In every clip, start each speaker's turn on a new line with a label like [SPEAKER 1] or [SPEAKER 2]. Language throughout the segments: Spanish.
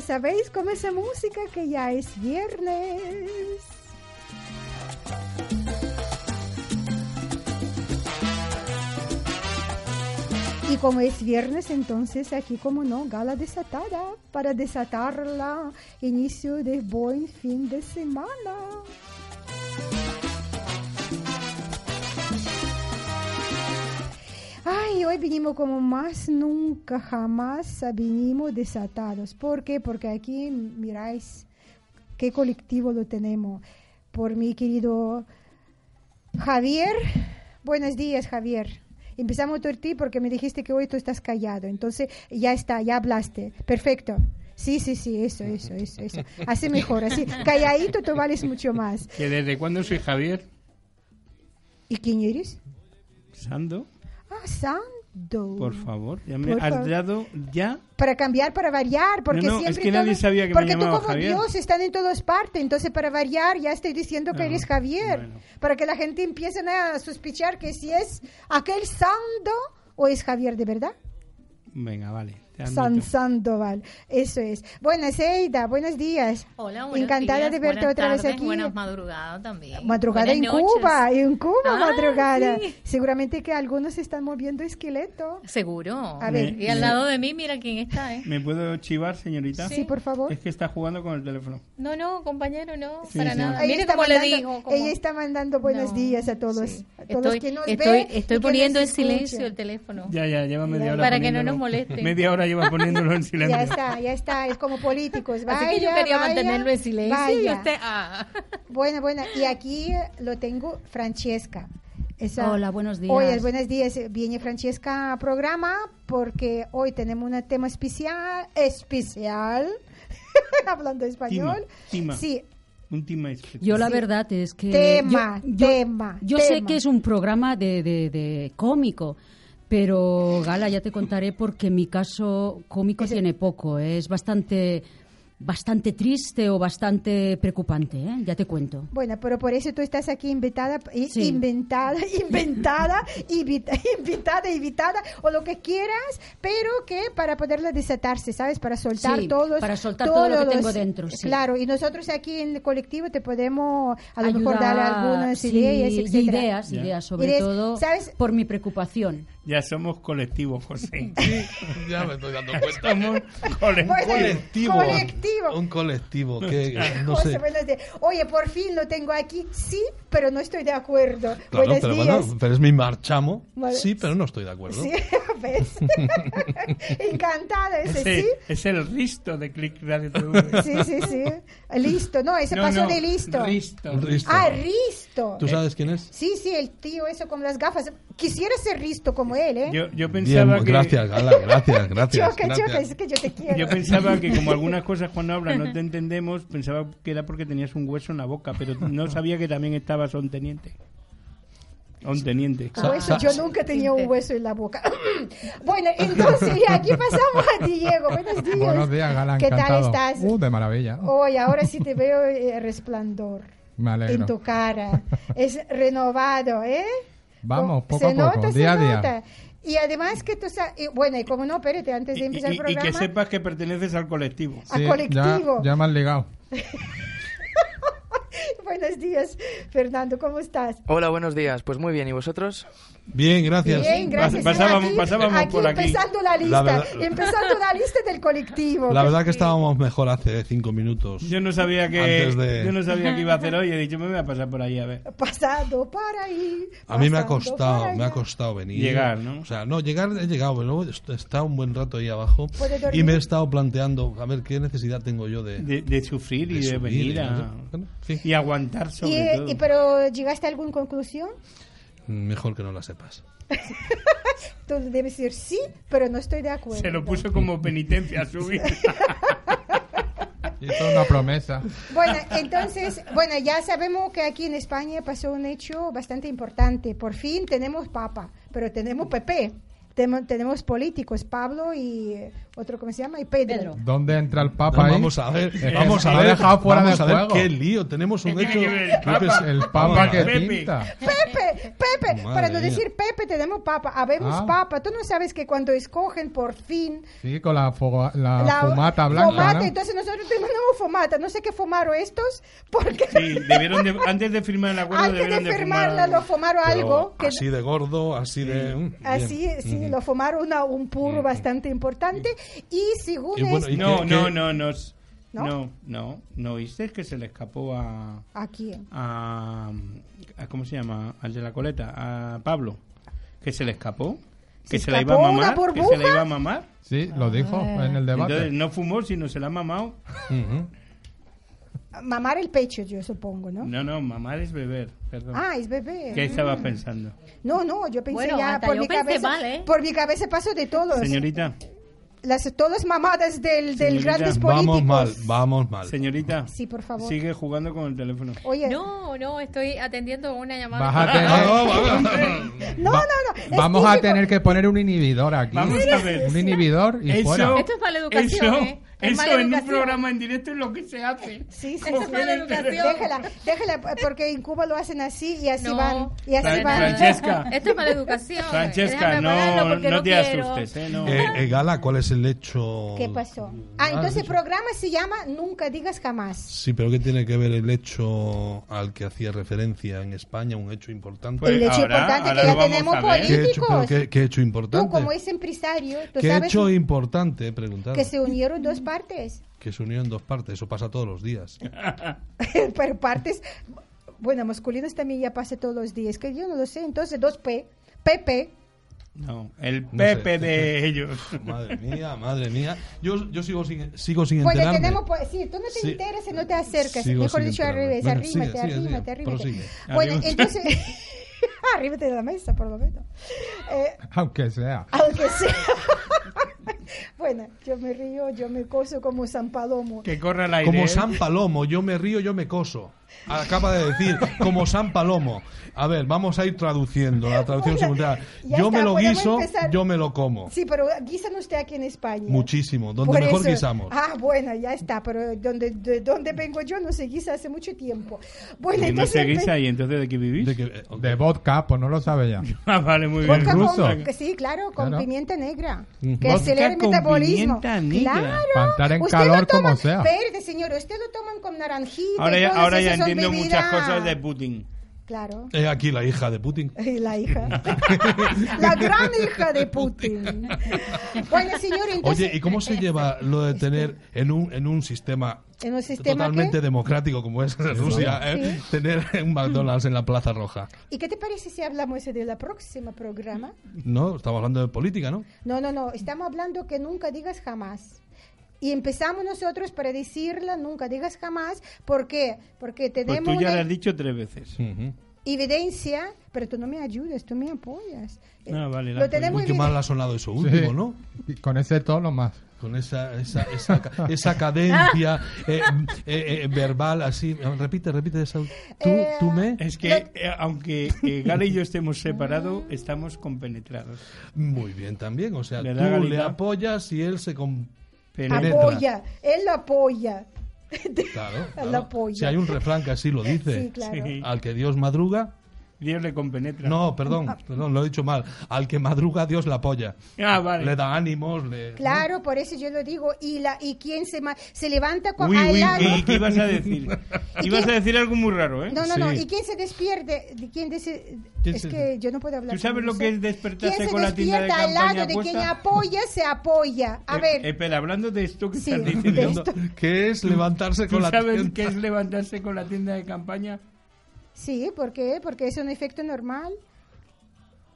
[SPEAKER 1] sabéis, con esa música que ya es viernes. Y como es viernes, entonces aquí, como no, gala desatada para desatarla. Inicio de buen fin de semana. Ay, hoy vinimos como más nunca, jamás vinimos desatados. ¿Por qué? Porque aquí miráis qué colectivo lo tenemos. Por mi querido Javier. Buenos días, Javier. Empezamos por ti porque me dijiste que hoy tú estás callado. Entonces, ya está, ya hablaste. Perfecto. Sí, sí, sí, eso, eso, eso, eso. Así mejor, así. Calladito tú vales mucho más.
[SPEAKER 2] ¿Que desde cuándo soy Javier?
[SPEAKER 1] ¿Y quién eres?
[SPEAKER 2] Sando,
[SPEAKER 1] Ah, Sando.
[SPEAKER 2] por favor. Ya me
[SPEAKER 1] Por
[SPEAKER 2] has
[SPEAKER 1] favor.
[SPEAKER 2] dado ya.
[SPEAKER 1] Para cambiar, para variar, porque
[SPEAKER 2] No, no,
[SPEAKER 1] siempre
[SPEAKER 2] es que nadie
[SPEAKER 1] todos-
[SPEAKER 2] sabía que me
[SPEAKER 1] porque
[SPEAKER 2] llamaba
[SPEAKER 1] tú como
[SPEAKER 2] Javier.
[SPEAKER 1] Dios están en todas partes, entonces para variar ya estoy diciendo que
[SPEAKER 2] Ah,
[SPEAKER 1] eres Javier,
[SPEAKER 2] bueno.
[SPEAKER 1] para que la gente empiece a sospechar que si es aquel Sando o es Javier de verdad.
[SPEAKER 2] Venga, vale. te admito.
[SPEAKER 1] San Sandoval, eso es. Buenas, Eida, buenos días.
[SPEAKER 3] Hola, buenos
[SPEAKER 1] Encantada
[SPEAKER 3] días,
[SPEAKER 1] de verte
[SPEAKER 3] buenas
[SPEAKER 1] otra vez
[SPEAKER 3] tardes,
[SPEAKER 1] aquí. Eh,
[SPEAKER 3] Buenas madrugadas también.
[SPEAKER 1] Madrugada en
[SPEAKER 3] Buenas noches.
[SPEAKER 1] Cuba, en Cuba
[SPEAKER 3] Ah,
[SPEAKER 1] madrugada.
[SPEAKER 3] sí.
[SPEAKER 1] Seguramente que algunos están moviendo esqueleto.
[SPEAKER 3] Seguro.
[SPEAKER 1] A ver.
[SPEAKER 3] Y al lado de mí, mira quién está, ¿eh?
[SPEAKER 2] ¿Me puedo chivar, señorita?
[SPEAKER 1] Sí, por favor.
[SPEAKER 2] Es que está jugando con el teléfono.
[SPEAKER 3] No, no, compañero, no,
[SPEAKER 2] Sí,
[SPEAKER 3] para
[SPEAKER 2] sí.
[SPEAKER 3] nada.
[SPEAKER 1] Ella
[SPEAKER 3] Mire
[SPEAKER 1] está
[SPEAKER 3] cómo le
[SPEAKER 1] mandando-
[SPEAKER 3] dijo. cómo-
[SPEAKER 1] Ella está mandando buenos
[SPEAKER 3] No,
[SPEAKER 1] días a todos.
[SPEAKER 3] sí.
[SPEAKER 1] A todos
[SPEAKER 3] estoy,
[SPEAKER 1] que nos
[SPEAKER 3] estoy,
[SPEAKER 1] ven y
[SPEAKER 3] estoy
[SPEAKER 1] que
[SPEAKER 3] poniendo en
[SPEAKER 1] nos escuchan.
[SPEAKER 3] silencio el teléfono.
[SPEAKER 2] Ya, ya, lleva media hora.
[SPEAKER 3] Para que no
[SPEAKER 2] poniéndolo-
[SPEAKER 3] nos moleste.
[SPEAKER 2] Media hora lleva poniéndolo en silencio.
[SPEAKER 1] Ya está, ya está, es como políticos.
[SPEAKER 3] Así que yo
[SPEAKER 1] Vaya,
[SPEAKER 3] quería
[SPEAKER 1] vaya,
[SPEAKER 3] mantenerlo en silencio y
[SPEAKER 1] vaya.
[SPEAKER 3] usted... Ah.
[SPEAKER 1] Buena, buena. Y aquí lo tengo, Francesca. Esa-
[SPEAKER 4] Hola, buenos días.
[SPEAKER 1] Hoy es buenos días. Viene Francesca a programa porque hoy tenemos un tema especial. Especial. Hablando español.
[SPEAKER 2] tema.
[SPEAKER 1] Sí,
[SPEAKER 2] Un tema especial.
[SPEAKER 4] Yo la
[SPEAKER 1] Sí.
[SPEAKER 4] verdad es
[SPEAKER 3] Eh,
[SPEAKER 4] que...
[SPEAKER 1] Tema,
[SPEAKER 4] yo,
[SPEAKER 1] tema,
[SPEAKER 4] Yo sé
[SPEAKER 1] tema.
[SPEAKER 4] que es un programa de, de- de cómico, pero Gala, ya te contaré porque mi caso cómico tiene poco. ¿eh? Es bastante, bastante triste o bastante preocupante, ¿eh? ya te cuento.
[SPEAKER 1] Bueno, pero por eso tú estás aquí invitada, i-
[SPEAKER 4] Sí.
[SPEAKER 1] inventada, inventada, invita- invitada, invitada, o lo que quieras, pero que para poderla desatarse, ¿sabes? Para soltar
[SPEAKER 4] Sí,
[SPEAKER 1] todos.
[SPEAKER 4] para soltar todo lo que
[SPEAKER 1] todos
[SPEAKER 4] tengo
[SPEAKER 1] los-
[SPEAKER 4] dentro, sí.
[SPEAKER 1] Claro, y nosotros aquí en el colectivo te podemos a lo mejor dar
[SPEAKER 4] Ayudar,
[SPEAKER 1] algunas
[SPEAKER 4] sí,
[SPEAKER 1] ideas,
[SPEAKER 4] y
[SPEAKER 1] etcétera.
[SPEAKER 4] ideas,
[SPEAKER 2] Ya.
[SPEAKER 4] ideas, sobre
[SPEAKER 1] Ideas,
[SPEAKER 4] todo
[SPEAKER 1] ¿sabes?
[SPEAKER 4] por mi preocupación.
[SPEAKER 2] Ya somos colectivos, José.
[SPEAKER 5] ya me estoy dando cuenta.
[SPEAKER 2] somos
[SPEAKER 1] Pues,
[SPEAKER 2] colectivos.
[SPEAKER 1] Bueno,
[SPEAKER 5] colectivo.
[SPEAKER 1] colectivo.
[SPEAKER 5] Un colectivo. Que, no
[SPEAKER 1] José,
[SPEAKER 5] sé.
[SPEAKER 1] buenos días. Oye, por fin lo tengo aquí, sí, pero no estoy de acuerdo.
[SPEAKER 5] Claro,
[SPEAKER 1] buenos
[SPEAKER 5] pero
[SPEAKER 1] días.
[SPEAKER 5] bueno, pero es mi marchamo.
[SPEAKER 1] Vale.
[SPEAKER 5] Sí, pero no estoy de acuerdo.
[SPEAKER 1] Sí, ¿ves? Encantada ese
[SPEAKER 2] Ese-
[SPEAKER 1] sí.
[SPEAKER 2] Es el risto de Click Radio TV.
[SPEAKER 1] Sí, sí, sí. Listo, no, ese
[SPEAKER 2] No,
[SPEAKER 1] pasó
[SPEAKER 2] no,
[SPEAKER 1] de listo.
[SPEAKER 2] Risto.
[SPEAKER 5] Risto.
[SPEAKER 1] Ah, Risto.
[SPEAKER 5] ¿Tú sabes quién es?
[SPEAKER 1] Sí, sí, el tío eso con las gafas. Quisiera ser Risto como él, ¿eh?
[SPEAKER 2] Yo, yo pensaba
[SPEAKER 5] Bien,
[SPEAKER 2] que...
[SPEAKER 5] Gracias, Gala, gracias, gracias.
[SPEAKER 1] choca,
[SPEAKER 5] gracias.
[SPEAKER 1] choca, es que yo te quiero.
[SPEAKER 2] Yo pensaba que como algunas cosas cuando hablas no te entendemos, pensaba que era porque tenías un hueso en la boca, pero no sabía que también estabas a un teniente. A un teniente.
[SPEAKER 5] Sa-
[SPEAKER 1] Hueso,
[SPEAKER 5] sa-
[SPEAKER 1] Ah, yo nunca tenía un hueso en la boca. bueno, entonces y aquí pasamos a Diego. Buenos días.
[SPEAKER 6] Buenos días, Galán.
[SPEAKER 1] ¿Qué tal
[SPEAKER 6] encantado.
[SPEAKER 1] estás? Oh,
[SPEAKER 6] Uh, de maravilla.
[SPEAKER 1] Hoy, ahora sí te veo eh, resplandor en
[SPEAKER 6] Me alegro.
[SPEAKER 1] tu cara. Es renovado, ¿eh?
[SPEAKER 6] Vamos,
[SPEAKER 1] Como-
[SPEAKER 6] poco a
[SPEAKER 1] se
[SPEAKER 6] poco,
[SPEAKER 1] nota, se
[SPEAKER 6] día a día.
[SPEAKER 1] nota. Y además que tú sabes, y bueno, y como no, espérate, antes
[SPEAKER 2] Y,
[SPEAKER 1] de empezar
[SPEAKER 2] y-
[SPEAKER 1] el
[SPEAKER 2] y
[SPEAKER 1] programa,
[SPEAKER 2] que sepas que perteneces al colectivo.
[SPEAKER 1] a
[SPEAKER 6] Sí,
[SPEAKER 1] colectivo.
[SPEAKER 6] Ya, ya me han ligado.
[SPEAKER 1] Buenos días, Fernando, ¿cómo estás?
[SPEAKER 7] Hola, buenos días. Pues muy bien, ¿y vosotros?
[SPEAKER 5] Bien, gracias.
[SPEAKER 1] Bien, gracias.
[SPEAKER 2] Pas- pasábamos-
[SPEAKER 1] aquí,
[SPEAKER 2] pasábamos
[SPEAKER 1] aquí
[SPEAKER 2] por aquí.
[SPEAKER 1] empezando la lista,
[SPEAKER 5] verdad-
[SPEAKER 1] empezando la lista del colectivo.
[SPEAKER 5] La verdad que estábamos mejor hace cinco minutos.
[SPEAKER 2] Yo no sabía que
[SPEAKER 5] Antes de-
[SPEAKER 2] yo no sabía que iba a hacer hoy. He dicho me voy a pasar por ahí a ver.
[SPEAKER 1] Pasado para ahí.
[SPEAKER 5] A mí me ha
[SPEAKER 1] pasando
[SPEAKER 5] costado,
[SPEAKER 1] para
[SPEAKER 5] me ha
[SPEAKER 1] allá.
[SPEAKER 5] costado venir.
[SPEAKER 2] Llegar, ¿no?
[SPEAKER 5] O sea, no, llegar he llegado, pero luego est- he estado un buen rato ahí abajo
[SPEAKER 1] ¿Puedes dormir?
[SPEAKER 5] y me he estado planteando, a ver, ¿qué necesidad tengo yo de,
[SPEAKER 2] De, de sufrir y de,
[SPEAKER 5] subir
[SPEAKER 2] venir a-
[SPEAKER 5] no sé? Bueno, en fin,
[SPEAKER 2] y aguantar
[SPEAKER 1] Y,
[SPEAKER 2] sobre
[SPEAKER 1] eh,
[SPEAKER 2] todo.
[SPEAKER 1] y, pero llegaste a alguna conclusión?
[SPEAKER 5] Mejor que no la sepas.
[SPEAKER 1] Tú debes decir sí, pero no estoy de acuerdo.
[SPEAKER 2] Se lo puso como penitencia a subir.
[SPEAKER 6] Y Esto es una promesa.
[SPEAKER 1] Bueno, entonces, bueno, ya sabemos que aquí en España pasó un hecho bastante importante. Por fin tenemos papa, pero tenemos Pepe. Temo- tenemos políticos, Pablo y eh, otro, ¿cómo se llama? Y Pedro.
[SPEAKER 4] Pedro.
[SPEAKER 6] ¿Dónde entra el Papa ahí?
[SPEAKER 5] Vamos a ver,
[SPEAKER 6] Eh,
[SPEAKER 5] vamos a
[SPEAKER 6] lo he
[SPEAKER 5] ver,
[SPEAKER 6] dejado fuera
[SPEAKER 5] vamos
[SPEAKER 6] de
[SPEAKER 5] a ver
[SPEAKER 6] juego.
[SPEAKER 5] qué lío. Tenemos un
[SPEAKER 2] Tiene
[SPEAKER 5] hecho.
[SPEAKER 2] que ver el
[SPEAKER 5] creo que es
[SPEAKER 2] Papa.
[SPEAKER 6] El Papa que
[SPEAKER 2] Pepe.
[SPEAKER 6] pinta.
[SPEAKER 1] Pepe, Pepe,
[SPEAKER 5] Madre
[SPEAKER 1] para no
[SPEAKER 5] mía.
[SPEAKER 1] decir Pepe, tenemos papa, habemos
[SPEAKER 6] Ah.
[SPEAKER 1] papa. Tú no sabes que cuando escogen por fin
[SPEAKER 6] Sí, con la, fogo- la fumata Ah, blanca.
[SPEAKER 1] fumata,
[SPEAKER 6] ¿no?
[SPEAKER 1] entonces nosotros tenemos fumata. No sé qué fumaron estos, porque
[SPEAKER 2] Sí, debieron de- antes de firmar el acuerdo
[SPEAKER 1] antes
[SPEAKER 2] debieron
[SPEAKER 1] de
[SPEAKER 2] firmar
[SPEAKER 1] firmarla lo fumaron algo.
[SPEAKER 5] Pero
[SPEAKER 1] Que,
[SPEAKER 5] Así de gordo, así de. mm, bien.
[SPEAKER 1] así, sí, lo fumaron una- un puro bastante importante. Y según
[SPEAKER 5] Y bueno,
[SPEAKER 1] es-
[SPEAKER 5] y-
[SPEAKER 2] No,
[SPEAKER 5] ¿Qué-
[SPEAKER 2] no,
[SPEAKER 5] qué?
[SPEAKER 2] no, no. s-
[SPEAKER 1] ¿No?
[SPEAKER 2] No, no, no. oíste que se le escapó a,
[SPEAKER 1] ¿A quién?
[SPEAKER 2] a, a- ¿Cómo se llama? Al de la coleta, a Pablo. Que se le escapó. Que
[SPEAKER 1] ¿Se
[SPEAKER 2] se, la iba a
[SPEAKER 1] escapó una
[SPEAKER 2] mamar. Que se la
[SPEAKER 1] burbuja?
[SPEAKER 2] iba a mamar.
[SPEAKER 6] Sí, lo dijo en el debate.
[SPEAKER 2] Entonces no fumó, sino se la ha mamado.
[SPEAKER 5] Ujú.
[SPEAKER 1] Mamar el pecho, yo supongo, ¿no?
[SPEAKER 2] No, no, mamar es beber. Perdón.
[SPEAKER 1] Ah, es bebé.
[SPEAKER 2] ¿Qué estabas pensando?
[SPEAKER 1] No, no, yo pensé
[SPEAKER 3] Bueno,
[SPEAKER 1] ya
[SPEAKER 3] hasta
[SPEAKER 1] por
[SPEAKER 3] yo
[SPEAKER 1] mi
[SPEAKER 3] pensé
[SPEAKER 1] cabeza.
[SPEAKER 3] mal, ¿eh?
[SPEAKER 1] Por mi cabeza paso de todos.
[SPEAKER 2] Señorita,
[SPEAKER 1] Las todas mamadas del, del
[SPEAKER 2] Señorita,
[SPEAKER 1] grandes políticos.
[SPEAKER 5] Vamos mal, vamos mal.
[SPEAKER 2] señorita.
[SPEAKER 1] Sí, por favor.
[SPEAKER 2] Sigue jugando con el teléfono.
[SPEAKER 1] Oye, no,
[SPEAKER 3] No, no, estoy atendiendo una llamada.
[SPEAKER 6] Bájate.
[SPEAKER 1] no, no.
[SPEAKER 6] Va-
[SPEAKER 1] es
[SPEAKER 6] Vamos a
[SPEAKER 1] típico.
[SPEAKER 6] tener que poner un inhibidor aquí.
[SPEAKER 2] Vamos a ver.
[SPEAKER 6] Un inhibidor y fuera.
[SPEAKER 2] Eso,
[SPEAKER 3] Esto es mala educación,
[SPEAKER 2] eso,
[SPEAKER 3] ¿eh? Es
[SPEAKER 2] eso
[SPEAKER 3] mala
[SPEAKER 2] en un
[SPEAKER 3] educación.
[SPEAKER 2] programa en directo es lo que se hace.
[SPEAKER 1] Sí, sí,
[SPEAKER 2] Coger
[SPEAKER 1] sí,
[SPEAKER 2] el
[SPEAKER 3] mala educación.
[SPEAKER 2] teléfono.
[SPEAKER 1] Déjala, déjala, porque en Cuba lo hacen así y así
[SPEAKER 3] No.
[SPEAKER 1] van. Y así
[SPEAKER 2] Fran-
[SPEAKER 1] van.
[SPEAKER 2] Francesca.
[SPEAKER 3] Esto es mala educación.
[SPEAKER 2] Francesca,
[SPEAKER 3] Déjame apagarlo
[SPEAKER 2] no,
[SPEAKER 3] porque
[SPEAKER 2] no te
[SPEAKER 3] quiero.
[SPEAKER 2] asustes, ¿eh? No.
[SPEAKER 5] Eh, eh, Gala, ¿cuál es el hecho?
[SPEAKER 1] ¿Qué pasó? Ah, entonces el programa se llama Nunca digas jamás.
[SPEAKER 5] Sí, pero ¿qué tiene que ver el hecho al que hacía referencia en España? Un hecho importante.
[SPEAKER 2] Pues
[SPEAKER 1] el hecho
[SPEAKER 2] ahora-
[SPEAKER 1] importante
[SPEAKER 2] ahora
[SPEAKER 1] que
[SPEAKER 2] lo
[SPEAKER 1] ya
[SPEAKER 2] vamos
[SPEAKER 1] tenemos
[SPEAKER 2] a ver.
[SPEAKER 5] ¿Qué hecho, pero
[SPEAKER 1] políticos.
[SPEAKER 5] qué, qué hecho
[SPEAKER 1] Tú,
[SPEAKER 5] importante?
[SPEAKER 1] como es empresario, tú
[SPEAKER 5] ¿Qué
[SPEAKER 1] sabes
[SPEAKER 5] hecho importante? He preguntado.
[SPEAKER 1] que se unieron dos partes.
[SPEAKER 5] Que se unió en dos partes. Eso pasa todos los días.
[SPEAKER 1] Pero partes, bueno, masculinos también ya pasa todos los días, que yo no lo sé. Entonces, dos P, PP,
[SPEAKER 2] No, el
[SPEAKER 5] No sé.
[SPEAKER 2] Pepe de ellos.
[SPEAKER 5] Madre mía, madre mía. Yo, yo sigo sin, sigo sin
[SPEAKER 1] Pues le
[SPEAKER 5] enterarme.
[SPEAKER 1] tenemos, pues, sí, tú no te
[SPEAKER 5] Sí.
[SPEAKER 1] intereses, no te acercas.
[SPEAKER 5] Sigo
[SPEAKER 1] Mejor
[SPEAKER 5] sin
[SPEAKER 1] dicho, al
[SPEAKER 5] enterarme.
[SPEAKER 1] revés,
[SPEAKER 5] Bueno,
[SPEAKER 1] arrímate,
[SPEAKER 5] sigue, sigue,
[SPEAKER 1] arrímate,
[SPEAKER 5] sigue,
[SPEAKER 1] arrímate.
[SPEAKER 5] prosigue.
[SPEAKER 1] Bueno,
[SPEAKER 2] Arriba.
[SPEAKER 1] entonces, arrímate de la mesa, por lo menos. Eh,
[SPEAKER 6] Aunque sea.
[SPEAKER 1] aunque sea. bueno, yo me río, yo me coso como San Palomo.
[SPEAKER 2] Que corra el aire.
[SPEAKER 5] Como
[SPEAKER 2] ¿eh?
[SPEAKER 5] San Palomo, yo me río, yo me coso. Acaba de decir, como San Palomo. A ver, vamos a ir traduciendo la traducción
[SPEAKER 1] Bueno,
[SPEAKER 5] simultánea.
[SPEAKER 1] ya
[SPEAKER 5] Yo
[SPEAKER 1] está,
[SPEAKER 5] me lo
[SPEAKER 1] podemos
[SPEAKER 5] guiso,
[SPEAKER 1] empezar.
[SPEAKER 5] yo me lo como.
[SPEAKER 1] Sí, pero guisan usted aquí en España.
[SPEAKER 5] Muchísimo, donde
[SPEAKER 1] Por
[SPEAKER 5] mejor
[SPEAKER 1] eso-
[SPEAKER 5] guisamos.
[SPEAKER 1] Ah, bueno, ya está, pero donde, de donde vengo yo no se guisa hace mucho tiempo. Bueno,
[SPEAKER 2] Y no
[SPEAKER 1] entonces... pues,
[SPEAKER 2] seguís ahí, entonces de qué vivís.
[SPEAKER 5] De que- eh, ok.
[SPEAKER 6] De vodka, pues no lo sabe ya.
[SPEAKER 2] Ah, vale, muy bien.
[SPEAKER 1] Vodka con-
[SPEAKER 6] ruso.
[SPEAKER 1] que sí, claro, con
[SPEAKER 6] Claro.
[SPEAKER 1] pimienta negra. Que
[SPEAKER 2] Vodka
[SPEAKER 1] acelera el
[SPEAKER 2] con
[SPEAKER 1] metabolismo.
[SPEAKER 2] pimienta negra.
[SPEAKER 1] Claro.
[SPEAKER 6] Para entrar en
[SPEAKER 1] Usted
[SPEAKER 6] calor
[SPEAKER 1] lo toman-
[SPEAKER 6] como sea.
[SPEAKER 1] Espérate, señor, usted lo toman con naranjita.
[SPEAKER 2] Ahora
[SPEAKER 1] y
[SPEAKER 2] ya,
[SPEAKER 1] todas
[SPEAKER 2] ahora ya
[SPEAKER 1] esas son
[SPEAKER 2] entiendo
[SPEAKER 1] bebidas.
[SPEAKER 2] muchas cosas de Putin. Pues
[SPEAKER 1] Claro.
[SPEAKER 5] He Eh, aquí la hija de Putin.
[SPEAKER 1] Y la hija. la gran hija de Putin. Bueno, señor, entonces.
[SPEAKER 5] Oye, ¿y cómo se lleva lo de tener en un, en un sistema
[SPEAKER 1] en un sistema
[SPEAKER 5] totalmente
[SPEAKER 1] qué?
[SPEAKER 5] democrático como es Rusia, eh, tener un McDonald's en la Plaza Roja?
[SPEAKER 1] ¿Y qué te parece si hablamos de la próxima programa?
[SPEAKER 5] No, estamos hablando de política, ¿no?
[SPEAKER 1] No, no, no, estamos hablando que nunca digas jamás. Y empezamos nosotros para decirla, nunca digas jamás. ¿Por qué? Porque
[SPEAKER 2] Pues
[SPEAKER 1] tenemos
[SPEAKER 2] tú ya
[SPEAKER 1] una-
[SPEAKER 2] lo has dicho tres veces.
[SPEAKER 5] Ujú.
[SPEAKER 1] evidencia, pero tú no me ayudes, tú me apoyas. Eh,
[SPEAKER 2] Ah, vale, la
[SPEAKER 1] lo
[SPEAKER 2] apoyo.
[SPEAKER 1] tenemos
[SPEAKER 5] Uy, qué
[SPEAKER 1] eviden-
[SPEAKER 5] mal ha sonado eso
[SPEAKER 6] Sí.
[SPEAKER 5] último, ¿no?
[SPEAKER 6] Y con ese tono más.
[SPEAKER 5] Con esa, esa, esa, ca- esa cadencia eh, eh, eh, verbal así. Repite, repite esa. Tú,
[SPEAKER 1] Eh,
[SPEAKER 5] tú me.
[SPEAKER 2] Es que, eh, aunque eh, Gala y yo estemos separados, estamos compenetrados.
[SPEAKER 5] Muy bien también. O sea,
[SPEAKER 2] Le
[SPEAKER 5] tú
[SPEAKER 2] da
[SPEAKER 5] le
[SPEAKER 2] garita.
[SPEAKER 5] apoyas y él se. com-
[SPEAKER 2] Pero
[SPEAKER 5] Amor.
[SPEAKER 1] apoya, él lo apoya.
[SPEAKER 5] Claro.
[SPEAKER 1] Él
[SPEAKER 5] claro.
[SPEAKER 1] lo apoya.
[SPEAKER 5] Si hay un refrán que así lo dice.
[SPEAKER 1] Sí, claro.
[SPEAKER 2] Sí.
[SPEAKER 5] Al que Dios madruga.
[SPEAKER 2] Dios le compenetra.
[SPEAKER 5] No,
[SPEAKER 1] Ah.
[SPEAKER 5] perdón, perdón, lo he dicho mal. Al que madruga, Dios la apoya.
[SPEAKER 2] Ah, vale.
[SPEAKER 5] Le da ánimos. Le,
[SPEAKER 1] Claro, por eso yo lo digo. Y la y quien se, ma- se levanta con
[SPEAKER 2] Uy, uy,
[SPEAKER 1] alarma-
[SPEAKER 2] ¿qué, qué ibas a decir? Ibas a decir algo muy raro, ¿eh?
[SPEAKER 1] No, no, no.
[SPEAKER 5] Sí.
[SPEAKER 1] ¿Y quién se despierte? ¿De ¿Quién dese-
[SPEAKER 5] ¿Quién
[SPEAKER 1] Es
[SPEAKER 5] se-
[SPEAKER 1] que yo no puedo hablar.
[SPEAKER 2] ¿Tú sabes
[SPEAKER 1] con
[SPEAKER 2] lo que
[SPEAKER 1] usted.
[SPEAKER 2] es despertarse
[SPEAKER 1] ¿Quién se
[SPEAKER 2] con la tienda de
[SPEAKER 1] despierta al
[SPEAKER 2] campaña
[SPEAKER 1] lado de quien
[SPEAKER 2] puesta?
[SPEAKER 1] apoya, se apoya. A
[SPEAKER 2] Eh,
[SPEAKER 1] ver,
[SPEAKER 2] espera, hablando de esto que
[SPEAKER 1] Sí,
[SPEAKER 2] estás
[SPEAKER 1] de
[SPEAKER 2] diciendo,
[SPEAKER 1] esto.
[SPEAKER 5] ¿Qué es levantarse
[SPEAKER 2] ¿tú
[SPEAKER 5] con la
[SPEAKER 2] sabes
[SPEAKER 5] tienda?
[SPEAKER 2] qué es levantarse con la tienda de campaña?
[SPEAKER 1] sí, ¿por qué? Porque es un efecto normal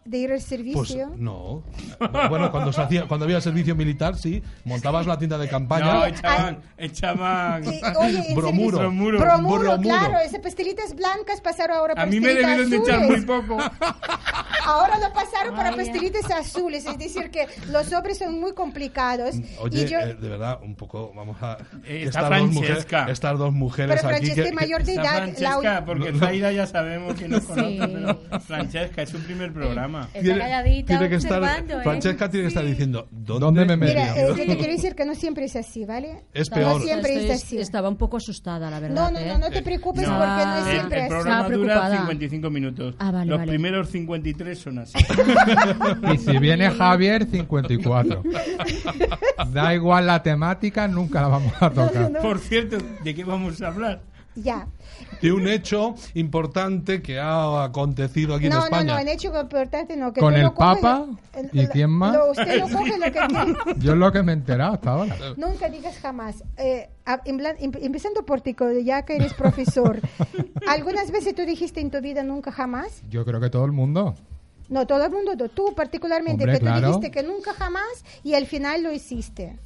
[SPEAKER 1] de ir al
[SPEAKER 5] Pues
[SPEAKER 1] servicio.
[SPEAKER 5] no. Bueno, cuando, se hacía, cuando había servicio militar, sí, montabas la tienda de
[SPEAKER 2] Eh, No,
[SPEAKER 5] campaña.
[SPEAKER 2] echaban, echaban.
[SPEAKER 1] Sí, oye, en servicio-
[SPEAKER 5] Bromuro.
[SPEAKER 2] Bromuro.
[SPEAKER 1] Bromuro,
[SPEAKER 5] Bromuro.
[SPEAKER 1] claro. Esas pastelitas blancas pasaron ahora por
[SPEAKER 2] A mí me debieron de echar muy poco.
[SPEAKER 1] Ahora lo pasaron para pastelitos azules, es decir, que los sobres son muy complicados.
[SPEAKER 5] Oye,
[SPEAKER 1] y yo,
[SPEAKER 5] eh, de verdad, un poco, vamos a...
[SPEAKER 2] Eh,
[SPEAKER 5] que
[SPEAKER 2] está
[SPEAKER 5] estas dos mujeres-
[SPEAKER 2] Francesca.
[SPEAKER 5] Estas dos mujeres
[SPEAKER 1] pero
[SPEAKER 5] aquí...
[SPEAKER 1] Francesca
[SPEAKER 5] que-
[SPEAKER 1] es mayor de
[SPEAKER 2] Está
[SPEAKER 1] edad.
[SPEAKER 2] Francesca,
[SPEAKER 1] la-
[SPEAKER 2] porque Zaira ya sabemos que no conoce, pero Francesca es su primer programa.
[SPEAKER 1] Eh,
[SPEAKER 5] que-
[SPEAKER 3] Está calladita,
[SPEAKER 5] tiene que estar,
[SPEAKER 3] observando, ¿eh?
[SPEAKER 5] Francesca tiene que estar diciendo, ¿dónde,
[SPEAKER 6] ¿Dónde me metí?
[SPEAKER 1] Mira, eh, yo te quiero decir que no siempre es así, ¿vale?
[SPEAKER 5] Es
[SPEAKER 1] no
[SPEAKER 5] peor.
[SPEAKER 1] siempre
[SPEAKER 4] Estoy-
[SPEAKER 1] es así.
[SPEAKER 4] Estaba un poco asustada, la verdad.
[SPEAKER 1] No, no,
[SPEAKER 4] ¿eh?
[SPEAKER 1] no, no te preocupes
[SPEAKER 2] No.
[SPEAKER 1] porque no es
[SPEAKER 2] El,
[SPEAKER 1] siempre
[SPEAKER 2] el
[SPEAKER 1] así.
[SPEAKER 2] programa
[SPEAKER 4] Estaba
[SPEAKER 2] dura
[SPEAKER 4] preocupada.
[SPEAKER 2] 55 minutos.
[SPEAKER 4] Ah, vale,
[SPEAKER 2] Los
[SPEAKER 4] vale.
[SPEAKER 2] primeros 53 son así.
[SPEAKER 6] Y si viene Javier, 54. Da igual la temática, nunca la vamos a tocar.
[SPEAKER 1] No.
[SPEAKER 2] Por cierto, ¿de qué vamos a hablar?
[SPEAKER 1] Ya.
[SPEAKER 5] de un hecho importante que ha acontecido aquí en
[SPEAKER 1] No, no,
[SPEAKER 5] España.
[SPEAKER 1] no, en hecho importante no. Que
[SPEAKER 6] ¿Con
[SPEAKER 1] tú
[SPEAKER 6] el
[SPEAKER 1] no coges
[SPEAKER 6] Papa?
[SPEAKER 1] lo- el-
[SPEAKER 6] ¿Y
[SPEAKER 1] lo-
[SPEAKER 6] quién más?
[SPEAKER 1] lo- usted no coge lo que quiere.
[SPEAKER 6] Yo es lo que me he enterado hasta ahora.
[SPEAKER 1] Nunca digas jamás. Eh, a- en plan- em- empezando por ti, que ya que eres profesor. ¿Algunas veces tú dijiste en tu vida nunca jamás?
[SPEAKER 6] Yo creo que todo el mundo.
[SPEAKER 1] No, todo el mundo, no, tú particularmente,
[SPEAKER 6] Hombre,
[SPEAKER 1] que tú
[SPEAKER 6] claro.
[SPEAKER 1] dijiste que nunca jamás y al final lo hiciste.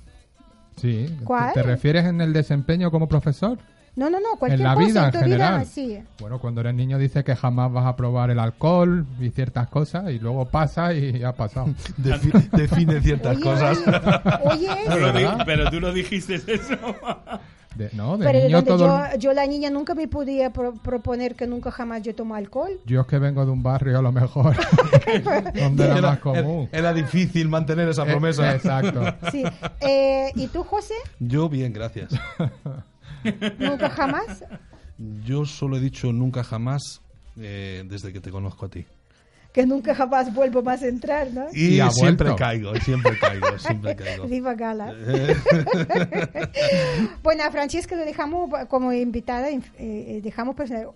[SPEAKER 6] Sí.
[SPEAKER 1] ¿Cuál?
[SPEAKER 6] ¿Te refieres en el desempeño como profesor?
[SPEAKER 1] No, no, no, cualquier
[SPEAKER 6] en la
[SPEAKER 1] cosa
[SPEAKER 6] vida
[SPEAKER 1] en
[SPEAKER 6] en
[SPEAKER 1] tu
[SPEAKER 6] general.
[SPEAKER 1] vida así.
[SPEAKER 6] Bueno, cuando eres niño dices que jamás vas a probar el alcohol y ciertas cosas y luego pasa y ha pasado.
[SPEAKER 5] Defi- define ciertas
[SPEAKER 1] Oye,
[SPEAKER 5] cosas.
[SPEAKER 1] Oye,
[SPEAKER 2] Tú lo
[SPEAKER 1] eso.
[SPEAKER 2] di- pero tú lo dijiste eso.
[SPEAKER 6] De- no, de
[SPEAKER 1] Pero de
[SPEAKER 6] niño
[SPEAKER 1] donde
[SPEAKER 6] todo. el-
[SPEAKER 1] yo, yo la niña nunca me podía pro- proponer que nunca jamás yo tomo alcohol.
[SPEAKER 6] Yo es que vengo de un barrio a lo mejor donde era más común.
[SPEAKER 5] era difícil mantener esa promesa.
[SPEAKER 6] Eh, Exacto.
[SPEAKER 1] Sí. Eh, ¿Y tú, José?
[SPEAKER 5] Yo bien, gracias.
[SPEAKER 1] ¿Nunca jamás?
[SPEAKER 5] Yo solo he dicho nunca jamás eh, desde que te conozco a ti.
[SPEAKER 1] Que nunca jamás vuelvo más a entrar, ¿no?
[SPEAKER 5] Y,
[SPEAKER 6] Y ha
[SPEAKER 5] siempre
[SPEAKER 6] vuelto.
[SPEAKER 5] caigo, siempre caigo, siempre caigo.
[SPEAKER 1] Viva Gala. bueno, a Francesca lo dejamos como invitada, eh, eh, dejamos personal.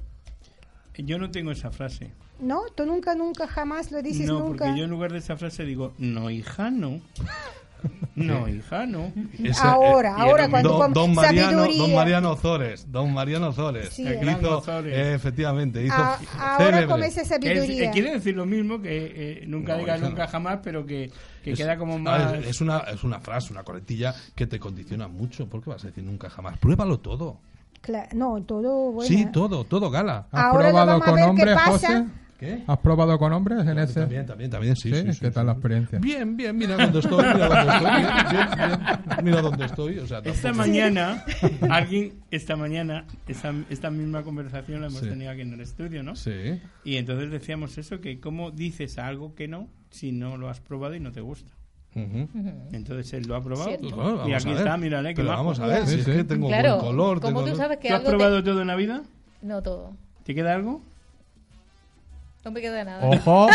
[SPEAKER 2] Yo no tengo esa frase.
[SPEAKER 1] No, tú nunca, nunca, jamás lo dices
[SPEAKER 2] no,
[SPEAKER 1] nunca.
[SPEAKER 2] porque yo en lugar de esa frase digo, no, hija, no. No, hija, no.
[SPEAKER 5] Esa-
[SPEAKER 1] Ahora,
[SPEAKER 5] eh,
[SPEAKER 1] ahora,
[SPEAKER 5] don-
[SPEAKER 1] cuando
[SPEAKER 5] don,
[SPEAKER 1] con
[SPEAKER 5] don Mariano,
[SPEAKER 1] sabiduría.
[SPEAKER 5] don Mariano Zores, don Mariano Zores,
[SPEAKER 1] Sí,
[SPEAKER 5] que
[SPEAKER 1] eh.
[SPEAKER 5] hizo,
[SPEAKER 2] Zores.
[SPEAKER 5] eh, efectivamente, hizo
[SPEAKER 1] A- Ah, ahora
[SPEAKER 5] célebre.
[SPEAKER 1] con esa
[SPEAKER 2] Que es-
[SPEAKER 1] sabiduría.
[SPEAKER 2] eh, quiere decir lo mismo que eh, nunca
[SPEAKER 5] No,
[SPEAKER 2] diga
[SPEAKER 5] hija,
[SPEAKER 2] nunca
[SPEAKER 5] no.
[SPEAKER 2] jamás, pero que, que
[SPEAKER 5] Es-
[SPEAKER 2] queda como
[SPEAKER 5] a
[SPEAKER 2] más.
[SPEAKER 5] ver, es una es una frase, una coletilla que te condiciona mucho. ¿Por qué vas a decir nunca jamás? Pruébalo todo.
[SPEAKER 1] Cla- no, todo bueno.
[SPEAKER 5] Sí, todo, todo gala.
[SPEAKER 6] ¿Has
[SPEAKER 1] Ahora lo
[SPEAKER 6] probado
[SPEAKER 1] vamos a
[SPEAKER 6] con
[SPEAKER 1] ver qué
[SPEAKER 6] hombres,
[SPEAKER 1] pasa.
[SPEAKER 6] José?
[SPEAKER 5] ¿Qué?
[SPEAKER 1] Ah,
[SPEAKER 6] ¿Has probado con hombres en ese?
[SPEAKER 5] También, también, también, sí,
[SPEAKER 6] ¿Sí?
[SPEAKER 5] sí, sí,
[SPEAKER 6] ¿Qué
[SPEAKER 5] sí,
[SPEAKER 6] tal la experiencia?
[SPEAKER 5] Bien, bien, mira dónde estoy, mira dónde estoy, bien, bien, bien, mira dónde estoy, o sea,
[SPEAKER 2] Esta
[SPEAKER 5] tampoco-
[SPEAKER 2] mañana, alguien, esta mañana, esta, esta misma conversación la hemos
[SPEAKER 5] Sí.
[SPEAKER 2] tenido aquí en el estudio, ¿no?
[SPEAKER 5] Sí.
[SPEAKER 2] Y entonces decíamos eso, que cómo dices algo que no si no lo has probado y no te gusta.
[SPEAKER 5] Ujú.
[SPEAKER 2] Entonces él lo ha probado
[SPEAKER 3] Cierto.
[SPEAKER 5] Pues bueno,
[SPEAKER 2] y
[SPEAKER 5] vamos
[SPEAKER 2] aquí
[SPEAKER 5] a ver.
[SPEAKER 2] está, eh, mírale, que
[SPEAKER 5] Pero
[SPEAKER 2] majo.
[SPEAKER 5] vamos a ver,
[SPEAKER 6] Sí,
[SPEAKER 5] si es
[SPEAKER 6] sí.
[SPEAKER 5] que tengo
[SPEAKER 3] Claro,
[SPEAKER 5] buen color,
[SPEAKER 3] como
[SPEAKER 5] tengo-
[SPEAKER 3] tú sabes que
[SPEAKER 2] ¿Tú has
[SPEAKER 3] algo te-
[SPEAKER 2] probado todo en la vida?
[SPEAKER 3] No todo.
[SPEAKER 2] ¿Te queda algo?
[SPEAKER 3] No me queda nada.
[SPEAKER 6] ¡Ojo!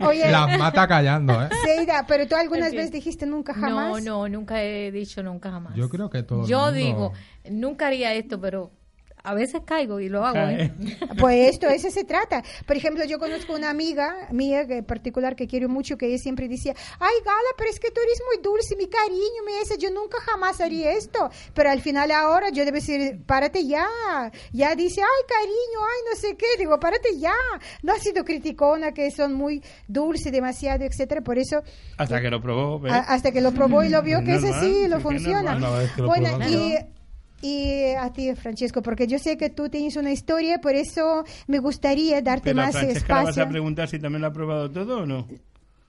[SPEAKER 1] Oye,
[SPEAKER 6] Las mata callando, ¿eh?
[SPEAKER 1] Seida, pero tú algunas
[SPEAKER 3] Sí.
[SPEAKER 1] veces dijiste nunca jamás.
[SPEAKER 3] No, no, nunca he dicho nunca jamás.
[SPEAKER 6] Yo creo que todo el
[SPEAKER 3] Yo
[SPEAKER 6] mundo-
[SPEAKER 3] digo, nunca haría esto, pero a veces caigo y lo hago.
[SPEAKER 2] Cae.
[SPEAKER 3] ¿eh?
[SPEAKER 1] Pues esto, eso se trata. Por ejemplo, yo conozco una amiga mía que en particular que quiero mucho, que ella siempre decía, ay, Gala, pero es que tú eres muy dulce, mi cariño, me dice, yo nunca jamás haría esto. Pero al final ahora yo debo decir, párate ya. Ya dice, ay, cariño, ay, no sé qué. Digo, párate ya. No ha sido criticona, que son muy dulce, demasiado, etcétera. Por eso
[SPEAKER 2] Hasta que lo probó. ¿ves?
[SPEAKER 1] a- hasta que lo probó y lo vio
[SPEAKER 2] Es
[SPEAKER 1] que es
[SPEAKER 2] normal,
[SPEAKER 1] así, lo
[SPEAKER 2] es que es
[SPEAKER 1] funciona.
[SPEAKER 2] normal.
[SPEAKER 5] Una vez que lo
[SPEAKER 1] Bueno,
[SPEAKER 5] probas,
[SPEAKER 1] y, y a ti, Francesco, porque yo sé que tú tienes una historia, por eso me gustaría darte
[SPEAKER 2] Pero a
[SPEAKER 1] más
[SPEAKER 2] Francesca le vas a
[SPEAKER 1] espacio.
[SPEAKER 2] preguntar si también lo ha probado todo o no.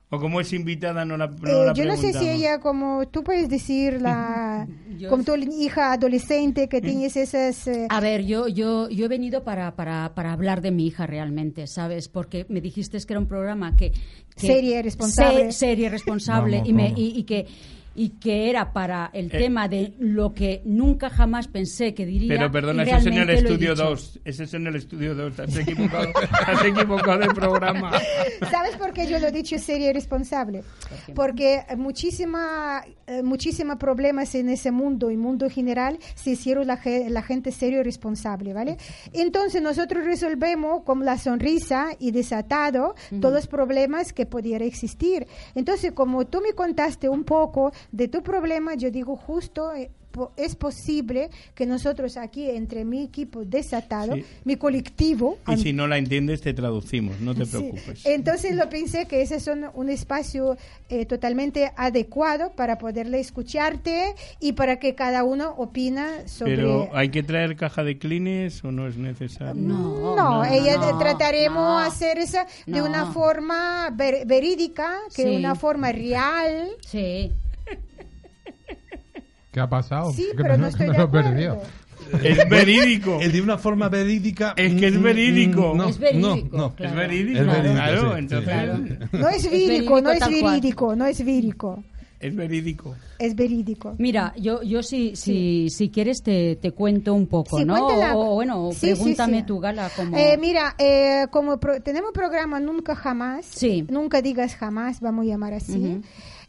[SPEAKER 2] O como es invitada no la, no
[SPEAKER 1] Eh,
[SPEAKER 2] la
[SPEAKER 1] yo no sé si
[SPEAKER 2] preguntamos.
[SPEAKER 1] ella, como tú puedes decir, la,
[SPEAKER 4] Yo
[SPEAKER 1] como tu hija adolescente que tienes esas... eh,
[SPEAKER 4] A ver, yo, yo, yo he venido para, para, para hablar de mi hija realmente, ¿sabes? Porque me dijiste que era un programa que... que-
[SPEAKER 1] Serie
[SPEAKER 4] Se-
[SPEAKER 1] responsable.
[SPEAKER 4] serie responsable
[SPEAKER 6] Vamos,
[SPEAKER 4] y, me-
[SPEAKER 6] vamos.
[SPEAKER 4] y- y que, y que era para el
[SPEAKER 2] Eh.
[SPEAKER 4] tema de lo que nunca jamás pensé que diría.
[SPEAKER 2] Pero perdona,
[SPEAKER 4] y
[SPEAKER 2] eso es en el
[SPEAKER 4] realmente lo he
[SPEAKER 2] estudio
[SPEAKER 4] dicho.
[SPEAKER 2] 2. Ese es en el estudio 2. Te has equivocado, te has equivocado de programa.
[SPEAKER 1] ¿Sabes por qué yo lo he dicho serie responsable? Porque muchísima, eh, muchísima problemas en ese mundo y mundo general se hicieron la, ge- la gente serio y responsable, ¿vale? Entonces nosotros resolvemos con la sonrisa y desatado todos los problemas que pudiera existir. Entonces, como tú me contaste un poco de tu problema, yo digo justo... eh, po- es posible que nosotros aquí, entre mi equipo desatado,
[SPEAKER 2] Sí.
[SPEAKER 1] mi colectivo,
[SPEAKER 2] Y si no la entiendes, te traducimos, no te preocupes.
[SPEAKER 1] Sí. Entonces lo pensé que ese es un, un espacio eh, totalmente adecuado para poderle escucharte y para que cada uno opina sobre...
[SPEAKER 2] Pero hay que traer caja de clines o no es necesario.
[SPEAKER 1] No,
[SPEAKER 8] no,
[SPEAKER 1] ella
[SPEAKER 8] no,
[SPEAKER 1] trataremos
[SPEAKER 8] no.
[SPEAKER 1] hacer esa de
[SPEAKER 8] No.
[SPEAKER 1] una forma ver- verídica, que
[SPEAKER 8] Sí.
[SPEAKER 1] una forma real.
[SPEAKER 8] Sí.
[SPEAKER 6] ¿Qué ha pasado?
[SPEAKER 1] Sí,
[SPEAKER 6] Oh, Que
[SPEAKER 1] pero no
[SPEAKER 6] me- que
[SPEAKER 1] estoy
[SPEAKER 6] me
[SPEAKER 1] de
[SPEAKER 6] lo he
[SPEAKER 1] acuerdo.
[SPEAKER 6] perdido.
[SPEAKER 2] Es verídico.
[SPEAKER 5] El de una forma verídica.
[SPEAKER 2] Es que es
[SPEAKER 5] mm, mm,
[SPEAKER 2] verídico.
[SPEAKER 5] no,
[SPEAKER 8] Es verídico,
[SPEAKER 5] no, no.
[SPEAKER 8] claro.
[SPEAKER 2] Es verídico.
[SPEAKER 5] Es verídico,
[SPEAKER 2] claro,
[SPEAKER 5] sí,
[SPEAKER 2] entonces
[SPEAKER 5] sí.
[SPEAKER 1] No es vírico,
[SPEAKER 8] verídico
[SPEAKER 1] no es
[SPEAKER 8] tal cual.
[SPEAKER 1] vírico, no es vírico,
[SPEAKER 2] es verídico.
[SPEAKER 1] es verídico.
[SPEAKER 8] Mira, yo, yo si, si, si quieres te, te cuento un poco,
[SPEAKER 1] Sí,
[SPEAKER 8] ¿no?
[SPEAKER 1] cuéntala.
[SPEAKER 8] O, o bueno,
[SPEAKER 1] Sí, sí,
[SPEAKER 8] pregúntame
[SPEAKER 1] sí.
[SPEAKER 8] tú, Gala, como...
[SPEAKER 1] Eh, mira, eh, como pro- tenemos programa Nunca Jamás,
[SPEAKER 8] Sí.
[SPEAKER 1] Nunca Digas Jamás, vamos a llamar así.
[SPEAKER 8] Ujú.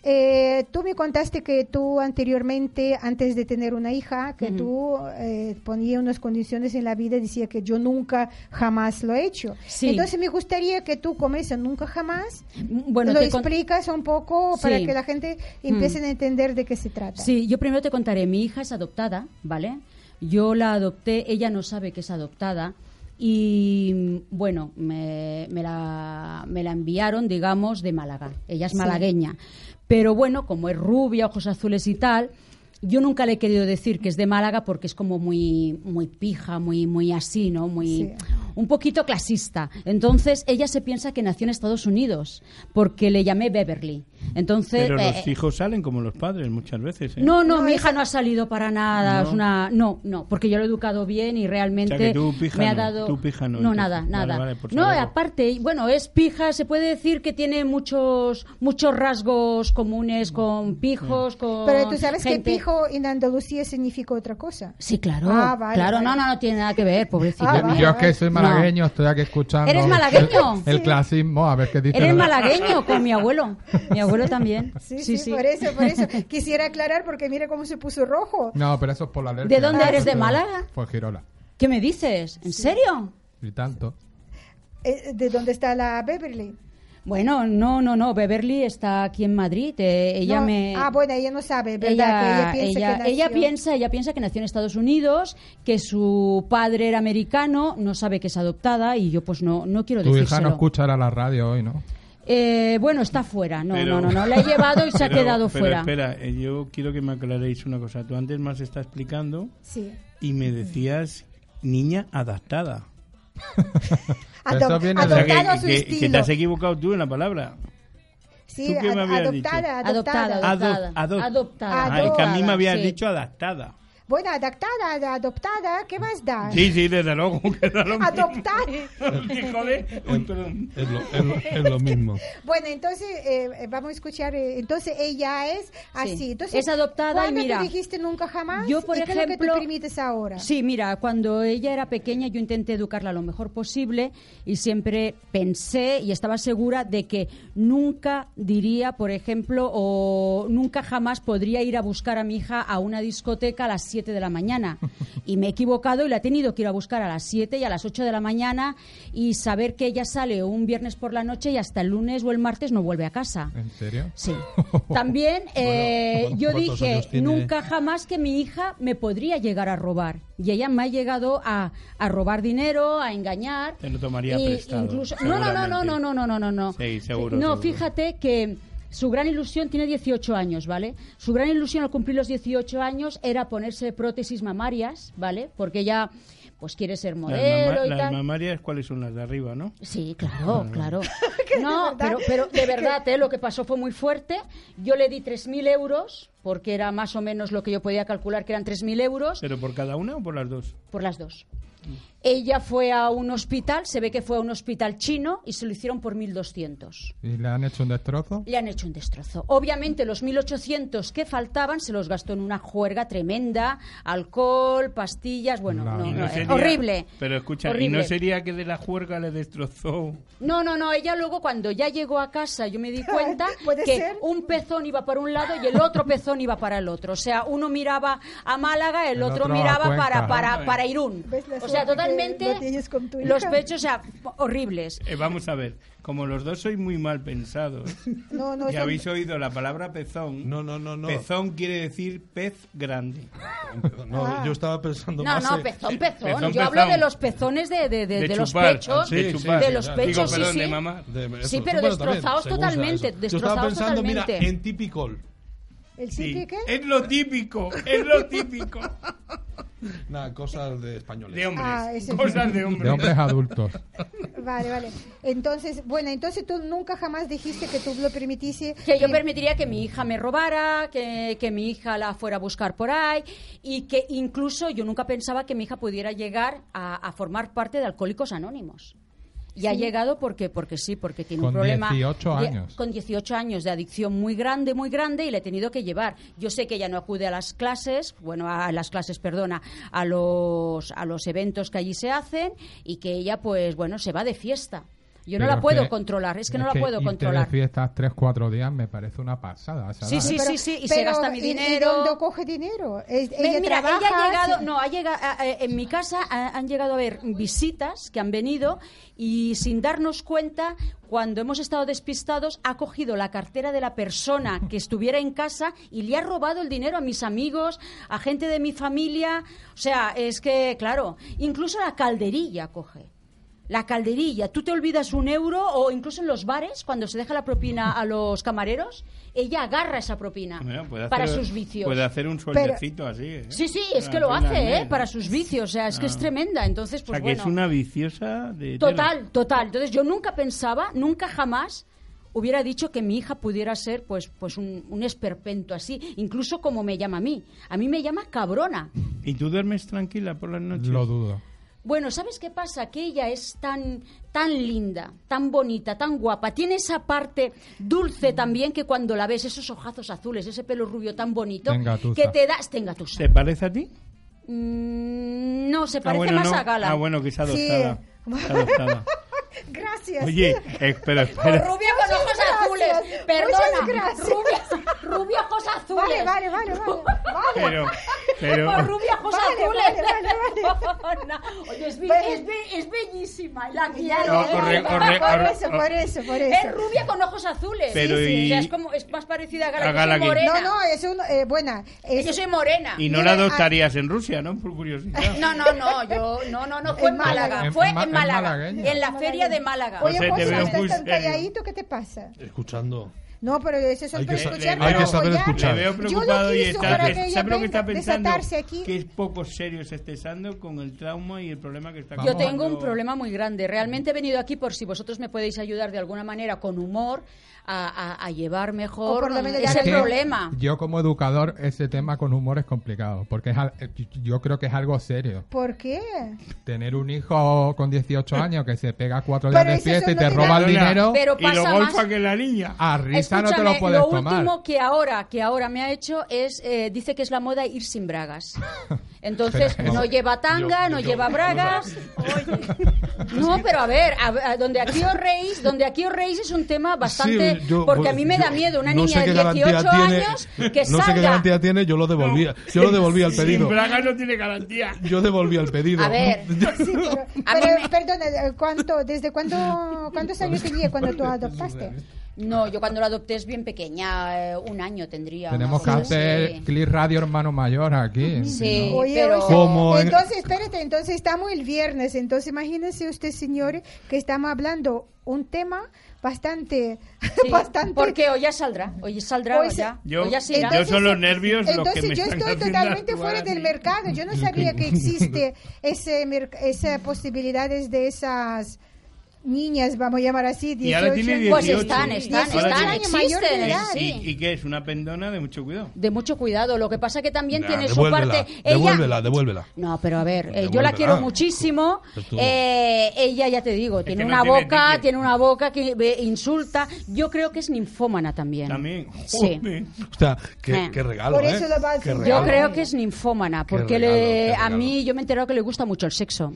[SPEAKER 1] eh, tú me contaste que tú anteriormente, antes de tener una hija, que tú eh, ponías unas condiciones en la vida y decía que yo nunca jamás lo he hecho.
[SPEAKER 8] Sí.
[SPEAKER 1] Entonces me gustaría que tú comes en Nunca Jamás,
[SPEAKER 8] bueno,
[SPEAKER 1] lo
[SPEAKER 8] te con-
[SPEAKER 1] explicas un poco para
[SPEAKER 8] Sí. Mm.
[SPEAKER 1] que la gente empiece a entender de qué se trata.
[SPEAKER 8] Sí, yo primero te contaré. Mi hija es adoptada, ¿vale? Yo la adopté, ella no sabe que es adoptada. Y mm, bueno, me, me la, me la enviaron, digamos, de Málaga. Ella es malagueña. Pero bueno, como es rubia, ojos azules y tal, yo nunca le he querido decir que es de Málaga porque es como muy, muy pija, muy, muy así, ¿no? Muy,
[SPEAKER 1] Sí.
[SPEAKER 8] un poquito clasista. Entonces, ella se piensa que nació en Estados Unidos porque le llamé Beverly. Entonces,
[SPEAKER 2] Pero
[SPEAKER 8] eh,
[SPEAKER 2] los hijos salen como los padres muchas veces. ¿eh?
[SPEAKER 8] no, no,
[SPEAKER 1] No,
[SPEAKER 8] mi
[SPEAKER 1] esa-
[SPEAKER 8] hija no ha salido para nada.
[SPEAKER 2] No.
[SPEAKER 8] No. Es una... no, no, porque yo lo he educado bien y realmente
[SPEAKER 2] O sea, que tú pija
[SPEAKER 8] me ha
[SPEAKER 2] no,
[SPEAKER 8] dado.
[SPEAKER 2] tú pija no, entonces.
[SPEAKER 8] nada,
[SPEAKER 2] Vale,
[SPEAKER 8] nada.
[SPEAKER 2] vale, por
[SPEAKER 8] no,
[SPEAKER 2] saberlo.
[SPEAKER 8] aparte, bueno, es pija, se puede decir que tiene muchos muchos rasgos comunes
[SPEAKER 2] Mm.
[SPEAKER 8] con pijos, con.
[SPEAKER 1] Pero tú sabes
[SPEAKER 8] gente-
[SPEAKER 1] que pijo en Andalucía significa otra cosa.
[SPEAKER 8] Sí, claro.
[SPEAKER 1] Ah, vale,
[SPEAKER 8] claro,
[SPEAKER 1] vale.
[SPEAKER 8] no, no, no tiene nada que ver, pobrecito.
[SPEAKER 1] Ah,
[SPEAKER 6] Yo-
[SPEAKER 1] vale,
[SPEAKER 6] yo es
[SPEAKER 1] vale.
[SPEAKER 6] que soy malagueño, estoy aquí escuchando.
[SPEAKER 8] ¿Eres malagueño?
[SPEAKER 6] El, el clasismo, a ver qué dice.
[SPEAKER 8] Eres
[SPEAKER 6] la-
[SPEAKER 8] malagueño con mi abuelo. Mi abuelo también.
[SPEAKER 1] Sí, sí, por eso, por eso. Quisiera aclarar porque mira cómo se puso rojo.
[SPEAKER 6] No, pero eso es por la alergia.
[SPEAKER 8] ¿De dónde eres? ¿De
[SPEAKER 6] Fue-
[SPEAKER 8] Málaga?
[SPEAKER 6] Fue Girola.
[SPEAKER 8] ¿Qué me dices? ¿En serio?
[SPEAKER 6] Y tanto.
[SPEAKER 1] Eh, ¿De dónde está la Beverly?
[SPEAKER 8] Bueno, no, no, no. Beverly está aquí en Madrid. eh, ella
[SPEAKER 1] No,
[SPEAKER 8] me.
[SPEAKER 1] Ah, bueno, ella no sabe, ¿verdad?
[SPEAKER 8] Ella,
[SPEAKER 1] que ella piensa
[SPEAKER 8] ella-
[SPEAKER 1] que nació-
[SPEAKER 8] ella piensa, ella piensa que nació en Estados Unidos, que su padre era americano, no sabe que es adoptada y yo pues no, no quiero
[SPEAKER 6] Tu hija
[SPEAKER 8] decírselo.
[SPEAKER 6] no escuchará la radio hoy, ¿no?
[SPEAKER 8] Eh, bueno, está fuera, no,
[SPEAKER 2] Pero-
[SPEAKER 8] no, no, no, la he llevado y se ha
[SPEAKER 2] Pero-
[SPEAKER 8] quedado
[SPEAKER 2] pero
[SPEAKER 8] fuera.
[SPEAKER 2] Espera, eh, yo quiero que me aclaréis una cosa. Tú antes más está explicando
[SPEAKER 1] Sí.
[SPEAKER 2] y me decías niña adaptada.
[SPEAKER 6] Eso
[SPEAKER 1] Adop-
[SPEAKER 6] viene de-
[SPEAKER 2] O sea, que-
[SPEAKER 1] adoptado a su
[SPEAKER 2] que, que te
[SPEAKER 1] estilo.
[SPEAKER 2] has equivocado tú en la palabra.
[SPEAKER 1] Sí,
[SPEAKER 2] ¿Tú qué
[SPEAKER 1] ad-
[SPEAKER 2] me habías
[SPEAKER 1] adoptada,
[SPEAKER 2] dicho?
[SPEAKER 1] adoptada.
[SPEAKER 8] Adoptada.
[SPEAKER 2] Adop- adop-
[SPEAKER 8] Adoptada.
[SPEAKER 2] Ah, es que a mí me
[SPEAKER 8] Adoptada,
[SPEAKER 2] habías
[SPEAKER 8] sí.
[SPEAKER 2] dicho adaptada.
[SPEAKER 1] Bueno, adaptada, ad- adoptada, ¿qué más da?
[SPEAKER 2] Sí, sí, desde luego. que da lo eh, mismo.
[SPEAKER 1] Adoptada.
[SPEAKER 2] Joder. Uy, perdón.
[SPEAKER 5] Es lo, es lo- es lo mismo.
[SPEAKER 1] Bueno, entonces eh, eh, vamos a escuchar. eh, entonces ella es así. Entonces,
[SPEAKER 8] Es adoptada y
[SPEAKER 1] ¿cuándo
[SPEAKER 8] mira,
[SPEAKER 1] tú dijiste nunca jamás?
[SPEAKER 8] yo, por
[SPEAKER 1] ¿Y ¿Qué es lo que
[SPEAKER 8] ejemplo-
[SPEAKER 1] te permites ahora?
[SPEAKER 8] Sí, mira, cuando ella era pequeña yo intenté educarla lo mejor posible y siempre pensé y estaba segura de que nunca diría, por ejemplo, o nunca jamás podría ir a buscar a mi hija a una discoteca a las 7 de la mañana. Y me he equivocado y la he tenido que ir a buscar a las 7 y a las 8 de la mañana y saber que ella sale un viernes por la noche y hasta el lunes o el martes no vuelve a casa.
[SPEAKER 6] ¿En serio?
[SPEAKER 8] Sí. También eh,
[SPEAKER 5] ¿eh? Bueno,
[SPEAKER 8] yo
[SPEAKER 5] ¿cuántos
[SPEAKER 8] dije
[SPEAKER 5] años tiene?
[SPEAKER 8] nunca jamás que mi hija me podría llegar a robar. Y ella me ha llegado a, a robar dinero, a engañar.
[SPEAKER 2] Te lo tomaría
[SPEAKER 8] y
[SPEAKER 2] prestado,
[SPEAKER 8] incluso- No, no, no, no, no, no, no, no, no, no.
[SPEAKER 2] Sí, seguro,
[SPEAKER 8] No,
[SPEAKER 2] seguro.
[SPEAKER 8] fíjate que su gran ilusión tiene 18 años, ¿vale? Su gran ilusión al cumplir los 18 años era ponerse prótesis mamarias, ¿vale? Porque ella pues quiere ser
[SPEAKER 2] Las,
[SPEAKER 8] modelo
[SPEAKER 2] mama-
[SPEAKER 8] y
[SPEAKER 2] las
[SPEAKER 8] tal.
[SPEAKER 2] mamarias, ¿cuáles son las de arriba, no?
[SPEAKER 8] Sí,
[SPEAKER 2] Mm.
[SPEAKER 8] claro, claro.
[SPEAKER 1] Que de
[SPEAKER 8] No,
[SPEAKER 1] verdad-
[SPEAKER 8] pero, pero de verdad, ¿eh? lo que pasó fue muy fuerte. Yo le di 3.000 euros, porque era más o menos lo que yo podía calcular que eran 3.000 euros,
[SPEAKER 2] ¿Pero por cada una o por las dos?
[SPEAKER 8] por las dos.
[SPEAKER 2] Mm.
[SPEAKER 8] Ella fue a un hospital, se ve que fue a un hospital chino y se lo hicieron por 1.200.
[SPEAKER 6] ¿Y le han hecho un destrozo?
[SPEAKER 8] Le han hecho un destrozo. Obviamente los 1.800 que faltaban se los gastó en una juerga tremenda, alcohol, pastillas, bueno,
[SPEAKER 6] Claro.
[SPEAKER 8] no,
[SPEAKER 2] Y
[SPEAKER 8] no,
[SPEAKER 2] no
[SPEAKER 8] eh,
[SPEAKER 2] sería-
[SPEAKER 8] horrible.
[SPEAKER 2] Pero escucha, ¿y
[SPEAKER 8] horrible.
[SPEAKER 2] no sería que de la juerga le destrozó?
[SPEAKER 8] No, no, no, ella luego cuando ya llegó a casa yo me di cuenta
[SPEAKER 1] ¿Puede
[SPEAKER 8] que
[SPEAKER 1] ser?
[SPEAKER 8] un pezón iba para un lado y el otro pezón iba para el otro. O sea, uno miraba a Málaga, el,
[SPEAKER 6] El
[SPEAKER 8] otro,
[SPEAKER 6] otro a
[SPEAKER 8] miraba
[SPEAKER 6] Cuenca.
[SPEAKER 8] para, para, para Irún.
[SPEAKER 1] ¿Ves la
[SPEAKER 8] O sea,
[SPEAKER 1] suerte que lo
[SPEAKER 8] realmente
[SPEAKER 1] tienes con tu hija.
[SPEAKER 8] los pechos, o sea, horribles.
[SPEAKER 2] Eh, vamos a ver, como los dos sois muy mal pensados
[SPEAKER 1] No, no,
[SPEAKER 2] y
[SPEAKER 1] son-
[SPEAKER 2] habéis oído la palabra pezón,
[SPEAKER 5] No, no, no, no.
[SPEAKER 2] pezón quiere decir pez grande.
[SPEAKER 5] No,
[SPEAKER 1] Ah.
[SPEAKER 5] yo estaba pensando
[SPEAKER 8] No,
[SPEAKER 5] más
[SPEAKER 8] no,
[SPEAKER 5] en-
[SPEAKER 8] pezón, pezón.
[SPEAKER 2] Pezón,
[SPEAKER 8] Yo
[SPEAKER 2] pezón.
[SPEAKER 8] hablo de los pezones de, de, de- de los
[SPEAKER 2] chupar,
[SPEAKER 8] pechos.
[SPEAKER 2] de
[SPEAKER 5] Sí,
[SPEAKER 2] chupar.
[SPEAKER 5] sí,
[SPEAKER 8] de los
[SPEAKER 5] ya.
[SPEAKER 8] pechos,
[SPEAKER 2] Digo,
[SPEAKER 8] sí,
[SPEAKER 2] perdón,
[SPEAKER 8] sí.
[SPEAKER 2] de mamá.
[SPEAKER 5] de- eso,
[SPEAKER 8] Sí, pero
[SPEAKER 5] bueno, también,
[SPEAKER 8] destrozados
[SPEAKER 5] se usa
[SPEAKER 8] totalmente,
[SPEAKER 5] eso. Yo estaba
[SPEAKER 8] destrozados
[SPEAKER 5] pensando, mira,
[SPEAKER 8] totalmente.
[SPEAKER 5] en typical.
[SPEAKER 1] ¿El
[SPEAKER 2] Sí,
[SPEAKER 1] simple qué?
[SPEAKER 2] es lo típico, es lo típico
[SPEAKER 5] Nada, cosas de españoles.
[SPEAKER 2] de hombres,
[SPEAKER 1] Ah, ese es
[SPEAKER 2] cosas de hombres.
[SPEAKER 6] De hombres adultos.
[SPEAKER 1] Vale, vale. Entonces, bueno, entonces tú nunca jamás dijiste que tú lo permitiese.
[SPEAKER 8] Que yo
[SPEAKER 1] y-
[SPEAKER 8] permitiría que mi hija me robara, que, que mi hija la fuera a buscar por ahí y que incluso yo nunca pensaba que mi hija pudiera llegar a, a formar parte de Alcohólicos Anónimos. Y ha llegado porque, porque sí, porque tiene un
[SPEAKER 6] Con
[SPEAKER 8] problema.
[SPEAKER 6] 18
[SPEAKER 8] de-
[SPEAKER 6] años.
[SPEAKER 8] con 18 años de adicción muy grande, muy grande y le he tenido que llevar. Yo sé que ella no acude a las clases, bueno, a las clases, perdona, a los, a los eventos que allí se hacen y que ella, pues bueno, se va de fiesta. Yo no
[SPEAKER 6] Pero
[SPEAKER 8] la puedo
[SPEAKER 6] que-
[SPEAKER 8] controlar, es que no la puedo
[SPEAKER 6] irte
[SPEAKER 8] controlar.
[SPEAKER 6] de fiestas 3, 4 días me parece una pasada. esa
[SPEAKER 8] Sí,
[SPEAKER 6] edad.
[SPEAKER 8] sí, sí, sí, y se gasta mi
[SPEAKER 1] ¿y-
[SPEAKER 8] dinero.
[SPEAKER 1] ¿Y dónde coge dinero? Es-
[SPEAKER 8] Me-
[SPEAKER 1] Pues ella
[SPEAKER 8] Mira,
[SPEAKER 1] trabaja,
[SPEAKER 8] ella ha llegado,
[SPEAKER 1] sí.
[SPEAKER 8] no, ha llegado, a- a- en mi casa ha- han llegado a ver visitas que han venido y sin darnos cuenta, cuando hemos estado despistados, ha cogido la cartera de la persona que estuviera en casa y le ha robado el dinero a mis amigos, a gente de mi familia. O sea, es que, claro, incluso la calderilla coge. La calderilla, tú te olvidas un euro o incluso en los bares, cuando se deja la propina a los camareros, ella agarra esa propina
[SPEAKER 2] Bueno, puede
[SPEAKER 8] para
[SPEAKER 2] hacer- pues
[SPEAKER 8] sus vicios.
[SPEAKER 2] Puede hacer un sueldecito así. ¿eh?
[SPEAKER 8] Sí, sí, es
[SPEAKER 2] Para
[SPEAKER 8] que lo
[SPEAKER 2] fin de
[SPEAKER 8] hace, ¿eh?
[SPEAKER 2] mes.
[SPEAKER 8] Para sus vicios, o sea, es que es
[SPEAKER 2] Ah.
[SPEAKER 8] tremenda. Entonces,
[SPEAKER 2] o sea,
[SPEAKER 8] pues
[SPEAKER 2] que
[SPEAKER 8] bueno.
[SPEAKER 2] es una viciosa de... tela.
[SPEAKER 8] Total, total. Entonces, yo nunca pensaba, nunca jamás hubiera dicho que mi hija pudiera ser pues pues un, un esperpento así, incluso como me llama a mí. A mí me llama cabrona.
[SPEAKER 2] ¿Y tú duermes tranquila por las noches?
[SPEAKER 6] Lo dudo.
[SPEAKER 8] Bueno, ¿sabes qué pasa? Que ella es tan tan linda, tan bonita, tan guapa. Tiene esa parte dulce también que cuando la ves esos ojazos azules, ese pelo rubio tan bonito
[SPEAKER 6] Te engatusa.
[SPEAKER 8] que te das, tenga tus.
[SPEAKER 2] ¿Te parece a ti?
[SPEAKER 8] Mm, No, se
[SPEAKER 2] Ah,
[SPEAKER 8] parece
[SPEAKER 2] bueno,
[SPEAKER 8] más
[SPEAKER 2] no.
[SPEAKER 8] a Gala.
[SPEAKER 2] Ah, bueno, que está
[SPEAKER 1] Sí.
[SPEAKER 2] adoptada. Está adoptada.
[SPEAKER 1] Gracias.
[SPEAKER 2] Oye, eh, pero
[SPEAKER 8] Con
[SPEAKER 2] espera.
[SPEAKER 8] rubia con ojos
[SPEAKER 1] gracias,
[SPEAKER 8] azules.
[SPEAKER 1] muchas
[SPEAKER 8] Perdona.
[SPEAKER 1] gracias.
[SPEAKER 8] Rubia, rubia ojos
[SPEAKER 1] Vale,
[SPEAKER 8] azules.
[SPEAKER 1] vale, vale, vale. vale.
[SPEAKER 2] Pero, pero...
[SPEAKER 8] Con rubia ojos
[SPEAKER 1] Vale,
[SPEAKER 8] azules.
[SPEAKER 1] vale,
[SPEAKER 8] Perdona. Oye, es, be-
[SPEAKER 1] Vale.
[SPEAKER 8] es be- es bellísima. La guía.
[SPEAKER 1] Ya,
[SPEAKER 2] No,
[SPEAKER 1] ya,
[SPEAKER 2] corre-
[SPEAKER 1] ya, ya.
[SPEAKER 2] corre- oh.
[SPEAKER 1] por
[SPEAKER 2] corre-
[SPEAKER 1] eso, por eso, por eso.
[SPEAKER 8] Es rubia con ojos azules.
[SPEAKER 2] Pero
[SPEAKER 8] Sí, sí.
[SPEAKER 2] y-
[SPEAKER 8] O sea, es, como, es más parecida a Gala.
[SPEAKER 2] A Gala
[SPEAKER 8] yo soy
[SPEAKER 2] Gay.
[SPEAKER 8] morena.
[SPEAKER 1] No, no, es un, eh, buena. Es,
[SPEAKER 8] Yo soy morena.
[SPEAKER 2] Y no
[SPEAKER 1] Mira,
[SPEAKER 2] la
[SPEAKER 8] ah.
[SPEAKER 2] adoptarías en Rusia, ¿no? Por curiosidad.
[SPEAKER 8] No, no, no, yo, no, no, no, fue
[SPEAKER 1] En
[SPEAKER 8] en
[SPEAKER 1] Málaga.
[SPEAKER 8] Málaga,
[SPEAKER 6] En-
[SPEAKER 8] fue
[SPEAKER 6] en Ma-
[SPEAKER 8] en Málaga,
[SPEAKER 6] malagueña.
[SPEAKER 8] en la feria de Málaga.
[SPEAKER 2] Oye,
[SPEAKER 1] Oye, pues,
[SPEAKER 2] José,
[SPEAKER 1] José,
[SPEAKER 2] te veo
[SPEAKER 1] estás
[SPEAKER 2] muy
[SPEAKER 1] tan
[SPEAKER 2] serio.
[SPEAKER 1] calladito, ¿qué te pasa?
[SPEAKER 5] Escuchando.
[SPEAKER 1] No, pero eso son
[SPEAKER 5] Hay
[SPEAKER 1] para
[SPEAKER 5] que sa-
[SPEAKER 1] escuchar,
[SPEAKER 5] hay
[SPEAKER 1] para
[SPEAKER 5] que saber
[SPEAKER 1] apoyar.
[SPEAKER 5] escuchar.
[SPEAKER 2] Le veo
[SPEAKER 1] Yo
[SPEAKER 2] preocupado
[SPEAKER 1] lo
[SPEAKER 2] y
[SPEAKER 1] quiso para
[SPEAKER 2] está,
[SPEAKER 1] que ella
[SPEAKER 2] ¿sabe lo que está
[SPEAKER 1] venga,
[SPEAKER 2] pensando?
[SPEAKER 1] desatarse aquí.
[SPEAKER 2] Que es poco serio se está pensando con el trauma y el problema que está
[SPEAKER 8] Yo
[SPEAKER 6] Vamos.
[SPEAKER 8] tengo un
[SPEAKER 2] causando.
[SPEAKER 8] problema muy grande. Realmente he venido aquí por si vosotros me podéis ayudar de alguna manera con humor a, a- a llevar
[SPEAKER 1] O
[SPEAKER 8] mejor
[SPEAKER 1] por lo menos
[SPEAKER 8] ese
[SPEAKER 1] ya
[SPEAKER 6] que
[SPEAKER 1] no-
[SPEAKER 8] problema.
[SPEAKER 6] Yo como educador ese tema con humor es complicado, porque es, al- eh, yo creo que es algo serio.
[SPEAKER 1] ¿Por qué?
[SPEAKER 6] Tener un hijo con 18 años que se pega cuatro días
[SPEAKER 1] Pero
[SPEAKER 6] de
[SPEAKER 1] eso
[SPEAKER 6] fiesta y
[SPEAKER 1] no
[SPEAKER 6] te
[SPEAKER 1] tiene
[SPEAKER 6] roba el
[SPEAKER 2] Perdona,
[SPEAKER 6] dinero,
[SPEAKER 8] Pero
[SPEAKER 2] y lo
[SPEAKER 8] pasa
[SPEAKER 2] golfa
[SPEAKER 8] más-
[SPEAKER 2] que la niña.
[SPEAKER 5] Ah,
[SPEAKER 6] a risa no te
[SPEAKER 8] Escúchame,
[SPEAKER 6] lo puedes
[SPEAKER 8] lo
[SPEAKER 6] tomar.
[SPEAKER 8] último que ahora que ahora me ha hecho es eh, dice que es la moda ir sin bragas. Entonces
[SPEAKER 6] Pero,
[SPEAKER 8] no
[SPEAKER 6] no.
[SPEAKER 8] lleva tanga,
[SPEAKER 5] Yo-
[SPEAKER 8] no
[SPEAKER 5] yo-
[SPEAKER 8] lleva bragas. No, pero a ver, a- a donde aquí os reís, donde aquí os reís es un tema bastante
[SPEAKER 5] Sí, yo- pues,
[SPEAKER 8] porque a mí me da
[SPEAKER 5] yo-
[SPEAKER 8] miedo una
[SPEAKER 5] no
[SPEAKER 8] niña
[SPEAKER 5] sé
[SPEAKER 8] de
[SPEAKER 5] qué garantía
[SPEAKER 8] 18
[SPEAKER 5] tiene-
[SPEAKER 8] años que
[SPEAKER 5] No sé qué
[SPEAKER 8] salga
[SPEAKER 5] garantía tiene, yo lo devolvía. Yo lo devolvía el
[SPEAKER 2] Sin
[SPEAKER 5] pedido.
[SPEAKER 2] braga no tiene garantía.
[SPEAKER 5] Yo devolvía el pedido.
[SPEAKER 8] A ver.
[SPEAKER 1] Sí, pero,
[SPEAKER 8] A mí
[SPEAKER 1] pero,
[SPEAKER 8] me-
[SPEAKER 1] perdona, eh, ¿cuánto, ¿desde cuándo, cuántos años tenía cuando tú adoptaste?
[SPEAKER 8] No, yo cuando la adopté es bien pequeña, eh, un año tendría.
[SPEAKER 6] Tenemos que
[SPEAKER 8] una cosa
[SPEAKER 6] hacer
[SPEAKER 8] así.
[SPEAKER 6] clic radio hermano mayor aquí.
[SPEAKER 8] Sí,
[SPEAKER 6] ¿no?
[SPEAKER 1] Oye,
[SPEAKER 8] pero-
[SPEAKER 1] oye,
[SPEAKER 5] ¿Cómo?
[SPEAKER 1] entonces, espérate, entonces estamos el viernes, entonces imagínense usted, señores, que estamos hablando un tema bastante,
[SPEAKER 8] Sí,
[SPEAKER 1] bastante...
[SPEAKER 8] Porque hoy ya saldrá, hoy saldrá,
[SPEAKER 1] Hoy
[SPEAKER 8] hoy ya.
[SPEAKER 2] se- Yo-
[SPEAKER 8] hoy ya se irá.
[SPEAKER 2] yo son los nervios los
[SPEAKER 1] Entonces
[SPEAKER 2] que me
[SPEAKER 1] yo
[SPEAKER 2] están
[SPEAKER 1] estoy
[SPEAKER 2] haciendo
[SPEAKER 1] totalmente
[SPEAKER 2] actuar
[SPEAKER 1] fuera del
[SPEAKER 2] así.
[SPEAKER 1] mercado. Yo no sabía que existe ese merc- esas posibilidades de esas niñas, vamos a llamar así, 18.
[SPEAKER 2] Y ahora tiene 18.
[SPEAKER 8] Pues están, están,
[SPEAKER 2] Ahora
[SPEAKER 8] están,
[SPEAKER 2] tiene-
[SPEAKER 1] años mayor de
[SPEAKER 8] existen,
[SPEAKER 1] edad.
[SPEAKER 8] sí.
[SPEAKER 2] Eh, ¿Y, y qué es? Una pendona de mucho cuidado.
[SPEAKER 8] De mucho cuidado, lo que pasa que también
[SPEAKER 5] Nah,
[SPEAKER 8] tiene su
[SPEAKER 5] devuélvela,
[SPEAKER 8] parte... Ella...
[SPEAKER 5] Devuélvela, devuélvela.
[SPEAKER 8] No, pero a ver, eh, yo
[SPEAKER 5] Devuélvela.
[SPEAKER 8] la quiero muchísimo.
[SPEAKER 5] Pues tú.
[SPEAKER 8] Eh, ella, ya te digo, tiene
[SPEAKER 2] que no
[SPEAKER 8] una
[SPEAKER 2] tiene
[SPEAKER 8] boca,
[SPEAKER 2] ticket.
[SPEAKER 8] tiene una boca que eh, insulta. Yo creo que es ninfómana también.
[SPEAKER 2] También.
[SPEAKER 8] Sí.
[SPEAKER 2] Joder.
[SPEAKER 5] O sea, qué,
[SPEAKER 8] Eh.
[SPEAKER 5] qué regalo,
[SPEAKER 1] Por
[SPEAKER 5] ¿eh?
[SPEAKER 1] eso lo vas a
[SPEAKER 5] Qué
[SPEAKER 1] decir.
[SPEAKER 8] Yo
[SPEAKER 5] regalo.
[SPEAKER 8] creo que es ninfómana,
[SPEAKER 5] Qué
[SPEAKER 8] porque
[SPEAKER 5] regalo,
[SPEAKER 8] le,
[SPEAKER 5] qué
[SPEAKER 8] a
[SPEAKER 5] regalo.
[SPEAKER 8] mí yo me he enterado que le gusta mucho el sexo.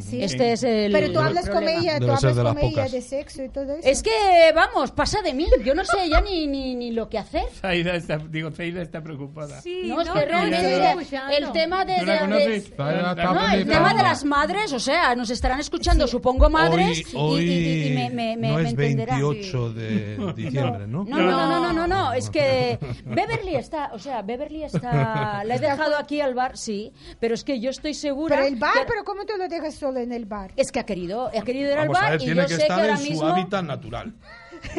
[SPEAKER 1] Sí.
[SPEAKER 8] Este es el
[SPEAKER 1] Pero tú hablas con
[SPEAKER 8] problema.
[SPEAKER 1] ella,
[SPEAKER 5] De
[SPEAKER 1] tú
[SPEAKER 5] debe ser
[SPEAKER 1] hablas
[SPEAKER 5] de las
[SPEAKER 1] con ella
[SPEAKER 5] pocas.
[SPEAKER 1] de sexo y todo eso.
[SPEAKER 8] Es que, vamos, pasa de mí. Yo no sé ya ni, ni, ni lo que hacer.
[SPEAKER 2] Zaida está, digo, Zaida está preocupada.
[SPEAKER 3] Sí,
[SPEAKER 8] No, es que realmente
[SPEAKER 3] estoy
[SPEAKER 8] el
[SPEAKER 3] escuchando.
[SPEAKER 8] tema de...
[SPEAKER 2] ¿Tú la
[SPEAKER 8] de-
[SPEAKER 2] conoces?
[SPEAKER 8] de-
[SPEAKER 6] Zaida está
[SPEAKER 8] no, el
[SPEAKER 6] bonita.
[SPEAKER 8] tema de las madres, o sea, nos estarán escuchando, supongo, madres, y-
[SPEAKER 5] hoy,
[SPEAKER 8] y, y- y me, me- me-
[SPEAKER 5] no
[SPEAKER 8] me
[SPEAKER 5] es
[SPEAKER 8] entenderán.
[SPEAKER 5] 28 de diciembre, ¿no?
[SPEAKER 8] No, no, no, no, no, no, no, es que Beverly está, o sea, Beverly está, la he dejado aquí al bar, sí, pero es que yo estoy segura...
[SPEAKER 1] Pero el bar,
[SPEAKER 8] que-
[SPEAKER 1] pero ¿cómo tú lo dejas solo en el bar?
[SPEAKER 8] Es que ha querido, ha querido ir al
[SPEAKER 5] Vamos a
[SPEAKER 8] bar
[SPEAKER 5] ver,
[SPEAKER 8] y
[SPEAKER 5] tiene
[SPEAKER 8] yo
[SPEAKER 5] que
[SPEAKER 8] sé que
[SPEAKER 5] estar
[SPEAKER 8] ahora
[SPEAKER 5] en su
[SPEAKER 8] mismo...
[SPEAKER 5] hábitat natural.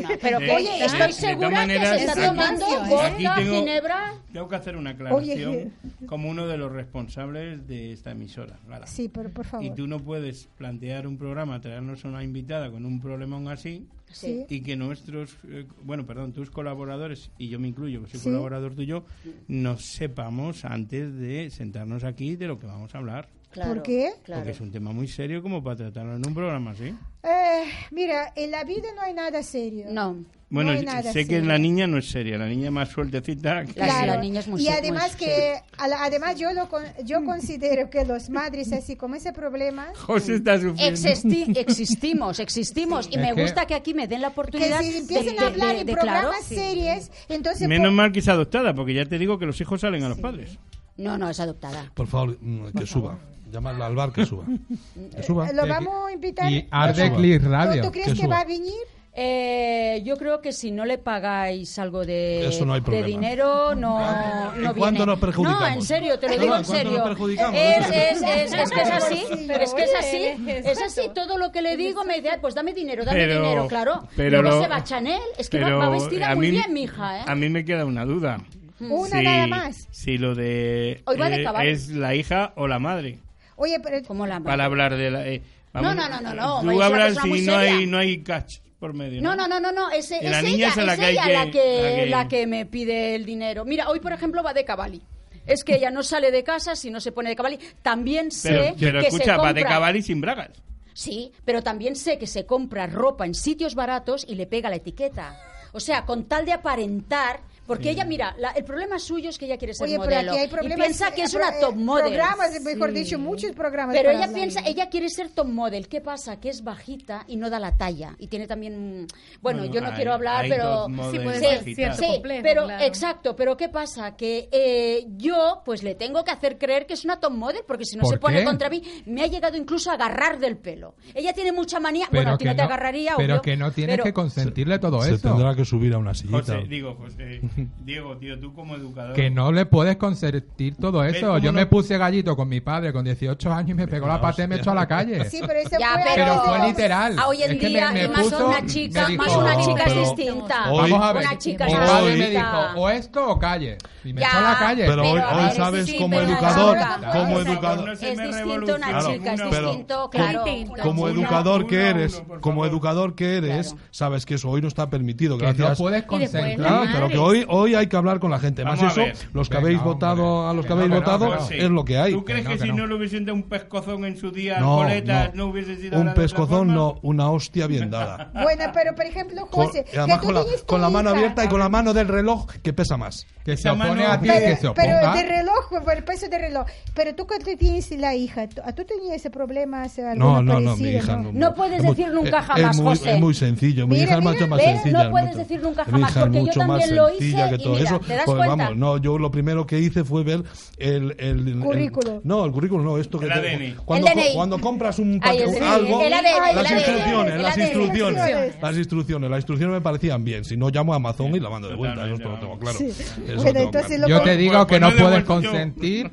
[SPEAKER 8] No, pero
[SPEAKER 2] De-
[SPEAKER 8] que- oye,
[SPEAKER 2] de-
[SPEAKER 8] estoy
[SPEAKER 2] de
[SPEAKER 8] segura
[SPEAKER 2] todas maneras,
[SPEAKER 8] que se
[SPEAKER 2] aquí-
[SPEAKER 8] está tomando
[SPEAKER 3] aquí
[SPEAKER 8] vodka,
[SPEAKER 2] tengo-
[SPEAKER 8] ginebra...
[SPEAKER 2] Tengo que hacer una aclaración
[SPEAKER 1] Oye,
[SPEAKER 2] como uno de los responsables de esta emisora. Lara.
[SPEAKER 1] Sí, pero por favor.
[SPEAKER 2] Y tú no puedes plantear un programa, traernos a una invitada con un problemón así
[SPEAKER 1] Sí.
[SPEAKER 2] y que nuestros, eh, bueno, perdón, tus colaboradores, y yo me incluyo, que soy
[SPEAKER 1] Sí.
[SPEAKER 2] colaborador tuyo, nos sepamos antes de sentarnos aquí de lo que vamos a hablar.
[SPEAKER 8] Claro,
[SPEAKER 1] ¿Por qué?
[SPEAKER 8] claro.
[SPEAKER 2] Porque es un tema muy serio como para tratarlo en un programa así.
[SPEAKER 1] Eh, mira, en la vida no hay nada serio.
[SPEAKER 8] No,
[SPEAKER 2] Bueno,
[SPEAKER 1] hay nada
[SPEAKER 2] sé que
[SPEAKER 1] serio.
[SPEAKER 2] la niña no es seria, la niña más sueltecita. que-
[SPEAKER 8] La- sí, la niña es muy
[SPEAKER 1] y
[SPEAKER 8] se-
[SPEAKER 1] además
[SPEAKER 8] muy
[SPEAKER 1] que a la- además yo lo con- yo considero que los madres así como ese problema
[SPEAKER 2] José está sufriendo.
[SPEAKER 8] Existi- existimos, existimos. Y
[SPEAKER 6] Es
[SPEAKER 8] me
[SPEAKER 6] que-
[SPEAKER 8] gusta que aquí me den la
[SPEAKER 1] que
[SPEAKER 8] oportunidad
[SPEAKER 1] si empiezan
[SPEAKER 8] de,
[SPEAKER 1] a
[SPEAKER 8] de-
[SPEAKER 1] hablar
[SPEAKER 8] de-
[SPEAKER 1] en
[SPEAKER 8] de- claro.
[SPEAKER 1] programas series, entonces
[SPEAKER 2] Menos
[SPEAKER 1] por-
[SPEAKER 2] mal que es adoptada, porque ya te digo que los hijos salen a los padres.
[SPEAKER 8] No, no, es adoptada.
[SPEAKER 5] Por favor, mm, que suba. Llamadla al bar que suba.
[SPEAKER 8] Eh,
[SPEAKER 5] Que suba.
[SPEAKER 1] lo vamos a invitar.
[SPEAKER 6] Y
[SPEAKER 5] Que
[SPEAKER 6] Arde
[SPEAKER 5] suba.
[SPEAKER 6] Clear
[SPEAKER 1] ¿Tú,
[SPEAKER 6] Radio.
[SPEAKER 1] tú crees
[SPEAKER 5] que
[SPEAKER 1] que va
[SPEAKER 5] suba.
[SPEAKER 1] a venir?
[SPEAKER 8] Eh, yo creo que si no le pagáis algo de,
[SPEAKER 5] Eso no hay
[SPEAKER 8] de
[SPEAKER 5] problema.
[SPEAKER 8] dinero, no,
[SPEAKER 5] ¿En
[SPEAKER 8] no viene.
[SPEAKER 5] cuánto nos perjudicamos?
[SPEAKER 8] No, en serio, te lo
[SPEAKER 5] No,
[SPEAKER 8] digo
[SPEAKER 5] no,
[SPEAKER 8] en
[SPEAKER 5] ¿en cuánto
[SPEAKER 8] serio.
[SPEAKER 5] nos perjudicamos?
[SPEAKER 8] Es, es- es- es que es así,
[SPEAKER 1] Pero
[SPEAKER 8] es que es
[SPEAKER 3] oye,
[SPEAKER 8] así,
[SPEAKER 3] es
[SPEAKER 8] es así. Todo lo que le digo me dice, pues dame dinero, dame
[SPEAKER 2] Pero-
[SPEAKER 8] dinero, claro.
[SPEAKER 2] pero
[SPEAKER 8] Luego
[SPEAKER 2] lo-
[SPEAKER 8] se va a Chanel, es que va-
[SPEAKER 2] Pero
[SPEAKER 8] va, vestida
[SPEAKER 2] a
[SPEAKER 8] muy
[SPEAKER 2] mí-
[SPEAKER 8] bien, mi hija, ¿eh?
[SPEAKER 2] A mí me queda una duda.
[SPEAKER 1] Una
[SPEAKER 8] Mm.
[SPEAKER 2] Si-
[SPEAKER 1] nada más.
[SPEAKER 2] Si lo de, eh,
[SPEAKER 8] Hoy va de caballo.
[SPEAKER 2] es la hija o la madre
[SPEAKER 1] Oye, pero
[SPEAKER 8] Como la
[SPEAKER 2] para hablar de la eh,
[SPEAKER 8] No, no, no, no, no, es
[SPEAKER 2] Tú
[SPEAKER 8] una
[SPEAKER 2] hablas
[SPEAKER 8] persona
[SPEAKER 2] si
[SPEAKER 8] muy
[SPEAKER 2] no
[SPEAKER 8] seria.
[SPEAKER 2] hay no hay catch por medio.
[SPEAKER 8] No, no, no, no, no. Es,
[SPEAKER 2] Y la
[SPEAKER 8] es
[SPEAKER 2] niña
[SPEAKER 8] ella,
[SPEAKER 2] es a la
[SPEAKER 8] es
[SPEAKER 2] que hay
[SPEAKER 8] ella
[SPEAKER 2] que- la
[SPEAKER 8] la, que,
[SPEAKER 2] que-
[SPEAKER 8] la que me pide el dinero. Mira, hoy, por ejemplo, va de cabalí. Es que ella no sale de casa si no se pone de cabalí. También
[SPEAKER 2] Pero,
[SPEAKER 8] sé
[SPEAKER 2] pero
[SPEAKER 8] que se
[SPEAKER 2] escucha,
[SPEAKER 8] compra...
[SPEAKER 2] va de caballo y sin bragas.
[SPEAKER 8] Sí, pero también sé que se compra ropa en sitios baratos y le pega la etiqueta. O sea, con tal de aparentar... Porque ella, mira, la- el problema suyo es que ella quiere ser
[SPEAKER 1] Oye, pero
[SPEAKER 8] modelo.
[SPEAKER 1] aquí hay
[SPEAKER 8] y
[SPEAKER 1] problemas.
[SPEAKER 8] piensa que es
[SPEAKER 1] eh,
[SPEAKER 8] una
[SPEAKER 1] pro-
[SPEAKER 8] top
[SPEAKER 1] eh,
[SPEAKER 8] model.
[SPEAKER 1] Programas, mejor dicho, muchos programas.
[SPEAKER 8] Pero
[SPEAKER 1] para
[SPEAKER 8] ella
[SPEAKER 1] hablar.
[SPEAKER 8] piensa, ella quiere ser top model. ¿Qué pasa? Que es bajita y no da la talla. Y tiene también. mm, Bueno,
[SPEAKER 2] Bueno,
[SPEAKER 8] yo no
[SPEAKER 2] hay-
[SPEAKER 8] quiero hablar,
[SPEAKER 2] hay
[SPEAKER 8] pero.
[SPEAKER 2] top models
[SPEAKER 3] Sí, puede
[SPEAKER 8] Sí,
[SPEAKER 3] ser
[SPEAKER 2] bajitas.
[SPEAKER 3] cierto
[SPEAKER 8] sí,
[SPEAKER 3] complejo,
[SPEAKER 8] pero
[SPEAKER 3] claro.
[SPEAKER 8] exacto. Pero ¿qué pasa? Que eh, yo, pues le tengo que hacer creer que es una top model, porque si no
[SPEAKER 6] ¿Por
[SPEAKER 8] se pone
[SPEAKER 6] qué?
[SPEAKER 8] contra mí, me ha llegado incluso a agarrar del pelo. Ella tiene mucha manía. bueno, a
[SPEAKER 6] Pero
[SPEAKER 8] ti no,
[SPEAKER 6] que
[SPEAKER 8] te
[SPEAKER 6] no,
[SPEAKER 8] agarraría,
[SPEAKER 6] pero
[SPEAKER 8] obvio,
[SPEAKER 6] que no tienes
[SPEAKER 8] pero-
[SPEAKER 6] que consentirle todo
[SPEAKER 5] Se
[SPEAKER 6] eso.
[SPEAKER 5] tendrá que subir a una sillita.
[SPEAKER 2] José, digo, José, Diego, tío, tú como educador.
[SPEAKER 6] Que no le puedes consentir todo eso.
[SPEAKER 2] cómo
[SPEAKER 6] Yo
[SPEAKER 2] no?
[SPEAKER 6] me puse gallito con mi padre con 18 años y me pegó la pata y me echó a la calle.
[SPEAKER 1] Sí, pero eso
[SPEAKER 8] Ya,
[SPEAKER 1] fue
[SPEAKER 8] pero-
[SPEAKER 1] algo-
[SPEAKER 6] Pero fue literal.
[SPEAKER 8] Ah, hoy en
[SPEAKER 6] Es que me-
[SPEAKER 8] día,
[SPEAKER 6] me
[SPEAKER 8] y más
[SPEAKER 6] puso-
[SPEAKER 8] una
[SPEAKER 6] me
[SPEAKER 8] chica,
[SPEAKER 6] dijo,
[SPEAKER 8] más una
[SPEAKER 5] "No,
[SPEAKER 8] chica es
[SPEAKER 5] pero
[SPEAKER 8] distinta.
[SPEAKER 5] hoy-
[SPEAKER 6] Vamos a ver.
[SPEAKER 8] Una chica
[SPEAKER 6] mi
[SPEAKER 8] es
[SPEAKER 6] padre me
[SPEAKER 8] distinta.
[SPEAKER 6] dijo, o esto o calle. Y me
[SPEAKER 8] Ya,
[SPEAKER 6] echó a la calle.
[SPEAKER 5] Pero hoy,
[SPEAKER 8] Pero, a
[SPEAKER 5] hoy
[SPEAKER 8] ver,
[SPEAKER 5] sabes
[SPEAKER 8] sí,
[SPEAKER 5] como
[SPEAKER 8] pero
[SPEAKER 5] educador,
[SPEAKER 8] ahora-
[SPEAKER 5] como
[SPEAKER 8] Exacto.
[SPEAKER 5] educador,
[SPEAKER 2] No se
[SPEAKER 8] Es
[SPEAKER 2] me
[SPEAKER 8] distinto una
[SPEAKER 2] revolucione.
[SPEAKER 8] chica, es
[SPEAKER 5] Claro, pero-
[SPEAKER 8] distinto,
[SPEAKER 5] como-
[SPEAKER 8] claro.
[SPEAKER 3] Distinto.
[SPEAKER 5] como
[SPEAKER 2] Uno,
[SPEAKER 5] educador
[SPEAKER 2] uno,
[SPEAKER 5] que
[SPEAKER 2] uno,
[SPEAKER 5] eres,
[SPEAKER 2] por
[SPEAKER 5] como
[SPEAKER 2] favor.
[SPEAKER 5] educador que eres, sabes que eso hoy no está permitido.
[SPEAKER 6] que no
[SPEAKER 5] Gracias.
[SPEAKER 6] puedes
[SPEAKER 3] Y después la
[SPEAKER 6] consentir.
[SPEAKER 5] Claro,
[SPEAKER 3] Madre.
[SPEAKER 5] pero que hoy, hoy hay que hablar con la gente. Más
[SPEAKER 2] Vamos a
[SPEAKER 5] eso,
[SPEAKER 2] ver.
[SPEAKER 5] los que
[SPEAKER 6] Venga,
[SPEAKER 5] habéis
[SPEAKER 6] hombre.
[SPEAKER 5] votado, a los que
[SPEAKER 6] Que
[SPEAKER 5] habéis
[SPEAKER 6] no, que no,
[SPEAKER 5] votado,
[SPEAKER 6] que no.
[SPEAKER 5] es lo que hay.
[SPEAKER 2] ¿Tú crees
[SPEAKER 6] Que
[SPEAKER 2] que,
[SPEAKER 6] no, que
[SPEAKER 2] si
[SPEAKER 6] no.
[SPEAKER 2] no. le hubiesen dado un pescozón en su día
[SPEAKER 5] No,
[SPEAKER 2] al coletas,
[SPEAKER 5] no.
[SPEAKER 2] no, hubiese sido
[SPEAKER 5] Un pescozón, no, una hostia bien dada.
[SPEAKER 1] Bueno, pero por ejemplo,
[SPEAKER 6] Pues
[SPEAKER 5] Con-
[SPEAKER 1] José,
[SPEAKER 5] y además
[SPEAKER 1] que tú
[SPEAKER 5] con la,
[SPEAKER 1] tienes tu
[SPEAKER 5] con la mano
[SPEAKER 1] hija.
[SPEAKER 5] abierta y con la mano del reloj, que pesa más.
[SPEAKER 6] Que se
[SPEAKER 2] Esa mano-
[SPEAKER 6] opone a ti, que se
[SPEAKER 1] Pero, pero de
[SPEAKER 6] oponga.
[SPEAKER 1] reloj, por el peso de reloj. Pero tú que te tienes la hija, ¿tú, ¿tú tenías ese problema hace
[SPEAKER 5] No,
[SPEAKER 1] algo
[SPEAKER 5] no, no, mi
[SPEAKER 1] parecido,
[SPEAKER 5] hija.
[SPEAKER 1] no?
[SPEAKER 8] No puedes
[SPEAKER 5] es muy-
[SPEAKER 8] decir nunca
[SPEAKER 5] es-
[SPEAKER 8] jamás,
[SPEAKER 5] es muy,
[SPEAKER 8] José.
[SPEAKER 5] Es muy sencillo. Mi
[SPEAKER 1] Mira,
[SPEAKER 5] hija es
[SPEAKER 1] mira,
[SPEAKER 5] mucho más
[SPEAKER 8] ¿ves?
[SPEAKER 5] sencilla.
[SPEAKER 8] No puedes
[SPEAKER 5] mucho-
[SPEAKER 8] decir nunca
[SPEAKER 5] mi
[SPEAKER 8] jamás,
[SPEAKER 5] hija es
[SPEAKER 8] porque yo
[SPEAKER 5] mucho más
[SPEAKER 8] también lo hice
[SPEAKER 5] sencilla que
[SPEAKER 8] y
[SPEAKER 5] todo
[SPEAKER 8] mira,
[SPEAKER 5] eso.
[SPEAKER 8] ¿te das
[SPEAKER 5] Pues,
[SPEAKER 8] cuenta?
[SPEAKER 5] vamos, no, yo lo primero que hice fue ver el. el, el-
[SPEAKER 1] Currículo.
[SPEAKER 5] no, el currículo no, esto que.
[SPEAKER 2] El
[SPEAKER 5] te-
[SPEAKER 2] ADN.
[SPEAKER 5] Cuando,
[SPEAKER 8] El
[SPEAKER 5] co-
[SPEAKER 8] DNI.
[SPEAKER 5] cuando compras un
[SPEAKER 8] Ahí,
[SPEAKER 5] paquete,
[SPEAKER 8] el
[SPEAKER 5] algo.
[SPEAKER 8] DNI, el ADN,
[SPEAKER 5] las
[SPEAKER 8] el ADN,
[SPEAKER 5] instrucciones,
[SPEAKER 8] el
[SPEAKER 5] las
[SPEAKER 8] ADN.
[SPEAKER 5] instrucciones. Las instrucciones, las instrucciones me parecían bien. Si no, llamo a Amazon y la mando de vuelta. Eso
[SPEAKER 2] Totalmente,
[SPEAKER 5] te lo tengo claro.
[SPEAKER 1] Sí.
[SPEAKER 5] Eso
[SPEAKER 1] Bueno,
[SPEAKER 5] lo tengo
[SPEAKER 1] entonces
[SPEAKER 5] claro.
[SPEAKER 1] lo
[SPEAKER 6] Yo
[SPEAKER 1] con-
[SPEAKER 6] te
[SPEAKER 2] Pues
[SPEAKER 6] digo que no
[SPEAKER 2] ponle
[SPEAKER 6] puedes
[SPEAKER 2] vuelto.
[SPEAKER 6] consentir,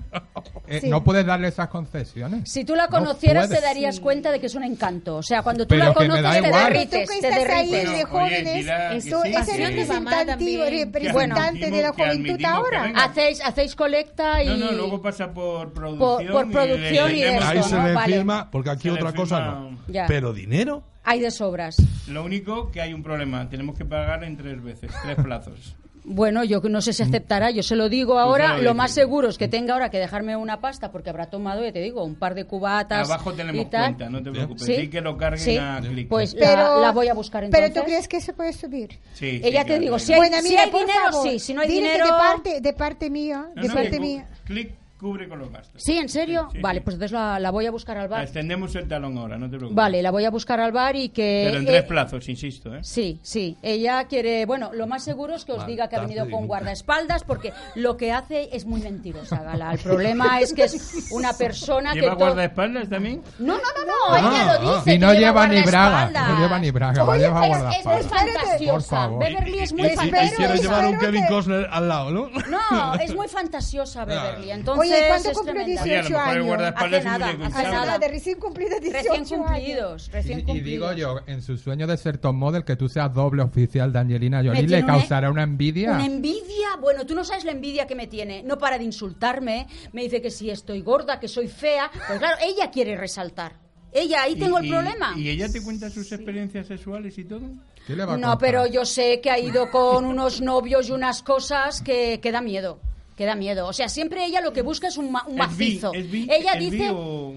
[SPEAKER 6] eh,
[SPEAKER 1] Sí.
[SPEAKER 6] no puedes darle esas concesiones.
[SPEAKER 8] Si tú la
[SPEAKER 6] No
[SPEAKER 8] conocieras, te
[SPEAKER 6] puedes.
[SPEAKER 8] darías cuenta de que es un encanto. O sea, cuando tú
[SPEAKER 6] Pero
[SPEAKER 8] la
[SPEAKER 6] que me da
[SPEAKER 8] conoces, te
[SPEAKER 6] igual.
[SPEAKER 1] Pero tú
[SPEAKER 8] derrites,
[SPEAKER 1] que
[SPEAKER 8] te
[SPEAKER 1] estás ahí
[SPEAKER 8] derrites.
[SPEAKER 1] de
[SPEAKER 2] Bueno, oye,
[SPEAKER 1] jóvenes,
[SPEAKER 2] dirá que
[SPEAKER 1] eso,
[SPEAKER 2] sí,
[SPEAKER 1] ese
[SPEAKER 2] que-
[SPEAKER 1] representante,
[SPEAKER 3] Bueno,
[SPEAKER 1] representante de la
[SPEAKER 2] que
[SPEAKER 1] juventud
[SPEAKER 2] admitimos que
[SPEAKER 1] ahora.
[SPEAKER 2] venga.
[SPEAKER 8] Hacéis, hacéis colecta y...
[SPEAKER 2] No, no, luego pasa por
[SPEAKER 8] Por-
[SPEAKER 2] producción.
[SPEAKER 8] por producción y
[SPEAKER 2] le vendemos-
[SPEAKER 8] eso,
[SPEAKER 5] Ahí se
[SPEAKER 8] ¿no?
[SPEAKER 5] le
[SPEAKER 8] Vale.
[SPEAKER 5] firma, porque aquí
[SPEAKER 2] Se le
[SPEAKER 5] otra cosa
[SPEAKER 2] firma-
[SPEAKER 5] no.
[SPEAKER 8] Ya.
[SPEAKER 5] Pero dinero.
[SPEAKER 8] Hay de sobras.
[SPEAKER 2] Lo único que hay un problema, tenemos que pagar en tres veces, tres plazos.
[SPEAKER 8] Bueno, yo no sé si aceptará, yo se lo digo
[SPEAKER 2] se
[SPEAKER 8] ahora.
[SPEAKER 2] Mm. Pues lo Mm.
[SPEAKER 8] Lo
[SPEAKER 2] dices.
[SPEAKER 8] más seguro es que tenga ahora que dejarme una pasta porque habrá tomado, ya te digo, un par de cubatas.
[SPEAKER 2] Abajo tenemos
[SPEAKER 8] y tal.
[SPEAKER 2] cuenta, no te preocupes.
[SPEAKER 8] Sí.
[SPEAKER 2] Sí, que lo carguen
[SPEAKER 8] Sí.
[SPEAKER 2] a clic.
[SPEAKER 8] Pues
[SPEAKER 2] Sí,
[SPEAKER 8] la, la voy a buscar entonces.
[SPEAKER 1] Pero tú crees que se puede subir.
[SPEAKER 2] sí,
[SPEAKER 8] Ella
[SPEAKER 2] claro,
[SPEAKER 8] te digo,
[SPEAKER 2] claro.
[SPEAKER 8] si hay,
[SPEAKER 1] Bueno,
[SPEAKER 8] si
[SPEAKER 1] mira,
[SPEAKER 8] hay
[SPEAKER 1] por
[SPEAKER 8] dinero,
[SPEAKER 1] favor,
[SPEAKER 8] sí. Si no hay
[SPEAKER 1] dile que
[SPEAKER 8] dinero...
[SPEAKER 1] de parte, de parte mía,
[SPEAKER 2] No,
[SPEAKER 1] de
[SPEAKER 2] no,
[SPEAKER 1] parte
[SPEAKER 2] que cu-
[SPEAKER 1] mía.
[SPEAKER 2] Clic cubre con los gastos.
[SPEAKER 8] ¿Sí? ¿En serio?
[SPEAKER 2] Sí, sí,
[SPEAKER 8] vale,
[SPEAKER 2] sí.
[SPEAKER 8] pues entonces la, la voy a buscar al
[SPEAKER 2] Ah,
[SPEAKER 8] bar.
[SPEAKER 2] Extendemos el talón ahora, no te preocupes.
[SPEAKER 8] Vale, la voy a buscar al bar y que...
[SPEAKER 2] Pero en tres
[SPEAKER 8] eh,
[SPEAKER 2] plazos, insisto, ¿eh?
[SPEAKER 8] Sí, sí. Ella quiere, bueno, lo más seguro es que os diga que ha
[SPEAKER 5] Maldad
[SPEAKER 8] venido con
[SPEAKER 5] divina.
[SPEAKER 8] guardaespaldas, porque lo que hace es muy mentirosa, Gala. El problema es que es una persona que.
[SPEAKER 2] ¿Lleva
[SPEAKER 8] to-
[SPEAKER 2] guardaespaldas también?
[SPEAKER 8] No, no, no, no. ella lo dice.
[SPEAKER 6] Si
[SPEAKER 8] que
[SPEAKER 6] no lleva ni braga,
[SPEAKER 8] guardaespaldas.
[SPEAKER 6] no lleva ni braga, va a
[SPEAKER 1] Oye,
[SPEAKER 6] llevar
[SPEAKER 1] pero
[SPEAKER 8] Es
[SPEAKER 6] guardaespaldas.
[SPEAKER 8] muy
[SPEAKER 1] Espérate.
[SPEAKER 6] Por
[SPEAKER 8] fantasiosa.
[SPEAKER 6] favor.
[SPEAKER 8] Beverly es muy
[SPEAKER 5] Y- y-
[SPEAKER 1] fan-
[SPEAKER 5] y
[SPEAKER 1] Pero
[SPEAKER 5] quiere
[SPEAKER 8] fantasiosa.
[SPEAKER 5] llevar un
[SPEAKER 1] espérate.
[SPEAKER 5] Kevin Costner al lado, ¿no?
[SPEAKER 8] No, es muy fantasiosa Beverly. Entonces,
[SPEAKER 1] Oye, ¿cuándo
[SPEAKER 8] es
[SPEAKER 1] cumplió
[SPEAKER 8] tremenda.
[SPEAKER 1] 18
[SPEAKER 2] Oye, a lo mejor el
[SPEAKER 1] años?
[SPEAKER 2] guardaespaldas
[SPEAKER 8] Hace
[SPEAKER 2] es
[SPEAKER 8] nada,
[SPEAKER 2] muy
[SPEAKER 1] Hace
[SPEAKER 8] hace
[SPEAKER 2] deguisado.
[SPEAKER 1] nada,
[SPEAKER 8] nada.
[SPEAKER 1] Ah, de recién cumplidos 18
[SPEAKER 8] Recién
[SPEAKER 1] años.
[SPEAKER 8] cumplidos, recién
[SPEAKER 6] Y, y
[SPEAKER 8] cumplidos.
[SPEAKER 6] digo yo, en su sueño de ser Tom Model, que tú seas doble oficial de Angelina
[SPEAKER 8] Me
[SPEAKER 6] Jolie,
[SPEAKER 8] tiene
[SPEAKER 6] le
[SPEAKER 8] una-
[SPEAKER 6] causará una envidia.
[SPEAKER 8] Una em- envidia, bueno, tú no sabes la envidia que me tiene. No para de insultarme, me dice que si estoy gorda, que soy fea. Pues claro, ella quiere resaltar. Ella, ahí tengo el
[SPEAKER 2] Y-
[SPEAKER 8] problema.
[SPEAKER 2] ¿Y ella te cuenta sus experiencias sexuales y todo?
[SPEAKER 6] ¿Qué le va a
[SPEAKER 8] No,
[SPEAKER 6] contar?
[SPEAKER 8] pero yo sé que ha ido con unos novios y unas cosas que, que da miedo. Que da miedo. O sea, siempre ella lo que busca es un, ma- un
[SPEAKER 2] ¿Es bi-
[SPEAKER 8] macizo.
[SPEAKER 2] ¿Es bi-
[SPEAKER 8] ella
[SPEAKER 2] es bi
[SPEAKER 8] dice.
[SPEAKER 2] o-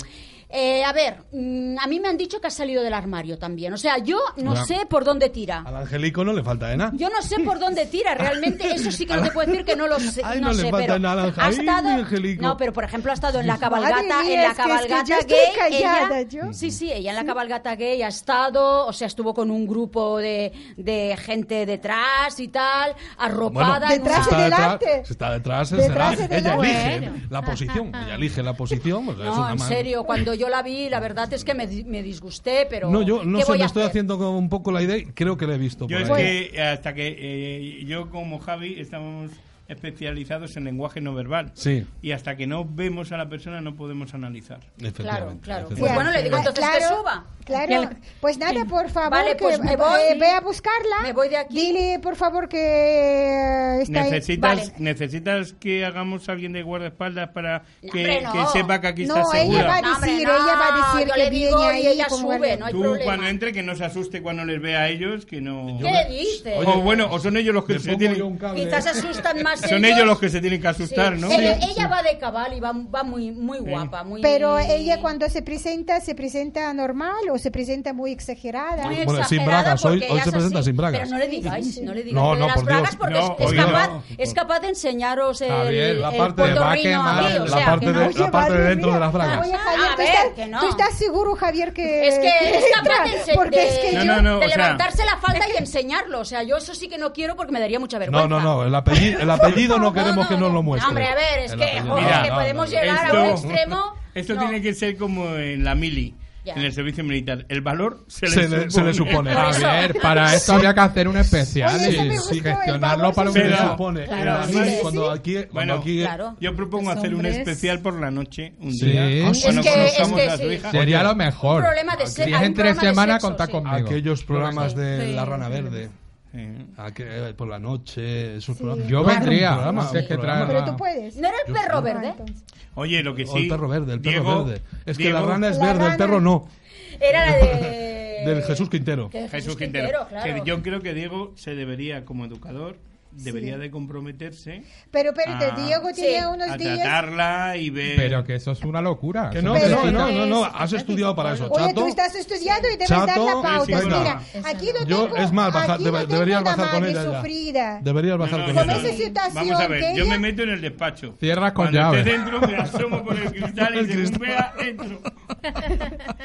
[SPEAKER 8] eh, a ver, mm, a mí me han dicho que ha salido del armario también. O sea, yo no
[SPEAKER 6] Ya.
[SPEAKER 8] sé por dónde tira.
[SPEAKER 5] Al angelico no le falta de nada.
[SPEAKER 8] Yo no sé por dónde tira, realmente eso sí que no te puedo decir que no lo sé.
[SPEAKER 5] Ay,
[SPEAKER 8] no
[SPEAKER 5] no le
[SPEAKER 8] sé,
[SPEAKER 5] falta
[SPEAKER 8] pero
[SPEAKER 5] nada,
[SPEAKER 8] ha
[SPEAKER 5] Jaime,
[SPEAKER 8] estado,
[SPEAKER 5] Angelico.
[SPEAKER 8] no, pero por ejemplo ha estado en la
[SPEAKER 1] Madre
[SPEAKER 8] cabalgata,
[SPEAKER 1] mía,
[SPEAKER 8] en
[SPEAKER 1] es
[SPEAKER 8] la
[SPEAKER 1] que- es que
[SPEAKER 8] cabalgata
[SPEAKER 1] yo estoy
[SPEAKER 8] gay.
[SPEAKER 1] callada,
[SPEAKER 8] ella,
[SPEAKER 1] yo.
[SPEAKER 8] Sí, sí, ella en la cabalgata gay ha estado, o sea, estuvo con un grupo de, de gente detrás y tal, arropada. en
[SPEAKER 1] Detrás y
[SPEAKER 8] una-
[SPEAKER 5] si está detrás,
[SPEAKER 1] delante.
[SPEAKER 5] si está detrás,
[SPEAKER 1] Detrás y
[SPEAKER 5] será.
[SPEAKER 1] delante.
[SPEAKER 5] Ella elige
[SPEAKER 3] Bueno.
[SPEAKER 5] la posición. Ella elige la posición. o sea, es
[SPEAKER 8] No,
[SPEAKER 5] una
[SPEAKER 8] en
[SPEAKER 5] man-
[SPEAKER 8] serio, cuando yo la vi, la verdad es que me, di- me disgusté, pero
[SPEAKER 5] No, yo no
[SPEAKER 8] ¿qué
[SPEAKER 5] sé,
[SPEAKER 8] voy
[SPEAKER 5] me
[SPEAKER 8] a
[SPEAKER 5] estoy
[SPEAKER 8] hacer?
[SPEAKER 5] haciendo como un poco la idea. y Creo que la he visto.
[SPEAKER 2] Yo
[SPEAKER 5] por
[SPEAKER 2] es
[SPEAKER 5] ahí.
[SPEAKER 8] Pues
[SPEAKER 2] que hasta que eh, yo como Javi estamos especializados en lenguaje no verbal.
[SPEAKER 5] Sí.
[SPEAKER 2] Y hasta que no vemos a la persona no podemos analizar.
[SPEAKER 8] Claro,
[SPEAKER 5] Efectivamente,
[SPEAKER 8] claro. Pues
[SPEAKER 5] efectivamente.
[SPEAKER 8] bueno, le digo
[SPEAKER 1] Cla-
[SPEAKER 8] entonces que suba.
[SPEAKER 1] Claro, pues nada, por favor,
[SPEAKER 8] Vale, pues
[SPEAKER 1] que,
[SPEAKER 8] me voy.
[SPEAKER 1] eh, ve a buscarla.
[SPEAKER 8] Me voy de aquí.
[SPEAKER 1] Dile, por favor, que eh, está ahí.
[SPEAKER 2] ¿Necesitas,
[SPEAKER 8] vale.
[SPEAKER 2] ¿Necesitas que hagamos a alguien de guardaespaldas para que,
[SPEAKER 8] hombre, no.
[SPEAKER 2] que sepa que aquí
[SPEAKER 1] No,
[SPEAKER 2] está
[SPEAKER 1] ella
[SPEAKER 2] segura?
[SPEAKER 1] va a
[SPEAKER 8] No, hombre,
[SPEAKER 1] decir,
[SPEAKER 8] no,
[SPEAKER 1] ella va a decir
[SPEAKER 8] yo
[SPEAKER 1] que
[SPEAKER 8] le digo
[SPEAKER 1] viene
[SPEAKER 8] y
[SPEAKER 1] ahí
[SPEAKER 8] ella
[SPEAKER 1] como
[SPEAKER 8] sube,
[SPEAKER 1] guardia-
[SPEAKER 8] no hay
[SPEAKER 2] Tú
[SPEAKER 8] problema.
[SPEAKER 2] cuando entre que no se asuste cuando les vea a ellos que no...
[SPEAKER 8] ¿Qué dices?
[SPEAKER 5] Oye,
[SPEAKER 2] o bueno, o son ellos los
[SPEAKER 5] Le
[SPEAKER 2] que se
[SPEAKER 5] pongo yo
[SPEAKER 2] tienen...
[SPEAKER 5] un cable.
[SPEAKER 8] Quizás asustan más
[SPEAKER 2] Son ellos los que se tienen que asustar,
[SPEAKER 8] Sí.
[SPEAKER 2] ¿no?
[SPEAKER 8] Ella, ella va de cabal y va, va muy, muy guapa. Muy,
[SPEAKER 1] Pero ella cuando se presenta, ¿se presenta normal o se presenta muy exagerada?
[SPEAKER 8] Muy
[SPEAKER 5] Bueno, sin
[SPEAKER 8] exagerada
[SPEAKER 5] bragas, hoy-
[SPEAKER 8] porque
[SPEAKER 5] hoy
[SPEAKER 8] ella
[SPEAKER 5] se
[SPEAKER 8] es
[SPEAKER 5] presenta
[SPEAKER 8] así.
[SPEAKER 5] sin bragas.
[SPEAKER 8] Pero no le digáis, no le digáis
[SPEAKER 5] No,
[SPEAKER 8] lo de
[SPEAKER 5] no,
[SPEAKER 8] las
[SPEAKER 5] por
[SPEAKER 8] bragas
[SPEAKER 5] Dios.
[SPEAKER 8] porque
[SPEAKER 2] No,
[SPEAKER 8] es, es
[SPEAKER 2] hoy
[SPEAKER 8] capaz,
[SPEAKER 2] no.
[SPEAKER 8] es capaz de enseñaros el,
[SPEAKER 6] Javier,
[SPEAKER 5] la
[SPEAKER 8] el
[SPEAKER 5] parte de
[SPEAKER 8] puertorrino
[SPEAKER 6] va a
[SPEAKER 8] aquí,
[SPEAKER 6] quemar,
[SPEAKER 8] o
[SPEAKER 5] la
[SPEAKER 8] sea,
[SPEAKER 5] parte de-
[SPEAKER 1] Oye,
[SPEAKER 5] la parte de
[SPEAKER 1] Madre
[SPEAKER 5] dentro
[SPEAKER 1] mía.
[SPEAKER 5] de las bragas.
[SPEAKER 1] Oye, Javier,
[SPEAKER 8] A
[SPEAKER 1] ¿tú,
[SPEAKER 8] ver,
[SPEAKER 1] estás,
[SPEAKER 8] que no.
[SPEAKER 1] tú estás seguro, Javier, que...
[SPEAKER 8] Es que es capaz
[SPEAKER 1] entra?
[SPEAKER 8] de, ense-
[SPEAKER 1] Porque es que yo...
[SPEAKER 8] de-
[SPEAKER 2] No, no, no,
[SPEAKER 8] de
[SPEAKER 2] o sea-
[SPEAKER 8] levantarse la falda y enseñarlo. O sea, yo eso sí que no quiero porque me daría mucha
[SPEAKER 5] No,
[SPEAKER 8] vergüenza.
[SPEAKER 5] no, no. El apellido, el apellido no queremos que nos lo muestre.
[SPEAKER 8] Hombre, a ver, es
[SPEAKER 5] El
[SPEAKER 8] que,
[SPEAKER 5] apellido.
[SPEAKER 8] joder,
[SPEAKER 2] Mira,
[SPEAKER 8] que
[SPEAKER 5] no,
[SPEAKER 8] podemos
[SPEAKER 5] no, no.
[SPEAKER 8] llegar a un extremo.
[SPEAKER 2] esto
[SPEAKER 8] no.
[SPEAKER 2] tiene que ser como en la mili,
[SPEAKER 8] Ya.
[SPEAKER 2] en el servicio militar. El valor se le,
[SPEAKER 5] Se le- se le supone.
[SPEAKER 2] Ah,
[SPEAKER 5] Por eso.
[SPEAKER 6] Javier, para esto había que hacer un especial
[SPEAKER 1] Oye, eso me
[SPEAKER 6] y
[SPEAKER 1] gustó, el
[SPEAKER 6] gestionarlo
[SPEAKER 1] valor
[SPEAKER 6] para un
[SPEAKER 5] Se le
[SPEAKER 2] Pero-
[SPEAKER 6] día.
[SPEAKER 5] supone.
[SPEAKER 2] Claro,
[SPEAKER 5] en la
[SPEAKER 2] sí,
[SPEAKER 5] mili,
[SPEAKER 2] sí.
[SPEAKER 5] cuando aquí, cuando
[SPEAKER 2] Bueno,
[SPEAKER 5] aquí
[SPEAKER 8] Claro.
[SPEAKER 2] Ah. Yo propongo
[SPEAKER 3] Los
[SPEAKER 2] hacer un
[SPEAKER 3] hombres-
[SPEAKER 2] especial por la noche, un
[SPEAKER 6] Sí.
[SPEAKER 2] día.
[SPEAKER 6] Es
[SPEAKER 2] cuando
[SPEAKER 8] que-
[SPEAKER 2] conozcamos
[SPEAKER 8] es que
[SPEAKER 2] a su
[SPEAKER 8] sí.
[SPEAKER 2] hija.
[SPEAKER 6] Sería lo mejor.
[SPEAKER 8] Un problema de
[SPEAKER 6] Si
[SPEAKER 8] ser-
[SPEAKER 6] es
[SPEAKER 8] hay un
[SPEAKER 6] en tres
[SPEAKER 8] programa de
[SPEAKER 6] semanas,
[SPEAKER 8] sexo,
[SPEAKER 6] contá
[SPEAKER 8] sí.
[SPEAKER 6] conmigo.
[SPEAKER 5] aquellos programas de
[SPEAKER 3] Sí.
[SPEAKER 5] la rana verde.
[SPEAKER 2] Sí.
[SPEAKER 5] aquel- por la noche, esos
[SPEAKER 1] Sí.
[SPEAKER 5] programas.
[SPEAKER 6] Yo
[SPEAKER 5] Claro,
[SPEAKER 6] vendría,
[SPEAKER 5] un programa,
[SPEAKER 6] no sé
[SPEAKER 5] un
[SPEAKER 6] qué
[SPEAKER 5] programa.
[SPEAKER 1] Pero
[SPEAKER 6] traer.
[SPEAKER 1] tú puedes. Ah,
[SPEAKER 8] ¿No era el perro verde?
[SPEAKER 2] Oye, lo que sí.
[SPEAKER 5] O el perro verde, el perro
[SPEAKER 2] Diego-
[SPEAKER 5] verde. Es que
[SPEAKER 2] Diego-
[SPEAKER 5] la rana es
[SPEAKER 1] La
[SPEAKER 5] verde,
[SPEAKER 1] rana.
[SPEAKER 5] el perro no.
[SPEAKER 8] Era la de.
[SPEAKER 5] Del Jesús Quintero.
[SPEAKER 8] que
[SPEAKER 2] Jesús Quintero.
[SPEAKER 8] claro.
[SPEAKER 2] Que yo creo que Diego se debería, como educador, debería de comprometerse
[SPEAKER 1] Pero, pero
[SPEAKER 2] Ah.
[SPEAKER 1] Diego
[SPEAKER 8] Sí.
[SPEAKER 1] tenía unos
[SPEAKER 2] a
[SPEAKER 1] días...
[SPEAKER 2] tratarla y ver.
[SPEAKER 6] Pero que eso es una locura.
[SPEAKER 5] Que
[SPEAKER 6] Eso
[SPEAKER 5] no,
[SPEAKER 6] no
[SPEAKER 5] que
[SPEAKER 1] Pero
[SPEAKER 5] no, que no,
[SPEAKER 1] es-
[SPEAKER 5] no, no, has estudiado para eso,
[SPEAKER 1] Oye, tú
[SPEAKER 5] chato.
[SPEAKER 1] estás estudiando y debes
[SPEAKER 5] Chato,
[SPEAKER 1] dar la
[SPEAKER 5] sí,
[SPEAKER 1] pauta.
[SPEAKER 5] venga.
[SPEAKER 1] Mira, aquí no
[SPEAKER 5] Yo,
[SPEAKER 1] tengo,
[SPEAKER 5] es más, baja-
[SPEAKER 1] aquí
[SPEAKER 5] debe-
[SPEAKER 1] no tengo
[SPEAKER 5] deberías
[SPEAKER 1] una
[SPEAKER 5] bajar con
[SPEAKER 1] madre
[SPEAKER 5] ella ya.
[SPEAKER 1] sufrida.
[SPEAKER 2] No,
[SPEAKER 5] Deberías
[SPEAKER 2] no,
[SPEAKER 5] bajar
[SPEAKER 2] no,
[SPEAKER 5] con
[SPEAKER 2] no,
[SPEAKER 1] Con
[SPEAKER 5] ella.
[SPEAKER 1] esa
[SPEAKER 2] no.
[SPEAKER 1] situación
[SPEAKER 2] Vamos a ver,
[SPEAKER 1] que
[SPEAKER 2] yo
[SPEAKER 1] ella-
[SPEAKER 2] me meto en el despacho.
[SPEAKER 6] Cierras con
[SPEAKER 2] Cuando
[SPEAKER 6] llave.
[SPEAKER 2] esté dentro, me asomo por el cristal y según vea, entro.
[SPEAKER 1] No,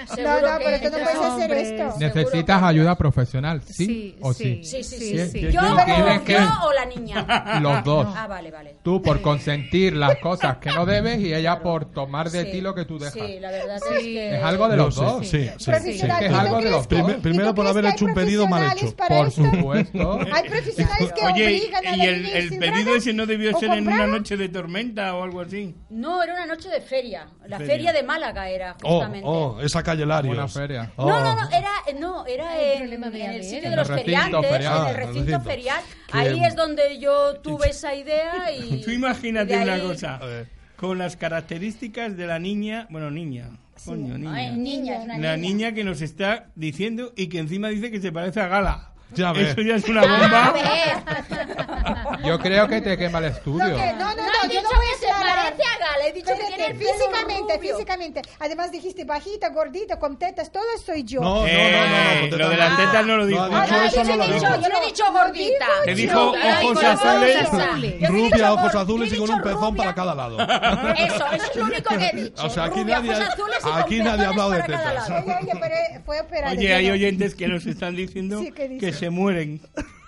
[SPEAKER 8] Seguro
[SPEAKER 1] no,
[SPEAKER 8] que-
[SPEAKER 1] pero tú no puedes hacer
[SPEAKER 3] Hombre,
[SPEAKER 1] esto.
[SPEAKER 3] sí.
[SPEAKER 6] Necesitas
[SPEAKER 8] seguro.
[SPEAKER 6] ayuda profesional, ¿sí?
[SPEAKER 3] Sí,
[SPEAKER 6] o sí.
[SPEAKER 8] Sí,
[SPEAKER 3] Sí,
[SPEAKER 8] sí, sí.
[SPEAKER 3] sí.
[SPEAKER 8] Yo,
[SPEAKER 6] ¿Quién
[SPEAKER 8] o,
[SPEAKER 6] tiene que-
[SPEAKER 8] yo o la niña.
[SPEAKER 6] Los dos.
[SPEAKER 8] Ah, vale, vale.
[SPEAKER 6] Tú por consentir las cosas que no debes y ella por tomar de
[SPEAKER 8] Sí.
[SPEAKER 6] ti lo que tú dejas.
[SPEAKER 8] Sí, la verdad es
[SPEAKER 3] Sí.
[SPEAKER 8] que.
[SPEAKER 6] Es algo de
[SPEAKER 5] Yo
[SPEAKER 6] los
[SPEAKER 5] sí,
[SPEAKER 6] dos.
[SPEAKER 5] Sí, sí.
[SPEAKER 1] Profesional,
[SPEAKER 6] sí.
[SPEAKER 1] ¿y tú
[SPEAKER 6] Es algo de
[SPEAKER 1] crees
[SPEAKER 6] los
[SPEAKER 1] que-
[SPEAKER 6] dos.
[SPEAKER 1] ¿y tú
[SPEAKER 5] Primero por
[SPEAKER 1] crees
[SPEAKER 5] haber
[SPEAKER 1] que hay
[SPEAKER 5] hecho un pedido mal
[SPEAKER 1] profesionales
[SPEAKER 5] hecho.
[SPEAKER 1] para
[SPEAKER 6] Por
[SPEAKER 1] esto?
[SPEAKER 6] supuesto.
[SPEAKER 1] Hay profesionales que
[SPEAKER 2] Oye,
[SPEAKER 1] obligan a
[SPEAKER 2] y
[SPEAKER 1] la
[SPEAKER 2] el,
[SPEAKER 1] niña
[SPEAKER 2] el
[SPEAKER 1] sin
[SPEAKER 2] pedido
[SPEAKER 1] bragas
[SPEAKER 2] ese no debió
[SPEAKER 1] o
[SPEAKER 2] ser en una
[SPEAKER 1] comprar-
[SPEAKER 2] noche de tormenta o algo así.
[SPEAKER 8] No, era una noche de feria. La
[SPEAKER 2] Feria.
[SPEAKER 8] feria, de Málaga era,
[SPEAKER 5] Oh,
[SPEAKER 8] justamente.
[SPEAKER 5] oh, esa calle Larios.
[SPEAKER 6] Una feria.
[SPEAKER 5] Oh.
[SPEAKER 8] No, no, no, era, no, era
[SPEAKER 3] Hay
[SPEAKER 8] en,
[SPEAKER 3] problema ¿eh? de
[SPEAKER 8] en el
[SPEAKER 3] ADN.
[SPEAKER 8] sitio
[SPEAKER 6] En
[SPEAKER 8] de
[SPEAKER 6] el
[SPEAKER 8] los
[SPEAKER 6] recinto
[SPEAKER 8] feriantes,
[SPEAKER 6] ferial.
[SPEAKER 8] en el recinto
[SPEAKER 5] Recinto.
[SPEAKER 8] ferial.
[SPEAKER 5] Que-
[SPEAKER 8] Ahí es donde yo tuve esa idea y...
[SPEAKER 2] Tú imagínate
[SPEAKER 8] y de
[SPEAKER 2] una
[SPEAKER 8] ahí-
[SPEAKER 2] cosa.
[SPEAKER 5] A
[SPEAKER 1] eh,
[SPEAKER 5] ver.
[SPEAKER 2] Con las características de la niña, bueno, niña, coño, niña.
[SPEAKER 8] Ay, niña, es una
[SPEAKER 2] la niña que nos está diciendo y que encima dice que se parece a Gala.
[SPEAKER 5] Ya ves.
[SPEAKER 2] Eso ya es una
[SPEAKER 8] A
[SPEAKER 2] bomba.
[SPEAKER 8] ver,
[SPEAKER 6] Yo creo que te quema el estudio.
[SPEAKER 1] No, no, no,
[SPEAKER 8] no, he
[SPEAKER 1] yo
[SPEAKER 8] dicho
[SPEAKER 1] no voy a
[SPEAKER 8] que se
[SPEAKER 1] aclarar.
[SPEAKER 8] parece a Gala, he
[SPEAKER 3] he dicho que tiene el pelo
[SPEAKER 1] físicamente,
[SPEAKER 3] rubio.
[SPEAKER 1] físicamente. Además dijiste bajita, gordita, con tetas, todas soy yo.
[SPEAKER 5] No, no, no, no, no,
[SPEAKER 2] Eh,
[SPEAKER 5] con
[SPEAKER 2] lo de las tetas no lo dijo.
[SPEAKER 5] No, ha dicho
[SPEAKER 3] Ah,
[SPEAKER 5] eso,
[SPEAKER 3] yo
[SPEAKER 5] no
[SPEAKER 3] le
[SPEAKER 5] lo
[SPEAKER 3] he dicho,
[SPEAKER 5] dijo.
[SPEAKER 3] yo le he dicho gordita.
[SPEAKER 2] Te dijo
[SPEAKER 3] Ay,
[SPEAKER 2] ojos
[SPEAKER 3] con los ojos
[SPEAKER 2] azules.
[SPEAKER 3] azules.
[SPEAKER 5] Rubia, ojos
[SPEAKER 3] gor-
[SPEAKER 5] azules
[SPEAKER 3] yo
[SPEAKER 5] y
[SPEAKER 3] he
[SPEAKER 5] con un
[SPEAKER 3] dicho
[SPEAKER 5] pezón para
[SPEAKER 3] rubia.
[SPEAKER 5] cada lado.
[SPEAKER 3] Eso, eso es lo único que he dicho.
[SPEAKER 5] O sea, aquí
[SPEAKER 3] Rubia,
[SPEAKER 5] nadie,
[SPEAKER 3] ojos azules y con
[SPEAKER 5] aquí nadie ha
[SPEAKER 3] pezones
[SPEAKER 5] hablado de
[SPEAKER 3] para cada
[SPEAKER 5] tetas.
[SPEAKER 3] lado.
[SPEAKER 1] Oye, oye, pero eh, fue operada.
[SPEAKER 2] Oye,
[SPEAKER 1] yo
[SPEAKER 2] hay
[SPEAKER 1] no.
[SPEAKER 2] oyentes que nos están diciendo
[SPEAKER 1] Sí, ¿qué dice?
[SPEAKER 2] que se mueren.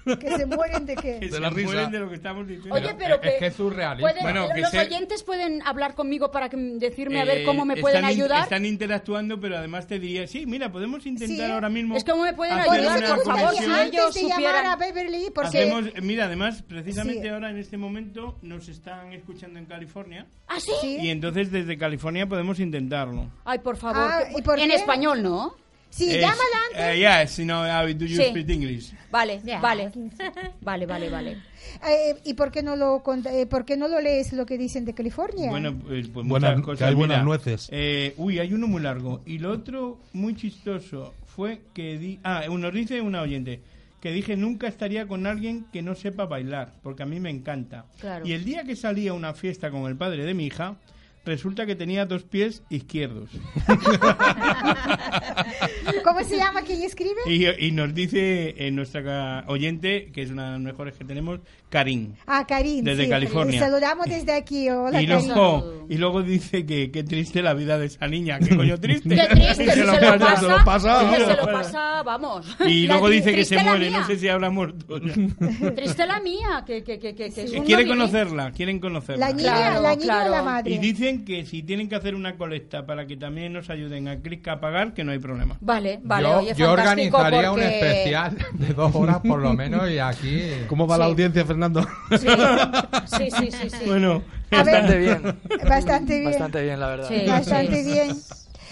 [SPEAKER 1] Que se mueren de
[SPEAKER 2] Que
[SPEAKER 1] qué.
[SPEAKER 2] se
[SPEAKER 5] la risa.
[SPEAKER 2] mueren de lo que estamos diciendo.
[SPEAKER 8] Oye, pero
[SPEAKER 6] es que es surrealista.
[SPEAKER 8] pueden-
[SPEAKER 2] Bueno, que
[SPEAKER 8] los
[SPEAKER 2] se-
[SPEAKER 8] oyentes pueden hablar conmigo para que- decirme a ver
[SPEAKER 2] Eh,
[SPEAKER 8] cómo me pueden
[SPEAKER 2] están in-
[SPEAKER 8] ayudar.
[SPEAKER 2] Están interactuando, pero además te diría, sí, mira, podemos intentar
[SPEAKER 1] Sí,
[SPEAKER 2] ahora mismo.
[SPEAKER 8] es como me pueden
[SPEAKER 2] hacer
[SPEAKER 8] ayudar,
[SPEAKER 2] una
[SPEAKER 8] por
[SPEAKER 1] me gustaría
[SPEAKER 8] favor,
[SPEAKER 2] conexión.
[SPEAKER 8] si
[SPEAKER 1] antes
[SPEAKER 8] ellos
[SPEAKER 1] de llamar
[SPEAKER 8] supieran.
[SPEAKER 1] a Beverly, porque
[SPEAKER 2] Hacemos, eh, mira, además, precisamente
[SPEAKER 1] Sí.
[SPEAKER 2] ahora en este momento nos están escuchando en California.
[SPEAKER 8] ¿Ah, sí?
[SPEAKER 1] Sí.
[SPEAKER 2] Y entonces desde California podemos intentarlo.
[SPEAKER 8] Ay, por favor.
[SPEAKER 1] Ah,
[SPEAKER 8] que-
[SPEAKER 1] ¿y por
[SPEAKER 8] en
[SPEAKER 1] qué?
[SPEAKER 8] español, ¿no?
[SPEAKER 1] sí,
[SPEAKER 2] Eh,
[SPEAKER 1] llámala antes.
[SPEAKER 2] eh, yes, you know, Abby, do you
[SPEAKER 8] Sí.
[SPEAKER 2] speak English?
[SPEAKER 8] Vale,
[SPEAKER 3] Ya.
[SPEAKER 8] vale. Vale, vale, vale.
[SPEAKER 1] Eh, ¿Y por qué no lo cont- eh, por qué no lo lees lo que dicen de California?
[SPEAKER 2] Bueno, pues, pues
[SPEAKER 5] Buenas-
[SPEAKER 2] muchas cosas.
[SPEAKER 5] que hay buenas
[SPEAKER 2] Mira,
[SPEAKER 5] nueces.
[SPEAKER 2] eh, uy, hay uno muy largo. Y lo otro muy chistoso fue que... Di ah, nos dice una oyente que dije nunca estaría con alguien que no sepa bailar, porque a mí me encanta.
[SPEAKER 8] Claro.
[SPEAKER 2] Y el día que salí a una fiesta con el padre de mi hija, resulta que tenía dos pies izquierdos.
[SPEAKER 1] ¿Cómo se llama quien escribe?
[SPEAKER 2] Y, y nos dice eh, nuestra ca- oyente, que es una de las mejores que tenemos, Karin.
[SPEAKER 1] Ah, Karin.
[SPEAKER 2] Desde
[SPEAKER 1] sí, le
[SPEAKER 2] California.
[SPEAKER 1] saludamos desde aquí. Hola,
[SPEAKER 2] y,
[SPEAKER 1] Karin.
[SPEAKER 2] luego, y luego dice que qué triste la vida de esa niña. ¿Qué coño triste?
[SPEAKER 8] Qué triste,
[SPEAKER 2] Y
[SPEAKER 8] si se lo
[SPEAKER 2] pasa-
[SPEAKER 8] pasa,
[SPEAKER 5] se lo pasa,
[SPEAKER 8] si
[SPEAKER 2] vamos.
[SPEAKER 8] se lo pasa, vamos.
[SPEAKER 2] Y luego
[SPEAKER 8] La-
[SPEAKER 2] dice que se
[SPEAKER 8] triste la
[SPEAKER 2] muere.
[SPEAKER 8] mía.
[SPEAKER 2] No sé si habrá muerto. ya.
[SPEAKER 8] Triste la mía, que, que, que, que, que es
[SPEAKER 2] Eh,
[SPEAKER 8] un
[SPEAKER 2] Quieren
[SPEAKER 8] novilín.
[SPEAKER 2] conocerla, quieren conocerla.
[SPEAKER 1] La niña,
[SPEAKER 8] Claro,
[SPEAKER 1] la niña
[SPEAKER 8] claro.
[SPEAKER 1] o la madre.
[SPEAKER 2] Y dicen que si tienen que hacer una colecta para que también nos ayuden a Crisca a pagar, que no hay problema.
[SPEAKER 8] Vale, vale,
[SPEAKER 6] yo,
[SPEAKER 8] oye,
[SPEAKER 6] yo
[SPEAKER 8] fantástico
[SPEAKER 6] organizaría un
[SPEAKER 8] porque-
[SPEAKER 6] especial de dos horas por lo menos y aquí.
[SPEAKER 5] ¿Cómo va la
[SPEAKER 8] Sí.
[SPEAKER 5] audiencia, Fernando?
[SPEAKER 8] Sí, sí, sí, sí.
[SPEAKER 2] Bueno,
[SPEAKER 1] A ver,
[SPEAKER 7] Bastante bien.
[SPEAKER 1] Bastante bien.
[SPEAKER 7] Bastante bien, la verdad.
[SPEAKER 8] Eh, Sí.
[SPEAKER 1] Bastante bien.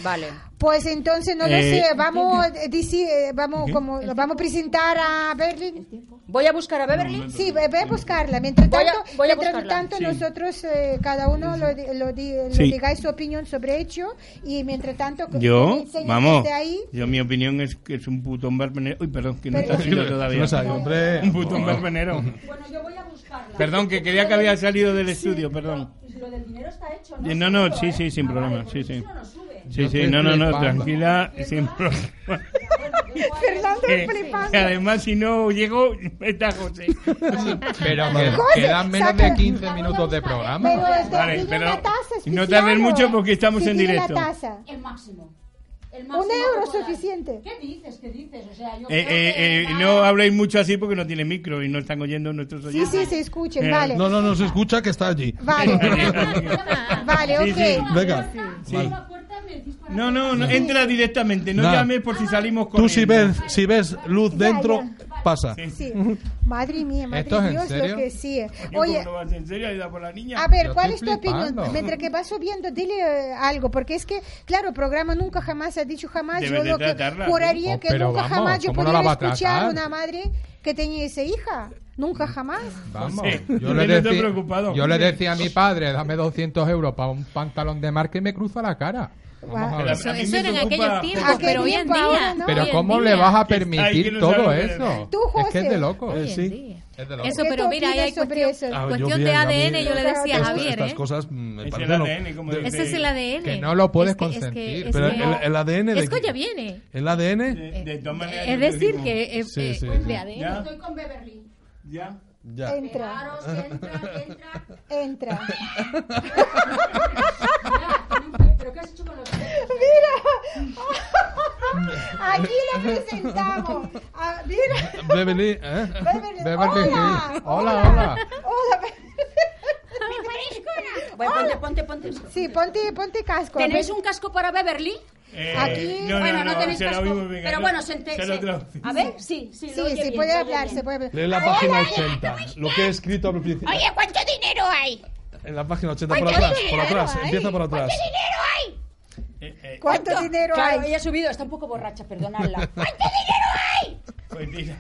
[SPEAKER 8] Vale.
[SPEAKER 1] Pues entonces no lo
[SPEAKER 2] Eh,
[SPEAKER 1] sé, vamos eh, dici- eh, vamos como lo vamos a presentar a Berlin.
[SPEAKER 8] Voy a buscar a Beverly.
[SPEAKER 1] Sí, ve, ve a buscarla. Mientras
[SPEAKER 8] Voy a-
[SPEAKER 1] tanto,
[SPEAKER 8] voy a
[SPEAKER 1] mientras
[SPEAKER 8] buscarla.
[SPEAKER 1] tanto
[SPEAKER 2] Sí.
[SPEAKER 1] nosotros eh, cada uno lo, di- lo di- lo
[SPEAKER 2] Sí.
[SPEAKER 1] digáis su opinión sobre hecho y mientras tanto que-
[SPEAKER 2] yo,
[SPEAKER 1] el señor que
[SPEAKER 2] vamos,
[SPEAKER 1] esté ahí,
[SPEAKER 2] yo mi opinión es que es un putón barbenero. Uy, perdón, que no
[SPEAKER 1] Perdón.
[SPEAKER 2] está sido todavía.
[SPEAKER 5] No sabe, hombre.
[SPEAKER 2] Un putón barbenero.
[SPEAKER 8] Bueno, yo voy a buscarla.
[SPEAKER 2] Perdón, que creía que había salido del estudio, perdón.
[SPEAKER 8] Lo del dinero está hecho,
[SPEAKER 2] Eh, No, no, sí, sí, sin problema. Sí, sí. Sí, sí, no, no, no, tranquila, sin problema.
[SPEAKER 1] Fernando
[SPEAKER 2] Que,
[SPEAKER 1] flipando.
[SPEAKER 2] que Eh, además, si no llego, está José.
[SPEAKER 6] Pero que
[SPEAKER 1] José,
[SPEAKER 6] quedan menos
[SPEAKER 1] saca-
[SPEAKER 6] de 15 minutos de programa.
[SPEAKER 1] Pero este,
[SPEAKER 2] Vale,
[SPEAKER 1] tiene
[SPEAKER 2] pero
[SPEAKER 1] una taza
[SPEAKER 2] no
[SPEAKER 1] especial,
[SPEAKER 2] tarden
[SPEAKER 1] ¿o?
[SPEAKER 2] mucho porque estamos
[SPEAKER 1] Sí,
[SPEAKER 2] en
[SPEAKER 1] tiene
[SPEAKER 2] directo.
[SPEAKER 1] La taza.
[SPEAKER 8] El máximo. El máximo
[SPEAKER 1] Un
[SPEAKER 8] que
[SPEAKER 1] euro
[SPEAKER 8] pueda.
[SPEAKER 1] suficiente.
[SPEAKER 8] ¿Qué dices? ¿Qué dices? O sea, yo
[SPEAKER 2] Eh,
[SPEAKER 8] creo
[SPEAKER 2] eh,
[SPEAKER 8] que-
[SPEAKER 2] eh, no habléis mucho así porque no tiene micro y no están oyendo nuestros
[SPEAKER 1] Sí,
[SPEAKER 2] oyentes.
[SPEAKER 1] sí, se escuchen,
[SPEAKER 2] Eh,
[SPEAKER 1] vale.
[SPEAKER 5] No, no, no se escucha que está allí.
[SPEAKER 1] Vale. vale,
[SPEAKER 2] Sí,
[SPEAKER 1] ok.
[SPEAKER 2] sí.
[SPEAKER 5] Venga.
[SPEAKER 2] Sí.
[SPEAKER 5] Vale.
[SPEAKER 2] No, no, no, entra directamente, no
[SPEAKER 5] Nada.
[SPEAKER 2] llames por si salimos corriendo.
[SPEAKER 5] Tú si ves, si ves luz
[SPEAKER 1] Ya,
[SPEAKER 5] dentro, pasa.
[SPEAKER 1] Sí. Madre mía, madre
[SPEAKER 6] ¿Esto es en
[SPEAKER 1] Dios,
[SPEAKER 6] serio?
[SPEAKER 1] lo que sí.
[SPEAKER 2] Yo,
[SPEAKER 1] Oye,
[SPEAKER 2] ¿cómo no vas en serio a ir a por la niña?
[SPEAKER 1] a ver,
[SPEAKER 6] Yo
[SPEAKER 1] ¿cuál es
[SPEAKER 6] estoy
[SPEAKER 1] tu opinión?
[SPEAKER 6] flipando.
[SPEAKER 1] Mientras que vas subiendo, dile eh, algo, porque es que, claro, el programa nunca jamás ha dicho jamás.
[SPEAKER 2] Debes
[SPEAKER 1] Yo
[SPEAKER 2] de
[SPEAKER 1] lo que
[SPEAKER 2] tratarla, ¿no?
[SPEAKER 1] juraría
[SPEAKER 6] Oh,
[SPEAKER 1] que
[SPEAKER 6] pero
[SPEAKER 1] nunca
[SPEAKER 6] vamos,
[SPEAKER 1] jamás yo
[SPEAKER 6] ¿cómo no la
[SPEAKER 1] pudiera
[SPEAKER 6] va a tratar?
[SPEAKER 1] escuchar a una madre que tenía esa hija. Nunca jamás.
[SPEAKER 6] Vamos,
[SPEAKER 2] José,
[SPEAKER 6] yo,
[SPEAKER 2] yo
[SPEAKER 6] le
[SPEAKER 2] no estoy
[SPEAKER 6] decía,
[SPEAKER 2] preocupado.
[SPEAKER 6] yo le decía a mi padre, dame 200 euros para un pantalón de marca y me cruza la cara. Vamos a
[SPEAKER 1] Guau.
[SPEAKER 6] ver.
[SPEAKER 3] Eso,
[SPEAKER 2] A mí
[SPEAKER 3] eso
[SPEAKER 2] me
[SPEAKER 3] era en
[SPEAKER 2] preocupa-
[SPEAKER 3] aquellos tiempos,
[SPEAKER 1] Aquel
[SPEAKER 3] pero hoy en
[SPEAKER 1] tiempo,
[SPEAKER 3] día.
[SPEAKER 1] ahora no.
[SPEAKER 6] Pero
[SPEAKER 3] hoy en
[SPEAKER 6] ¿cómo
[SPEAKER 3] día-
[SPEAKER 6] le vas a
[SPEAKER 2] Que- ay, que
[SPEAKER 6] permitir
[SPEAKER 2] no
[SPEAKER 6] todo
[SPEAKER 2] sabe
[SPEAKER 6] eso?
[SPEAKER 1] Tú,
[SPEAKER 6] Es que
[SPEAKER 1] José.
[SPEAKER 6] es de loco.
[SPEAKER 5] Eh,
[SPEAKER 3] hoy en
[SPEAKER 5] sí.
[SPEAKER 3] día.
[SPEAKER 6] Es de loco.
[SPEAKER 3] Eso,
[SPEAKER 1] ¿Qué
[SPEAKER 3] pero
[SPEAKER 1] tú
[SPEAKER 3] mira, ahí hay
[SPEAKER 1] opinas sobre
[SPEAKER 3] cuestión,
[SPEAKER 1] eso?
[SPEAKER 5] Ah, yo
[SPEAKER 3] cuestión
[SPEAKER 5] vi
[SPEAKER 3] de
[SPEAKER 5] a mí-
[SPEAKER 3] ADN, yo le decía a
[SPEAKER 5] Estas-
[SPEAKER 3] Javier,
[SPEAKER 5] Estas
[SPEAKER 3] ¿eh?
[SPEAKER 5] cosas mm, me
[SPEAKER 2] Es el
[SPEAKER 5] parecen lo-
[SPEAKER 2] ADN, como
[SPEAKER 5] de-
[SPEAKER 2] dice.
[SPEAKER 3] Ese es el ADN.
[SPEAKER 6] Que no lo puedes
[SPEAKER 3] Es que- es que-
[SPEAKER 6] consentir.
[SPEAKER 3] es
[SPEAKER 5] Pero
[SPEAKER 3] que-
[SPEAKER 5] el, el ADN de
[SPEAKER 3] Es que ya viene.
[SPEAKER 5] El ADN
[SPEAKER 2] De- de todas maneras,
[SPEAKER 3] Es
[SPEAKER 2] yo te
[SPEAKER 3] decir,
[SPEAKER 2] digo,
[SPEAKER 3] que es
[SPEAKER 5] Sí,
[SPEAKER 3] eh,
[SPEAKER 5] sí,
[SPEAKER 3] es
[SPEAKER 5] sí.
[SPEAKER 3] de ADN.
[SPEAKER 2] Ya,
[SPEAKER 8] Eh, con Beverly.
[SPEAKER 2] ya.
[SPEAKER 5] ya.
[SPEAKER 1] Entra,
[SPEAKER 8] entra, entra.
[SPEAKER 1] entra.
[SPEAKER 8] ¿Pero qué has hecho con los
[SPEAKER 1] Mira, aquí la presentamos. Ah, mira,
[SPEAKER 5] Beverly, ¿eh?
[SPEAKER 1] Beverly,
[SPEAKER 6] Beverly Hills.
[SPEAKER 1] hola,
[SPEAKER 6] Hola, hola.
[SPEAKER 1] hola.
[SPEAKER 8] Bueno, ponte, ponte, ponte.
[SPEAKER 1] Sí, ponte, ponte casco. a
[SPEAKER 8] ¿Tenéis
[SPEAKER 1] ver.
[SPEAKER 8] un casco para Beverly?
[SPEAKER 2] Eh,
[SPEAKER 1] Aquí-
[SPEAKER 8] bueno, no, tenéis
[SPEAKER 2] se lo
[SPEAKER 8] casco.
[SPEAKER 2] oímos bien,
[SPEAKER 8] pero
[SPEAKER 2] no,
[SPEAKER 8] bueno, se, ente-
[SPEAKER 2] se lo
[SPEAKER 8] se- Ah.
[SPEAKER 2] traducimos.
[SPEAKER 8] A ver, sí, sí. lo
[SPEAKER 1] Sí,
[SPEAKER 8] oye
[SPEAKER 1] se
[SPEAKER 8] bien,
[SPEAKER 1] puede
[SPEAKER 8] lo oye
[SPEAKER 1] hablar,
[SPEAKER 8] bien.
[SPEAKER 1] se puede hablar.
[SPEAKER 5] Lee la página 80. Lo que he escrito al principio.
[SPEAKER 9] Oye, ¿cuánto dinero hay?
[SPEAKER 5] En la página 80, por
[SPEAKER 9] ¿cuánto
[SPEAKER 5] atrás,
[SPEAKER 9] dinero
[SPEAKER 5] por atrás.
[SPEAKER 9] hay?
[SPEAKER 5] Empieza por atrás.
[SPEAKER 9] ¿Dinero hay?
[SPEAKER 2] Eh, eh,
[SPEAKER 1] ¿Cuánto dinero
[SPEAKER 8] Claro,
[SPEAKER 1] hay?
[SPEAKER 8] ella ha subido, está un poco borracha, perdonadla.
[SPEAKER 2] pues mira.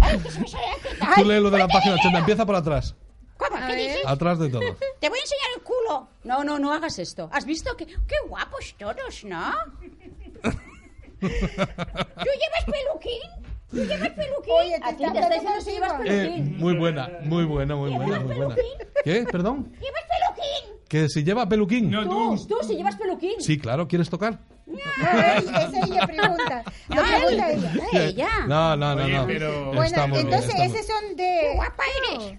[SPEAKER 9] Ay, que se me sale la teta.
[SPEAKER 5] Tú lee lo de la página 80. Empieza por atrás.
[SPEAKER 9] ¿Cómo? ¿Qué dices?
[SPEAKER 5] Atrás de todo.
[SPEAKER 9] Te voy a enseñar el culo.
[SPEAKER 8] No, no, no hagas esto.
[SPEAKER 9] ¿Has visto que qué guapos todos, no? ¿Tú llevas peluquín? ¿Tú llevas peluquín?
[SPEAKER 1] Oye,
[SPEAKER 8] A ti
[SPEAKER 1] está
[SPEAKER 8] te está
[SPEAKER 1] hablando
[SPEAKER 8] diciendo si llevas
[SPEAKER 1] contigo.
[SPEAKER 5] Eh,
[SPEAKER 8] peluquín.
[SPEAKER 5] muy buena, muy buena, muy buena, muy buena. ¿Qué? ¿Perdón?
[SPEAKER 9] ¿Llevas peluquín?
[SPEAKER 5] Que si lleva peluquín.
[SPEAKER 2] No,
[SPEAKER 9] Tú,
[SPEAKER 2] tú.
[SPEAKER 9] tú, si llevas peluquín.
[SPEAKER 5] Sí, claro, ¿quieres tocar?
[SPEAKER 1] No, es, es ella pregunta. Lo pregunta ella.
[SPEAKER 8] Ah, ella.
[SPEAKER 5] Eh, No, no, no,
[SPEAKER 2] Oye,
[SPEAKER 5] no.
[SPEAKER 2] pero-
[SPEAKER 5] Está
[SPEAKER 1] Bueno,
[SPEAKER 5] muy bien,
[SPEAKER 1] entonces
[SPEAKER 5] está muy-
[SPEAKER 1] esos son de.
[SPEAKER 9] Guapa eres.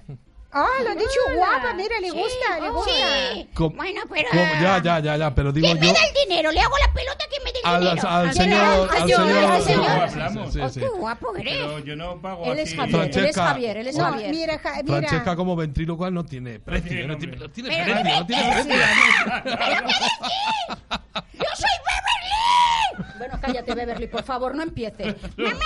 [SPEAKER 1] Ah, lo han dicho guapa, mira, le gusta,
[SPEAKER 8] oh,
[SPEAKER 1] le gusta.
[SPEAKER 9] Sí.
[SPEAKER 5] Com-
[SPEAKER 9] Bueno, pero.
[SPEAKER 5] com- ya, ya, ya, ya, pero digo
[SPEAKER 9] ¿Quién
[SPEAKER 5] yo
[SPEAKER 9] me da el dinero? Le hago la pelota que me dé el
[SPEAKER 5] al,
[SPEAKER 9] dinero.
[SPEAKER 5] al
[SPEAKER 9] ¿Al
[SPEAKER 5] señor,
[SPEAKER 9] señor?
[SPEAKER 5] al
[SPEAKER 9] Yo,
[SPEAKER 5] señor,
[SPEAKER 9] al señor.
[SPEAKER 5] Sí, sí,
[SPEAKER 9] Oh,
[SPEAKER 5] sí.
[SPEAKER 9] qué guapo eres.
[SPEAKER 2] Pero yo no pago
[SPEAKER 8] Él
[SPEAKER 2] así.
[SPEAKER 8] es Javier, él es
[SPEAKER 5] Francesca.
[SPEAKER 8] Javier, él es
[SPEAKER 1] No,
[SPEAKER 8] Javier.
[SPEAKER 1] mira, ja- mira.
[SPEAKER 5] Francesca como ventrílocua no tiene precio,
[SPEAKER 2] tiene
[SPEAKER 5] no tiene,
[SPEAKER 2] nombre.
[SPEAKER 5] no tiene
[SPEAKER 9] Pero
[SPEAKER 5] precio, no tiene
[SPEAKER 9] vete.
[SPEAKER 5] precio.
[SPEAKER 9] Yo soy Beverly.
[SPEAKER 8] Bueno, cállate, Beverly, por favor, no empieces.
[SPEAKER 9] Mamá,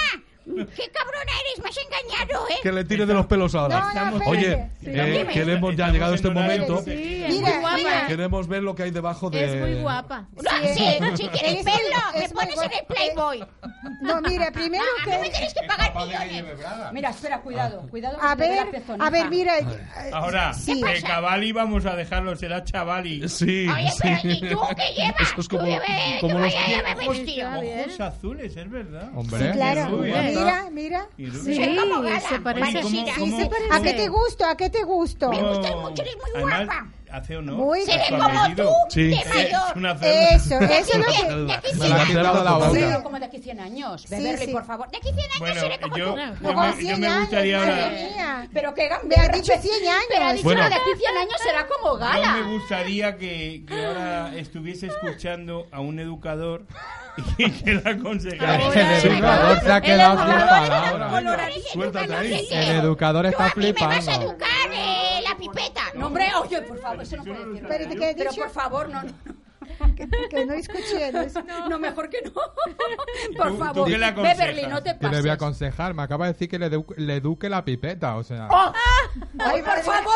[SPEAKER 9] qué cabrona eres. Me has engañado, ¿eh?
[SPEAKER 5] Que le tire de los pelos ahora.
[SPEAKER 1] No, no,
[SPEAKER 5] Oye,
[SPEAKER 1] espérate. Sí.
[SPEAKER 5] eh,
[SPEAKER 9] Dime.
[SPEAKER 5] queremos ya
[SPEAKER 2] Estamos
[SPEAKER 5] llegado
[SPEAKER 2] en
[SPEAKER 5] este
[SPEAKER 2] horario
[SPEAKER 5] momento,
[SPEAKER 2] de-
[SPEAKER 1] Mira, mira.
[SPEAKER 5] queremos ver lo que hay debajo de
[SPEAKER 10] Es muy guapa.
[SPEAKER 9] No, sí, si quieres
[SPEAKER 1] Es-
[SPEAKER 9] verlo,
[SPEAKER 1] es
[SPEAKER 9] me
[SPEAKER 1] muy
[SPEAKER 9] pones en
[SPEAKER 1] guapo.
[SPEAKER 9] el Playboy.
[SPEAKER 1] No, mira, primero
[SPEAKER 9] A mí me
[SPEAKER 1] que.
[SPEAKER 9] tienes que pagar millones.
[SPEAKER 8] Mira, espera, cuidado, cuidado. que
[SPEAKER 1] A
[SPEAKER 8] te ve la
[SPEAKER 1] ver,
[SPEAKER 8] pezonija.
[SPEAKER 1] a ver, mira. eh,
[SPEAKER 2] Ahora,
[SPEAKER 1] Sí.
[SPEAKER 2] el Cavalli vamos a dejarlo, será Chavali.
[SPEAKER 5] Sí,
[SPEAKER 9] Oye, pero
[SPEAKER 5] sí.
[SPEAKER 9] ¿y tú qué llevas?
[SPEAKER 5] Esto es como,
[SPEAKER 9] Tú llevas-
[SPEAKER 5] como
[SPEAKER 9] tú
[SPEAKER 5] los... eh,
[SPEAKER 9] vaya, lleva
[SPEAKER 2] Ojos,
[SPEAKER 9] vestido.
[SPEAKER 2] ojos azules, es verdad.
[SPEAKER 6] Hombre.
[SPEAKER 1] Sí, claro.
[SPEAKER 2] Muy bien.
[SPEAKER 1] Mira, mira.
[SPEAKER 2] Y rubio.
[SPEAKER 3] Sí,
[SPEAKER 9] Soy como Gala,
[SPEAKER 3] se parece.
[SPEAKER 9] parecida.
[SPEAKER 1] Sí,
[SPEAKER 2] ¿Cómo?
[SPEAKER 1] sí, pero- ¿A qué te gusto? ¿A qué te gusto?
[SPEAKER 9] Me gusta mucho, eres muy
[SPEAKER 2] Además,
[SPEAKER 9] guapa.
[SPEAKER 2] hace honor.
[SPEAKER 1] Muy
[SPEAKER 2] a su
[SPEAKER 9] Seré como
[SPEAKER 2] apellido.
[SPEAKER 9] tú,
[SPEAKER 5] Sí.
[SPEAKER 9] de mayor.
[SPEAKER 2] Es una celda.
[SPEAKER 1] Eso, eso es lo que.
[SPEAKER 9] De aquí
[SPEAKER 5] Me
[SPEAKER 9] cien
[SPEAKER 5] la
[SPEAKER 9] años.
[SPEAKER 5] ha quitado la
[SPEAKER 1] Sí.
[SPEAKER 5] boca.
[SPEAKER 8] Pero como de aquí 100 años.
[SPEAKER 1] Sí,
[SPEAKER 8] Beverly,
[SPEAKER 1] sí.
[SPEAKER 8] por favor.
[SPEAKER 9] De aquí cien años
[SPEAKER 2] Bueno,
[SPEAKER 9] seré como
[SPEAKER 2] yo,
[SPEAKER 9] tú.
[SPEAKER 2] yo
[SPEAKER 1] Como
[SPEAKER 2] me, yo
[SPEAKER 1] 100
[SPEAKER 2] me gustaría
[SPEAKER 1] años, ¿eh?
[SPEAKER 2] ahora...
[SPEAKER 1] madre mía.
[SPEAKER 8] Pero qué gambia.
[SPEAKER 1] Me ha dicho 100
[SPEAKER 10] Pero ha
[SPEAKER 1] años.
[SPEAKER 10] dicho
[SPEAKER 5] Bueno.
[SPEAKER 10] que de aquí 100 años será como
[SPEAKER 2] Yo me
[SPEAKER 10] gala.
[SPEAKER 2] gustaría que, que ahora estuviese escuchando a un educador y que le aconsejara.
[SPEAKER 6] Este
[SPEAKER 10] Ahora, El
[SPEAKER 1] ¿eh?
[SPEAKER 5] Sí,
[SPEAKER 10] educador se ha quedado sin palabras.
[SPEAKER 2] Ahora,
[SPEAKER 9] Eres
[SPEAKER 5] Suéltate
[SPEAKER 9] educando,
[SPEAKER 5] ahí.
[SPEAKER 9] ¿sí?
[SPEAKER 10] El educador
[SPEAKER 9] Tú a
[SPEAKER 10] está
[SPEAKER 9] mí me vas a
[SPEAKER 10] flipando.
[SPEAKER 9] educar eh, la pipeta.
[SPEAKER 8] No, hombre, oye, por favor, eso no puede decir.
[SPEAKER 1] Pero, ¿qué has
[SPEAKER 8] Pero,
[SPEAKER 1] dicho?
[SPEAKER 8] por favor, no, no,
[SPEAKER 1] Que, que no escuché. No, escuché.
[SPEAKER 8] no, no, mejor que no.
[SPEAKER 2] ¿Tú-
[SPEAKER 8] Por
[SPEAKER 2] tú
[SPEAKER 8] favor,
[SPEAKER 2] qué le aconsejas?
[SPEAKER 8] Beverly, no te
[SPEAKER 10] ¿Qué
[SPEAKER 8] pases.
[SPEAKER 10] le voy a aconsejar? Me acaba de decir que le, edu- le eduque la pipeta, o sea...
[SPEAKER 1] Ay,
[SPEAKER 8] por
[SPEAKER 1] madre-
[SPEAKER 8] favor.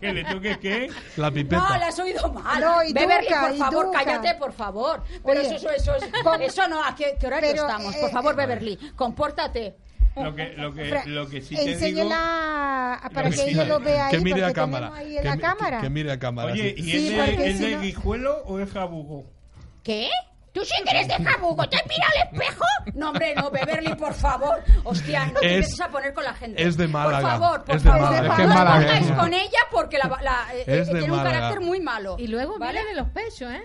[SPEAKER 2] ¿Que le toque qué?
[SPEAKER 5] La
[SPEAKER 8] No,
[SPEAKER 5] pipeta.
[SPEAKER 8] la has oído mal.
[SPEAKER 1] No, y
[SPEAKER 8] Beverly,
[SPEAKER 1] Duca,
[SPEAKER 8] por
[SPEAKER 1] y
[SPEAKER 8] favor,
[SPEAKER 1] Duca.
[SPEAKER 8] cállate, por favor. Pero
[SPEAKER 1] Oye.
[SPEAKER 8] eso, eso, eso, eso, eso no, ¿a qué, qué horario
[SPEAKER 1] Pero,
[SPEAKER 8] estamos?
[SPEAKER 1] eh,
[SPEAKER 8] Por favor,
[SPEAKER 1] eh,
[SPEAKER 8] Beverly, compórtate.
[SPEAKER 2] Lo que, lo que,
[SPEAKER 1] Fra-
[SPEAKER 2] lo que sí te digo...
[SPEAKER 1] Enséñala a- para
[SPEAKER 2] Lo que
[SPEAKER 1] que
[SPEAKER 2] sí
[SPEAKER 1] ella
[SPEAKER 2] te
[SPEAKER 1] lo
[SPEAKER 2] digo.
[SPEAKER 1] vea ahí.
[SPEAKER 5] que mire a
[SPEAKER 1] porque
[SPEAKER 5] cámara.
[SPEAKER 1] tenemos ahí en
[SPEAKER 5] que,
[SPEAKER 1] la
[SPEAKER 5] mi-
[SPEAKER 1] cámara.
[SPEAKER 5] que mire a cámara.
[SPEAKER 2] Oye,
[SPEAKER 5] sí.
[SPEAKER 2] ¿y
[SPEAKER 1] Sí,
[SPEAKER 2] es, de,
[SPEAKER 1] porque
[SPEAKER 2] es
[SPEAKER 1] si
[SPEAKER 2] de
[SPEAKER 1] no-
[SPEAKER 2] guijuelo o es jabugo?
[SPEAKER 9] ¿Qué? ¿Tú sí que eres de jabugo? ¿Te has mirado al espejo?
[SPEAKER 8] No, hombre, no, Beverly, por favor. Hostia, no
[SPEAKER 5] Es-
[SPEAKER 8] te empieces a poner con la gente.
[SPEAKER 5] es de Málaga,
[SPEAKER 8] Por favor, por
[SPEAKER 5] es de
[SPEAKER 8] favor.
[SPEAKER 5] Málaga.
[SPEAKER 10] Es que es
[SPEAKER 8] no os
[SPEAKER 10] malagueña.
[SPEAKER 8] pongáis con ella porque la, la- eh,
[SPEAKER 5] Es
[SPEAKER 8] eh,
[SPEAKER 5] de
[SPEAKER 8] tiene un
[SPEAKER 5] Málaga.
[SPEAKER 8] carácter muy malo.
[SPEAKER 3] Y luego
[SPEAKER 8] ¿Vale?
[SPEAKER 3] viene de los pechos, ¿eh?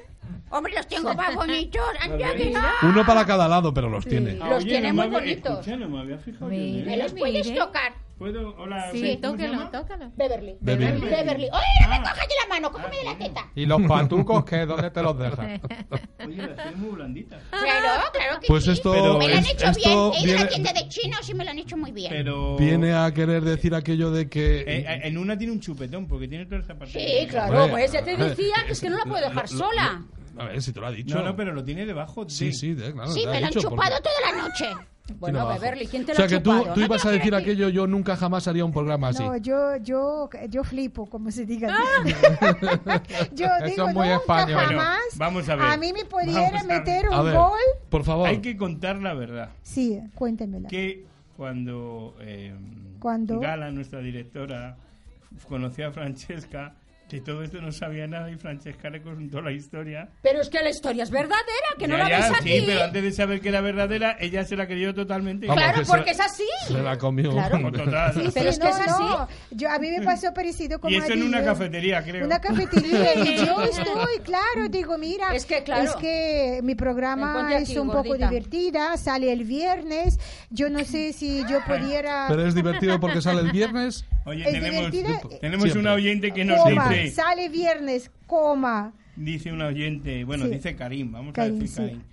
[SPEAKER 9] Hombre, los tengo más bonitos. Anda que no.
[SPEAKER 5] Uno para cada lado, pero los tiene.
[SPEAKER 8] Los tiene
[SPEAKER 2] no Ah, me
[SPEAKER 8] muy
[SPEAKER 2] había-
[SPEAKER 8] bonitos.
[SPEAKER 2] escucha, no me había fijado. yo,
[SPEAKER 3] Mira.
[SPEAKER 9] ¿Me
[SPEAKER 2] ¿eh?
[SPEAKER 9] los puedes
[SPEAKER 3] Mire.
[SPEAKER 9] tocar?
[SPEAKER 2] ¿Puedo? Hola,
[SPEAKER 3] Sí,
[SPEAKER 2] ¿cómo se
[SPEAKER 3] tócalo,
[SPEAKER 2] llama?
[SPEAKER 3] tócalo.
[SPEAKER 9] Beverly.
[SPEAKER 5] Beverly.
[SPEAKER 9] Beverly. ¡Oye, no me
[SPEAKER 2] Ah.
[SPEAKER 9] cojas de la mano! ¡Cógeme de la teta!
[SPEAKER 10] ¿Y los patucos qué? ¿Dónde te los dejas?
[SPEAKER 2] Oye, las tienes muy blanditas.
[SPEAKER 9] Claro, claro que
[SPEAKER 5] Pues
[SPEAKER 9] sí.
[SPEAKER 5] esto-
[SPEAKER 9] Pero me lo han
[SPEAKER 5] es-
[SPEAKER 9] hecho
[SPEAKER 5] esto
[SPEAKER 9] bien. He ido a
[SPEAKER 5] viene-
[SPEAKER 9] la tienda de chinos y me lo han hecho muy bien.
[SPEAKER 2] Pero...
[SPEAKER 5] Viene a querer decir aquello de que...
[SPEAKER 2] Eh, eh, en una tiene un chupetón, porque tiene todas las zapatillas.
[SPEAKER 8] Sí, claro,
[SPEAKER 5] Hombre,
[SPEAKER 8] pues ya te
[SPEAKER 5] a ver,
[SPEAKER 8] decía que es que no la puedo dejar
[SPEAKER 5] lo- lo-
[SPEAKER 8] sola.
[SPEAKER 5] A ver, si te lo ha dicho.
[SPEAKER 2] No, no, pero lo tiene debajo de...
[SPEAKER 5] Sí, sí, de- claro.
[SPEAKER 9] sí,
[SPEAKER 5] te ha
[SPEAKER 9] me lo han
[SPEAKER 5] dicho,
[SPEAKER 9] chupado
[SPEAKER 5] porque-
[SPEAKER 9] toda la noche.
[SPEAKER 8] Bueno,
[SPEAKER 5] abajo.
[SPEAKER 8] Beverly, ¿quién te
[SPEAKER 5] O
[SPEAKER 8] lo
[SPEAKER 5] sea,
[SPEAKER 8] ha
[SPEAKER 5] que
[SPEAKER 8] chupado? eh?
[SPEAKER 5] tú, tú
[SPEAKER 8] No
[SPEAKER 5] ibas a
[SPEAKER 9] te lo
[SPEAKER 5] decir
[SPEAKER 9] quiero
[SPEAKER 5] aquello, yo nunca jamás haría un programa así.
[SPEAKER 1] No, yo, yo, yo flipo, como se diga. yo
[SPEAKER 10] Eso
[SPEAKER 1] digo,
[SPEAKER 10] es muy
[SPEAKER 1] nunca
[SPEAKER 10] español.
[SPEAKER 2] Bueno,
[SPEAKER 1] jamás
[SPEAKER 2] vamos a ver.
[SPEAKER 1] mí me
[SPEAKER 2] Vamos
[SPEAKER 1] pudiera
[SPEAKER 2] a ver.
[SPEAKER 1] meter
[SPEAKER 5] a
[SPEAKER 1] un
[SPEAKER 5] ver,
[SPEAKER 1] gol.
[SPEAKER 5] por favor.
[SPEAKER 2] Hay que contar la verdad.
[SPEAKER 1] Sí, cuéntemela.
[SPEAKER 2] que cuando, eh,
[SPEAKER 1] Cuando-
[SPEAKER 2] Gala, nuestra directora, conocía a Francesca, de todo esto no sabía nada y Francesca le contó la historia.
[SPEAKER 8] Pero es que la historia es verdadera, que no
[SPEAKER 2] Ya,
[SPEAKER 8] la
[SPEAKER 2] ya,
[SPEAKER 8] ves aquí.
[SPEAKER 2] Sí, pero antes de saber que era verdadera, ella se la creyó totalmente.
[SPEAKER 5] Vamos,
[SPEAKER 8] Claro,
[SPEAKER 5] que se-
[SPEAKER 8] porque es así.
[SPEAKER 5] Se la comió.
[SPEAKER 2] Como total.
[SPEAKER 1] Sí,
[SPEAKER 8] Pero
[SPEAKER 1] sí,
[SPEAKER 8] es que
[SPEAKER 1] no,
[SPEAKER 8] es así.
[SPEAKER 1] no. Yo, a mí me pasó parecido como
[SPEAKER 2] Y eso
[SPEAKER 1] a
[SPEAKER 2] en
[SPEAKER 1] ti,
[SPEAKER 2] una
[SPEAKER 1] ¿eh?
[SPEAKER 2] cafetería, creo.
[SPEAKER 1] Una cafetería. y yo estoy, claro, digo, mira,
[SPEAKER 8] Es que, claro.
[SPEAKER 1] es que mi
[SPEAKER 8] Ven,
[SPEAKER 1] programa
[SPEAKER 8] ponte aquí,
[SPEAKER 1] es un poco
[SPEAKER 8] gordita.
[SPEAKER 1] divertida, sale el viernes. Yo no sé si yo pudiera...
[SPEAKER 5] Pero es divertido porque sale el viernes.
[SPEAKER 2] Oye,
[SPEAKER 1] Es
[SPEAKER 2] tenemos,
[SPEAKER 1] divertida-
[SPEAKER 2] tenemos
[SPEAKER 5] Siempre.
[SPEAKER 2] una oyente que nos
[SPEAKER 1] Coma,
[SPEAKER 2] dice,
[SPEAKER 1] sale viernes, coma.
[SPEAKER 2] dice una oyente, bueno,
[SPEAKER 1] Sí.
[SPEAKER 2] dice Karim, vamos
[SPEAKER 1] Karim,
[SPEAKER 2] a decir
[SPEAKER 1] sí.
[SPEAKER 2] Karim.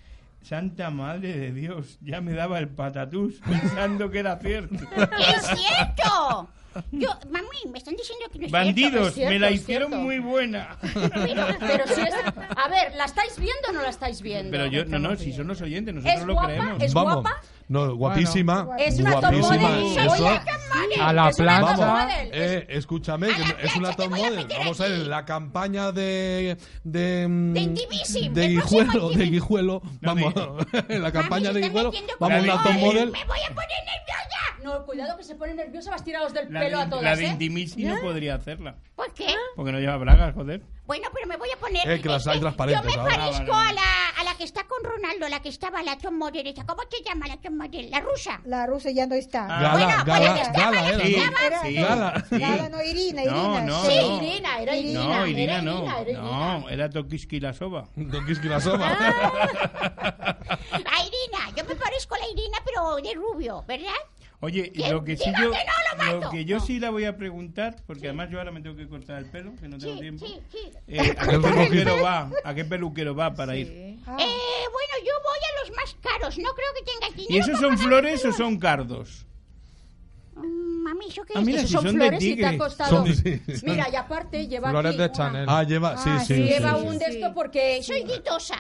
[SPEAKER 2] Santa madre de Dios, ya me daba el patatús pensando que era cierto.
[SPEAKER 9] ¡Es cierto! Yo, mami, me están diciendo que no es
[SPEAKER 2] Bandidos,
[SPEAKER 8] cierto,
[SPEAKER 2] me la
[SPEAKER 8] es
[SPEAKER 2] hicieron
[SPEAKER 8] cierto.
[SPEAKER 2] muy buena.
[SPEAKER 8] Pero, pero si es... A ver, ¿la estáis viendo o no la estáis viendo?
[SPEAKER 2] Pero yo, no, no, si son los oyentes, nosotros
[SPEAKER 8] ¿Es
[SPEAKER 2] lo
[SPEAKER 8] guapa?
[SPEAKER 2] creemos.
[SPEAKER 8] ¿Es
[SPEAKER 5] Vamos.
[SPEAKER 8] guapa?
[SPEAKER 5] No, guapísima.
[SPEAKER 8] Es una
[SPEAKER 5] guapísima.
[SPEAKER 8] topmodel.
[SPEAKER 5] Eso-
[SPEAKER 9] cierto. Soy la camale.
[SPEAKER 10] A la
[SPEAKER 8] Es una
[SPEAKER 10] plancha.
[SPEAKER 5] Vamos,
[SPEAKER 8] topmodel.
[SPEAKER 5] eh, escúchame, que
[SPEAKER 9] A la
[SPEAKER 5] es una
[SPEAKER 9] plancha te
[SPEAKER 5] top
[SPEAKER 9] voy a
[SPEAKER 5] model.
[SPEAKER 9] meter
[SPEAKER 5] Vamos a
[SPEAKER 9] aquí.
[SPEAKER 5] ver, la campaña de. de. mm,
[SPEAKER 9] De Indivisim,
[SPEAKER 5] de
[SPEAKER 9] el próximo
[SPEAKER 5] Guijuelo, de
[SPEAKER 9] Indivisim.
[SPEAKER 5] Guijuelo.
[SPEAKER 2] No
[SPEAKER 5] Vamos, la campaña de Guijuelo. Vamos, una top model.
[SPEAKER 9] Me voy a poner nerviosa.
[SPEAKER 8] No, cuidado que se pone nerviosa, vas tirados del
[SPEAKER 2] La
[SPEAKER 8] pelo
[SPEAKER 2] de,
[SPEAKER 8] a
[SPEAKER 2] la
[SPEAKER 8] todas,
[SPEAKER 2] de
[SPEAKER 8] ¿eh?
[SPEAKER 2] Intimissimi no podría hacerla.
[SPEAKER 9] ¿Por qué?
[SPEAKER 2] Porque no lleva bragas, joder.
[SPEAKER 9] Bueno, pero me voy a poner.
[SPEAKER 5] Eh, que las hay transparentes
[SPEAKER 9] Yo me
[SPEAKER 5] ahora.
[SPEAKER 9] parezco
[SPEAKER 5] Ah, vale,
[SPEAKER 9] a, la, a la que está con Ronaldo, la que estaba, la top model esa. ¿Cómo se llama la top model? La rusa.
[SPEAKER 1] La rusa ya no
[SPEAKER 2] Ah,
[SPEAKER 1] está.
[SPEAKER 5] Gala,
[SPEAKER 9] bueno,
[SPEAKER 5] gala,
[SPEAKER 9] bueno, que estaba,
[SPEAKER 5] gala, eh,
[SPEAKER 9] la que
[SPEAKER 5] era,
[SPEAKER 9] estaba.
[SPEAKER 1] Era-
[SPEAKER 2] Sí,
[SPEAKER 1] no,
[SPEAKER 5] Gala.
[SPEAKER 2] sí.
[SPEAKER 1] Gala, no, Irina,
[SPEAKER 2] No,
[SPEAKER 1] Irina.
[SPEAKER 2] no,
[SPEAKER 1] sí.
[SPEAKER 2] no.
[SPEAKER 9] Irina, era Irina.
[SPEAKER 2] No, Irina
[SPEAKER 9] era
[SPEAKER 2] no.
[SPEAKER 9] Irina, era Irina.
[SPEAKER 2] No, era Tokiski la soba.
[SPEAKER 5] Tokiski la soba.
[SPEAKER 9] A Ah, Irina, yo me parezco a la Irina, pero de rubio, ¿verdad?
[SPEAKER 2] Oye,
[SPEAKER 9] ¿Qué?
[SPEAKER 2] lo que sí
[SPEAKER 9] Diga
[SPEAKER 2] yo,
[SPEAKER 9] que no lo mato.
[SPEAKER 2] lo que yo
[SPEAKER 9] No.
[SPEAKER 2] sí la voy a preguntar, porque además yo ahora me tengo que cortar el pelo, que no tengo
[SPEAKER 9] Sí,
[SPEAKER 2] tiempo.
[SPEAKER 9] sí, sí.
[SPEAKER 2] Eh, ¿A qué
[SPEAKER 5] El relojito.
[SPEAKER 2] peluquero va? ¿A qué peluquero va para ir?
[SPEAKER 1] Ah,
[SPEAKER 9] Eh, bueno, yo voy a los más caros. No creo que tengas dinero.
[SPEAKER 2] ¿Y esos
[SPEAKER 9] para
[SPEAKER 2] son
[SPEAKER 9] pagar
[SPEAKER 2] flores o
[SPEAKER 9] todos.
[SPEAKER 2] son cardos?
[SPEAKER 9] Mm, Mami, ¿eso qué
[SPEAKER 2] Ah,
[SPEAKER 9] es?
[SPEAKER 2] mira,
[SPEAKER 9] Eso-
[SPEAKER 8] Esos
[SPEAKER 2] si
[SPEAKER 8] son,
[SPEAKER 2] son de
[SPEAKER 8] flores y te ha
[SPEAKER 2] tigre.
[SPEAKER 8] costado.
[SPEAKER 5] Son de- sí.
[SPEAKER 8] Mira, y aparte lleva
[SPEAKER 6] Flores
[SPEAKER 8] aquí
[SPEAKER 6] de
[SPEAKER 8] una-
[SPEAKER 6] Chanel.
[SPEAKER 5] Ah, lleva, sí,
[SPEAKER 1] Ah,
[SPEAKER 5] sí,
[SPEAKER 1] sí,
[SPEAKER 5] sí,
[SPEAKER 8] lleva
[SPEAKER 5] sí,
[SPEAKER 8] un
[SPEAKER 5] sí.
[SPEAKER 8] de esto porque
[SPEAKER 9] Soy guitosa.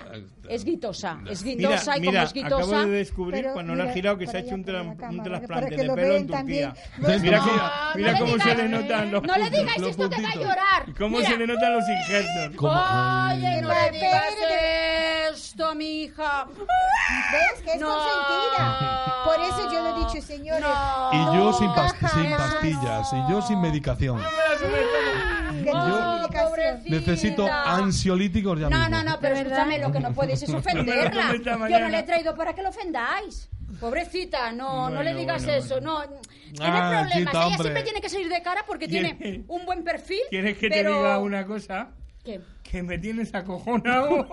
[SPEAKER 8] es guitosa, es
[SPEAKER 2] Mira,
[SPEAKER 8] guitosa y como
[SPEAKER 2] mira,
[SPEAKER 8] es guitosa.
[SPEAKER 2] acabo de descubrir
[SPEAKER 1] Pero,
[SPEAKER 2] cuando lo
[SPEAKER 1] mira,
[SPEAKER 2] ha girado que se
[SPEAKER 1] para
[SPEAKER 2] ha
[SPEAKER 1] allá,
[SPEAKER 2] hecho un,
[SPEAKER 1] para
[SPEAKER 2] tra-
[SPEAKER 1] la
[SPEAKER 2] un
[SPEAKER 1] cámara, para
[SPEAKER 2] trasplante
[SPEAKER 1] que
[SPEAKER 2] de
[SPEAKER 1] lo
[SPEAKER 2] pelo en
[SPEAKER 1] vean también.
[SPEAKER 2] Turquía.
[SPEAKER 1] No es
[SPEAKER 2] mira
[SPEAKER 1] como-
[SPEAKER 2] que-
[SPEAKER 8] No
[SPEAKER 2] mira
[SPEAKER 8] le
[SPEAKER 2] cómo se
[SPEAKER 8] digas-
[SPEAKER 2] le notan los
[SPEAKER 8] No le digáis
[SPEAKER 2] los
[SPEAKER 8] esto que va a
[SPEAKER 2] puntitos.
[SPEAKER 8] llorar.
[SPEAKER 2] ¿Y ¿Cómo
[SPEAKER 8] Mira.
[SPEAKER 2] se le notan los injertos?
[SPEAKER 5] ¿Cómo?
[SPEAKER 8] Oye, no le
[SPEAKER 1] Pepe,
[SPEAKER 8] digas
[SPEAKER 1] que-
[SPEAKER 8] esto, mi hija.
[SPEAKER 1] ¿Ves que es consentida? Por eso yo le he dicho, señores.
[SPEAKER 8] No.
[SPEAKER 5] Y yo sin, pas-
[SPEAKER 1] Cajas.
[SPEAKER 5] sin pastillas, y yo sin medicación.
[SPEAKER 1] Que no
[SPEAKER 5] Yo-
[SPEAKER 1] hay medicación.
[SPEAKER 8] pobrecita.
[SPEAKER 5] Necesito ansiolíticos ya
[SPEAKER 8] No,
[SPEAKER 5] mismo.
[SPEAKER 8] no, no, pero escúchame, lo que no podéis es
[SPEAKER 2] Lo
[SPEAKER 8] ofenderla.
[SPEAKER 2] comenta
[SPEAKER 8] Yo
[SPEAKER 2] mañana.
[SPEAKER 8] no le he traído para que lo ofendáis. Pobrecita, no, no le
[SPEAKER 2] Bueno,
[SPEAKER 8] digas
[SPEAKER 2] bueno,
[SPEAKER 8] eso, no. Tiene
[SPEAKER 5] Ah,
[SPEAKER 8] problemas,
[SPEAKER 5] quita,
[SPEAKER 8] ella
[SPEAKER 5] hombre.
[SPEAKER 8] siempre tiene que salir de cara porque
[SPEAKER 2] ¿Quieres-
[SPEAKER 8] tiene un buen perfil.
[SPEAKER 2] ¿Quieres que
[SPEAKER 8] pero-
[SPEAKER 2] te diga una cosa?
[SPEAKER 8] ¿Qué?
[SPEAKER 2] Que me tienes acojonado.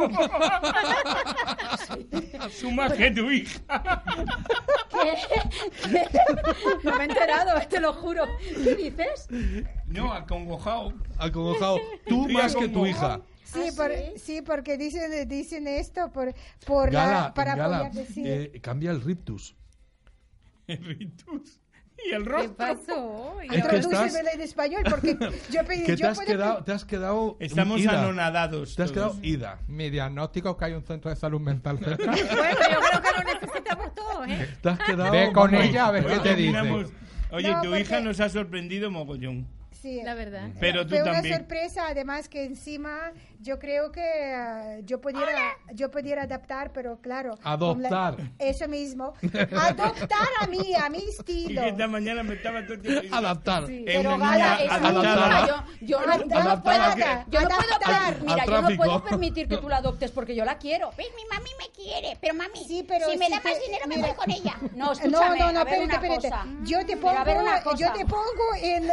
[SPEAKER 2] Suma que tu hija.
[SPEAKER 8] ¿Qué? No me he enterado, te lo juro. ¿Qué dices?
[SPEAKER 2] No, acongojado.
[SPEAKER 5] Acongojado. Tú
[SPEAKER 2] Estoy
[SPEAKER 5] más que tu
[SPEAKER 2] acongojado.
[SPEAKER 5] hija.
[SPEAKER 1] Sí,
[SPEAKER 8] ¿Ah,
[SPEAKER 1] por-
[SPEAKER 8] sí?
[SPEAKER 1] sí, porque dicen, dicen esto por, por la-
[SPEAKER 5] Gala,
[SPEAKER 1] para
[SPEAKER 5] Gala,
[SPEAKER 1] poder decir.
[SPEAKER 5] eh, cambia el riptus.
[SPEAKER 2] El ritus y el
[SPEAKER 3] ¿Qué
[SPEAKER 2] rostro.
[SPEAKER 3] pasó?
[SPEAKER 5] Es que
[SPEAKER 1] Introdúcemela
[SPEAKER 5] estás-
[SPEAKER 1] en español porque yo pedí.
[SPEAKER 5] Que te
[SPEAKER 1] yo
[SPEAKER 5] has,
[SPEAKER 1] puedo-
[SPEAKER 5] quedado, te has quedado
[SPEAKER 2] Estamos
[SPEAKER 5] ida.
[SPEAKER 2] anonadados.
[SPEAKER 5] Te has
[SPEAKER 2] todos.
[SPEAKER 5] quedado ida.
[SPEAKER 6] Mi diagnóstico es que hay un centro de salud mental cerca.
[SPEAKER 3] Bueno, yo creo que lo necesitamos todos, ¿eh?
[SPEAKER 5] Te has quedado...
[SPEAKER 6] Ve con
[SPEAKER 5] vamos.
[SPEAKER 6] ella a ver
[SPEAKER 2] Hoy
[SPEAKER 6] qué te dice.
[SPEAKER 2] terminamos. Oye,
[SPEAKER 1] No,
[SPEAKER 2] tu
[SPEAKER 1] porque-
[SPEAKER 2] hija nos ha sorprendido mogollón.
[SPEAKER 1] Sí.
[SPEAKER 3] La verdad.
[SPEAKER 2] Pero tú
[SPEAKER 1] Fue una
[SPEAKER 2] también.
[SPEAKER 1] sorpresa, además que encima yo creo que ah, yo pudiera yo pudiera adaptar, pero claro. con la-
[SPEAKER 5] Adoptar.
[SPEAKER 1] eso mismo. Adoptar a mí, a mi
[SPEAKER 2] Y
[SPEAKER 1] estilo.
[SPEAKER 2] que esta mañana me estaba todo Es
[SPEAKER 5] Adaptar.
[SPEAKER 2] una
[SPEAKER 8] Pero
[SPEAKER 2] niña
[SPEAKER 8] Gala, es mi
[SPEAKER 2] adaptada.
[SPEAKER 8] hija, yo, yo no, yo no
[SPEAKER 1] Adaptada.
[SPEAKER 8] puedo, yo no puedo,
[SPEAKER 1] Adaptada.
[SPEAKER 8] mira,
[SPEAKER 5] Al
[SPEAKER 8] yo no
[SPEAKER 5] tráfico.
[SPEAKER 8] puedo permitir que tú la adoptes porque yo la quiero.
[SPEAKER 9] ¿Ves? Pues Mi mami me quiere, pero mami,
[SPEAKER 1] Sí, pero
[SPEAKER 9] si me
[SPEAKER 1] si
[SPEAKER 9] da más
[SPEAKER 1] te-
[SPEAKER 9] dinero
[SPEAKER 1] mira.
[SPEAKER 9] me voy con ella.
[SPEAKER 8] No,
[SPEAKER 1] No,
[SPEAKER 8] escúchame,
[SPEAKER 1] no, no,
[SPEAKER 8] a ver
[SPEAKER 1] espérate,
[SPEAKER 8] una
[SPEAKER 1] espérate.
[SPEAKER 8] cosa.
[SPEAKER 1] Yo te
[SPEAKER 8] Pero a ver
[SPEAKER 1] pongo,
[SPEAKER 8] una
[SPEAKER 1] yo
[SPEAKER 8] cosa.
[SPEAKER 1] te pongo en,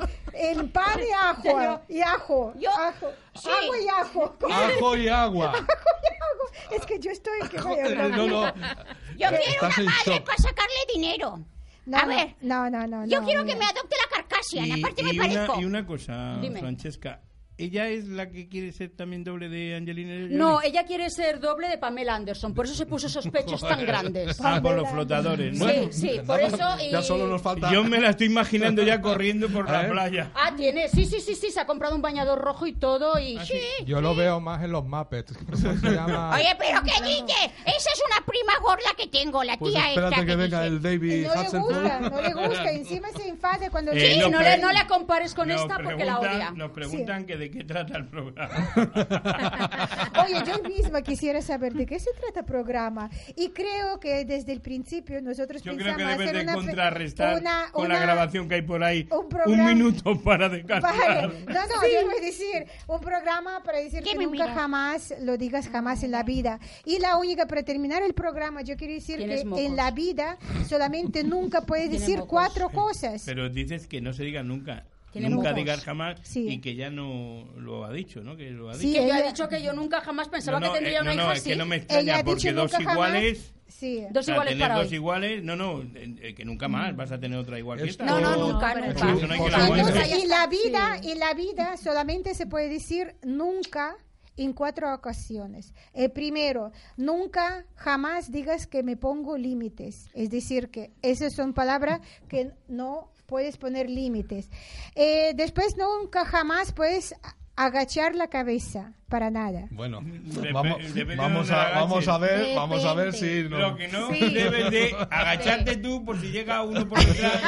[SPEAKER 1] en, en pan y ajo.
[SPEAKER 8] Señor.
[SPEAKER 1] Y ajo.
[SPEAKER 9] Yo-
[SPEAKER 1] ajo.
[SPEAKER 9] sí.
[SPEAKER 1] Agua y ajo. Con
[SPEAKER 5] Ajo y agua.
[SPEAKER 1] ajo y ajo. Es que yo estoy que voy a
[SPEAKER 5] Joder, no, no.
[SPEAKER 9] Yo quiero
[SPEAKER 5] Eh, Estás en
[SPEAKER 9] una madre
[SPEAKER 5] shock.
[SPEAKER 9] para sacarle dinero.
[SPEAKER 1] No,
[SPEAKER 9] a ver,
[SPEAKER 1] no, no, no.
[SPEAKER 9] yo
[SPEAKER 1] no,
[SPEAKER 9] quiero
[SPEAKER 1] mira.
[SPEAKER 9] que me adopte la carcasia,
[SPEAKER 2] Y,
[SPEAKER 9] aparte me
[SPEAKER 2] y
[SPEAKER 9] parezco.
[SPEAKER 2] una, y una cosa,
[SPEAKER 8] Dime.
[SPEAKER 2] Francesca. ¿Ella es la que quiere ser también doble de Angelina Jolie?
[SPEAKER 8] No, ella quiere ser doble de Pamela Anderson, por eso se puso esos pechos tan grandes.
[SPEAKER 2] Ah, por los flotadores,
[SPEAKER 8] Sí,
[SPEAKER 2] ¿no?
[SPEAKER 8] sí, por eso y...
[SPEAKER 5] Ya solo nos falta...
[SPEAKER 2] Yo me la estoy imaginando ya corriendo por
[SPEAKER 5] A
[SPEAKER 2] la
[SPEAKER 5] ver.
[SPEAKER 2] playa.
[SPEAKER 8] Ah, tiene, sí, sí, sí, sí, se ha comprado un bañador rojo y todo
[SPEAKER 2] Ah,
[SPEAKER 8] y... Sí.
[SPEAKER 6] Yo lo veo más en los Muppets. ¿Cómo se llama?
[SPEAKER 9] Oye, pero ¿qué dices? Esa es una prima gorda que tengo, la
[SPEAKER 5] Pues
[SPEAKER 9] tía esta
[SPEAKER 5] espérate que
[SPEAKER 9] que
[SPEAKER 5] venga
[SPEAKER 9] dice.
[SPEAKER 5] el David
[SPEAKER 1] No le
[SPEAKER 5] Hudson.
[SPEAKER 1] gusta, no le gusta. Encima se enfada cuando
[SPEAKER 2] Eh,
[SPEAKER 8] Sí,
[SPEAKER 1] le
[SPEAKER 8] no,
[SPEAKER 2] pero-
[SPEAKER 8] le, no la compares con
[SPEAKER 2] Nos
[SPEAKER 8] esta porque la
[SPEAKER 2] preguntan-
[SPEAKER 8] odia.
[SPEAKER 2] Nos preguntan que de qué trata el programa.
[SPEAKER 1] Oye, yo misma quisiera saber de qué se trata el programa. Y creo que desde el principio nosotros
[SPEAKER 2] Yo creo
[SPEAKER 1] pensamos
[SPEAKER 2] que debes
[SPEAKER 1] hacer
[SPEAKER 2] de
[SPEAKER 1] una pre-
[SPEAKER 2] contrarrestar
[SPEAKER 1] una-
[SPEAKER 2] con la
[SPEAKER 1] una-
[SPEAKER 2] grabación que hay por ahí.
[SPEAKER 1] un
[SPEAKER 2] Un,
[SPEAKER 1] programa-
[SPEAKER 2] minuto para descansar.
[SPEAKER 1] Vale, no, no, yo voy a decir un programa para decir
[SPEAKER 9] ¿Qué
[SPEAKER 1] que
[SPEAKER 9] me
[SPEAKER 1] nunca
[SPEAKER 9] miras?
[SPEAKER 1] jamás lo digas jamás en la vida. Y la única, para terminar el programa, yo quiero decir
[SPEAKER 8] Tienes
[SPEAKER 1] que
[SPEAKER 8] mocos.
[SPEAKER 1] en la vida solamente nunca puedes
[SPEAKER 8] Tiene
[SPEAKER 1] decir
[SPEAKER 8] mocos.
[SPEAKER 1] cuatro cosas.
[SPEAKER 2] Pero dices que no se diga nunca.
[SPEAKER 8] Tiene
[SPEAKER 2] Nunca
[SPEAKER 8] mocos.
[SPEAKER 2] digas jamás
[SPEAKER 1] Sí.
[SPEAKER 2] y que ya no lo ha dicho, ¿no? Que lo ha
[SPEAKER 1] Sí,
[SPEAKER 2] dicho.
[SPEAKER 8] Que yo
[SPEAKER 1] ella-
[SPEAKER 8] he dicho que yo nunca jamás pensaba
[SPEAKER 2] no, no,
[SPEAKER 8] que tendría
[SPEAKER 2] eh,
[SPEAKER 8] una
[SPEAKER 2] no,
[SPEAKER 8] hija
[SPEAKER 2] no, es
[SPEAKER 8] así.
[SPEAKER 2] que no me
[SPEAKER 1] Ella
[SPEAKER 2] extraña
[SPEAKER 1] ha
[SPEAKER 2] porque
[SPEAKER 1] dicho
[SPEAKER 2] dos
[SPEAKER 1] nunca
[SPEAKER 2] iguales...
[SPEAKER 1] jamás. Sí.
[SPEAKER 2] o
[SPEAKER 8] Dos
[SPEAKER 2] sea,
[SPEAKER 8] iguales
[SPEAKER 2] tener
[SPEAKER 8] para
[SPEAKER 2] dos
[SPEAKER 8] hoy. Mm.
[SPEAKER 2] iguales, no, no, eh, eh, que nunca más vas a tener otra igual que
[SPEAKER 5] Esto-
[SPEAKER 2] esta.
[SPEAKER 8] No, no, nunca,
[SPEAKER 3] No,
[SPEAKER 8] nunca.
[SPEAKER 2] pero- Eso no hay que la
[SPEAKER 1] Entonces,
[SPEAKER 2] vuelve.
[SPEAKER 1] y la
[SPEAKER 8] Sí.
[SPEAKER 1] vida, y la vida solamente se puede decir nunca en cuatro ocasiones. Eh, primero, nunca jamás digas que me pongo límites. Es decir, que esas son palabras que no puedes poner límites. Eh, después, nunca jamás puedes agachar la cabeza para nada.
[SPEAKER 5] Bueno,
[SPEAKER 2] Dep-
[SPEAKER 5] vamos,
[SPEAKER 2] depende
[SPEAKER 5] vamos,
[SPEAKER 2] de dónde
[SPEAKER 5] a,
[SPEAKER 2] la
[SPEAKER 5] vamos a ver,
[SPEAKER 3] agaches.
[SPEAKER 5] vamos a ver si no-
[SPEAKER 2] Lo que no
[SPEAKER 3] Sí.
[SPEAKER 2] debes de agacharte tú por si llega uno por detrás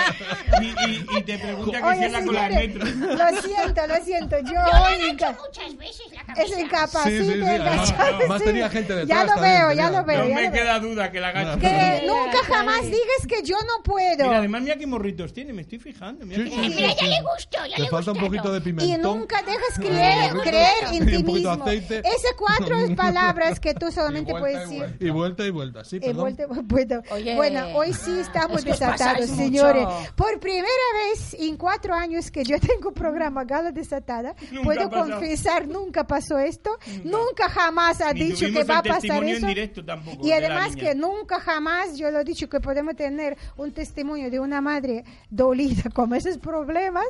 [SPEAKER 2] y, y- y te pregunta que si
[SPEAKER 1] Oye,
[SPEAKER 2] es la cola del
[SPEAKER 1] señores,
[SPEAKER 2] metro.
[SPEAKER 1] lo siento, lo siento. Yo
[SPEAKER 9] Yo
[SPEAKER 1] hoy
[SPEAKER 9] le he
[SPEAKER 1] inca-
[SPEAKER 9] hecho muchas veces la cabeza.
[SPEAKER 1] es incapaz
[SPEAKER 5] Sí, sí, sí,
[SPEAKER 1] de
[SPEAKER 2] Ah,
[SPEAKER 5] además-
[SPEAKER 1] agachar,
[SPEAKER 5] además
[SPEAKER 1] sí.
[SPEAKER 5] tenía gente detrás
[SPEAKER 1] Ya lo
[SPEAKER 5] también,
[SPEAKER 1] veo,
[SPEAKER 5] tenía-
[SPEAKER 1] ya lo veo.
[SPEAKER 2] No
[SPEAKER 1] ya
[SPEAKER 2] me
[SPEAKER 1] lo veo.
[SPEAKER 2] queda duda que la agachas.
[SPEAKER 1] Que nunca jamás digas que yo no puedo.
[SPEAKER 2] Mira, además mira qué morritos tiene, me estoy fijando. Mira
[SPEAKER 5] Sí,
[SPEAKER 2] qué
[SPEAKER 5] sí,
[SPEAKER 9] Eh,
[SPEAKER 5] sí.
[SPEAKER 9] Mira, ya le gusto, ya
[SPEAKER 5] Le
[SPEAKER 9] le
[SPEAKER 5] falta
[SPEAKER 9] gusta.
[SPEAKER 5] un poquito de
[SPEAKER 1] y
[SPEAKER 5] pimentón.
[SPEAKER 1] nunca dejas que creer,
[SPEAKER 5] burritos
[SPEAKER 1] creer
[SPEAKER 5] y
[SPEAKER 1] en
[SPEAKER 5] un
[SPEAKER 1] ti
[SPEAKER 5] poquito de
[SPEAKER 1] mismo.
[SPEAKER 5] aceite.
[SPEAKER 1] Esas cuatro palabras que tú solamente
[SPEAKER 5] vuelta
[SPEAKER 1] puedes
[SPEAKER 5] y
[SPEAKER 1] decir.
[SPEAKER 5] Y vuelta y vuelta, sí,
[SPEAKER 1] Eh,
[SPEAKER 5] perdón.
[SPEAKER 1] vuelta- bueno,
[SPEAKER 9] Oye,
[SPEAKER 1] bueno, hoy sí estamos
[SPEAKER 9] es que os
[SPEAKER 1] desatados,
[SPEAKER 9] pasáis mucho.
[SPEAKER 1] señores. Por primera vez en cuatro años que yo tengo programa Gala Desatada,
[SPEAKER 2] Nunca
[SPEAKER 1] puedo
[SPEAKER 2] pasó.
[SPEAKER 1] confesar, nunca pasó esto. Nunca, jamás ha
[SPEAKER 2] Ni
[SPEAKER 1] dicho que
[SPEAKER 2] tuvimos
[SPEAKER 1] va a
[SPEAKER 2] el
[SPEAKER 1] pasar
[SPEAKER 2] testimonio en
[SPEAKER 1] eso.
[SPEAKER 2] directo tampoco
[SPEAKER 1] y
[SPEAKER 2] de la
[SPEAKER 1] además
[SPEAKER 2] niña.
[SPEAKER 1] que nunca jamás yo lo he dicho que podemos tener un testimonio de una madre dolida con esos problemas.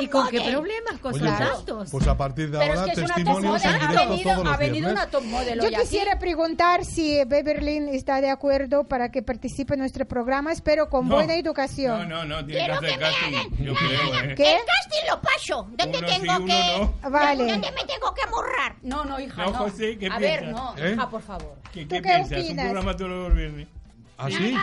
[SPEAKER 3] ¿Y con qué problemas? Con
[SPEAKER 5] Oye,
[SPEAKER 3] sus
[SPEAKER 5] pues-
[SPEAKER 3] actos.
[SPEAKER 5] Pues a partir de
[SPEAKER 8] Pero es
[SPEAKER 5] ahora,
[SPEAKER 8] que es una top
[SPEAKER 5] testimonios
[SPEAKER 8] model.
[SPEAKER 5] en
[SPEAKER 8] Ha
[SPEAKER 5] directo
[SPEAKER 8] venido,
[SPEAKER 5] todos los
[SPEAKER 8] ha venido
[SPEAKER 5] viernes.
[SPEAKER 8] una top model.
[SPEAKER 1] Yo
[SPEAKER 8] hoy aquí.
[SPEAKER 1] quisiera preguntar si Beberlin está de acuerdo para que participe en nuestro programa, pero con
[SPEAKER 2] No.
[SPEAKER 1] buena educación.
[SPEAKER 2] No, no, no, tiene que
[SPEAKER 9] Quiero que
[SPEAKER 2] hacer
[SPEAKER 9] me
[SPEAKER 2] casting. Yo creo, ¿eh?
[SPEAKER 1] ¿Qué?
[SPEAKER 9] El casting lo paso. ¿Dónde
[SPEAKER 2] Uno sí,
[SPEAKER 9] tengo
[SPEAKER 2] uno
[SPEAKER 9] que.?
[SPEAKER 2] no.
[SPEAKER 1] Vale.
[SPEAKER 9] ¿Dónde me tengo que morrar?
[SPEAKER 8] No, no, hija.
[SPEAKER 2] No,
[SPEAKER 8] No,
[SPEAKER 2] José, ¿qué
[SPEAKER 8] A ver,
[SPEAKER 2] piensas?
[SPEAKER 8] no,
[SPEAKER 5] ¿Eh?
[SPEAKER 8] hija, por favor.
[SPEAKER 2] ¿Qué,
[SPEAKER 1] ¿Tú qué
[SPEAKER 2] qué piensas? Un
[SPEAKER 1] opinas?
[SPEAKER 2] programa todos los viernes.
[SPEAKER 5] ¿Así?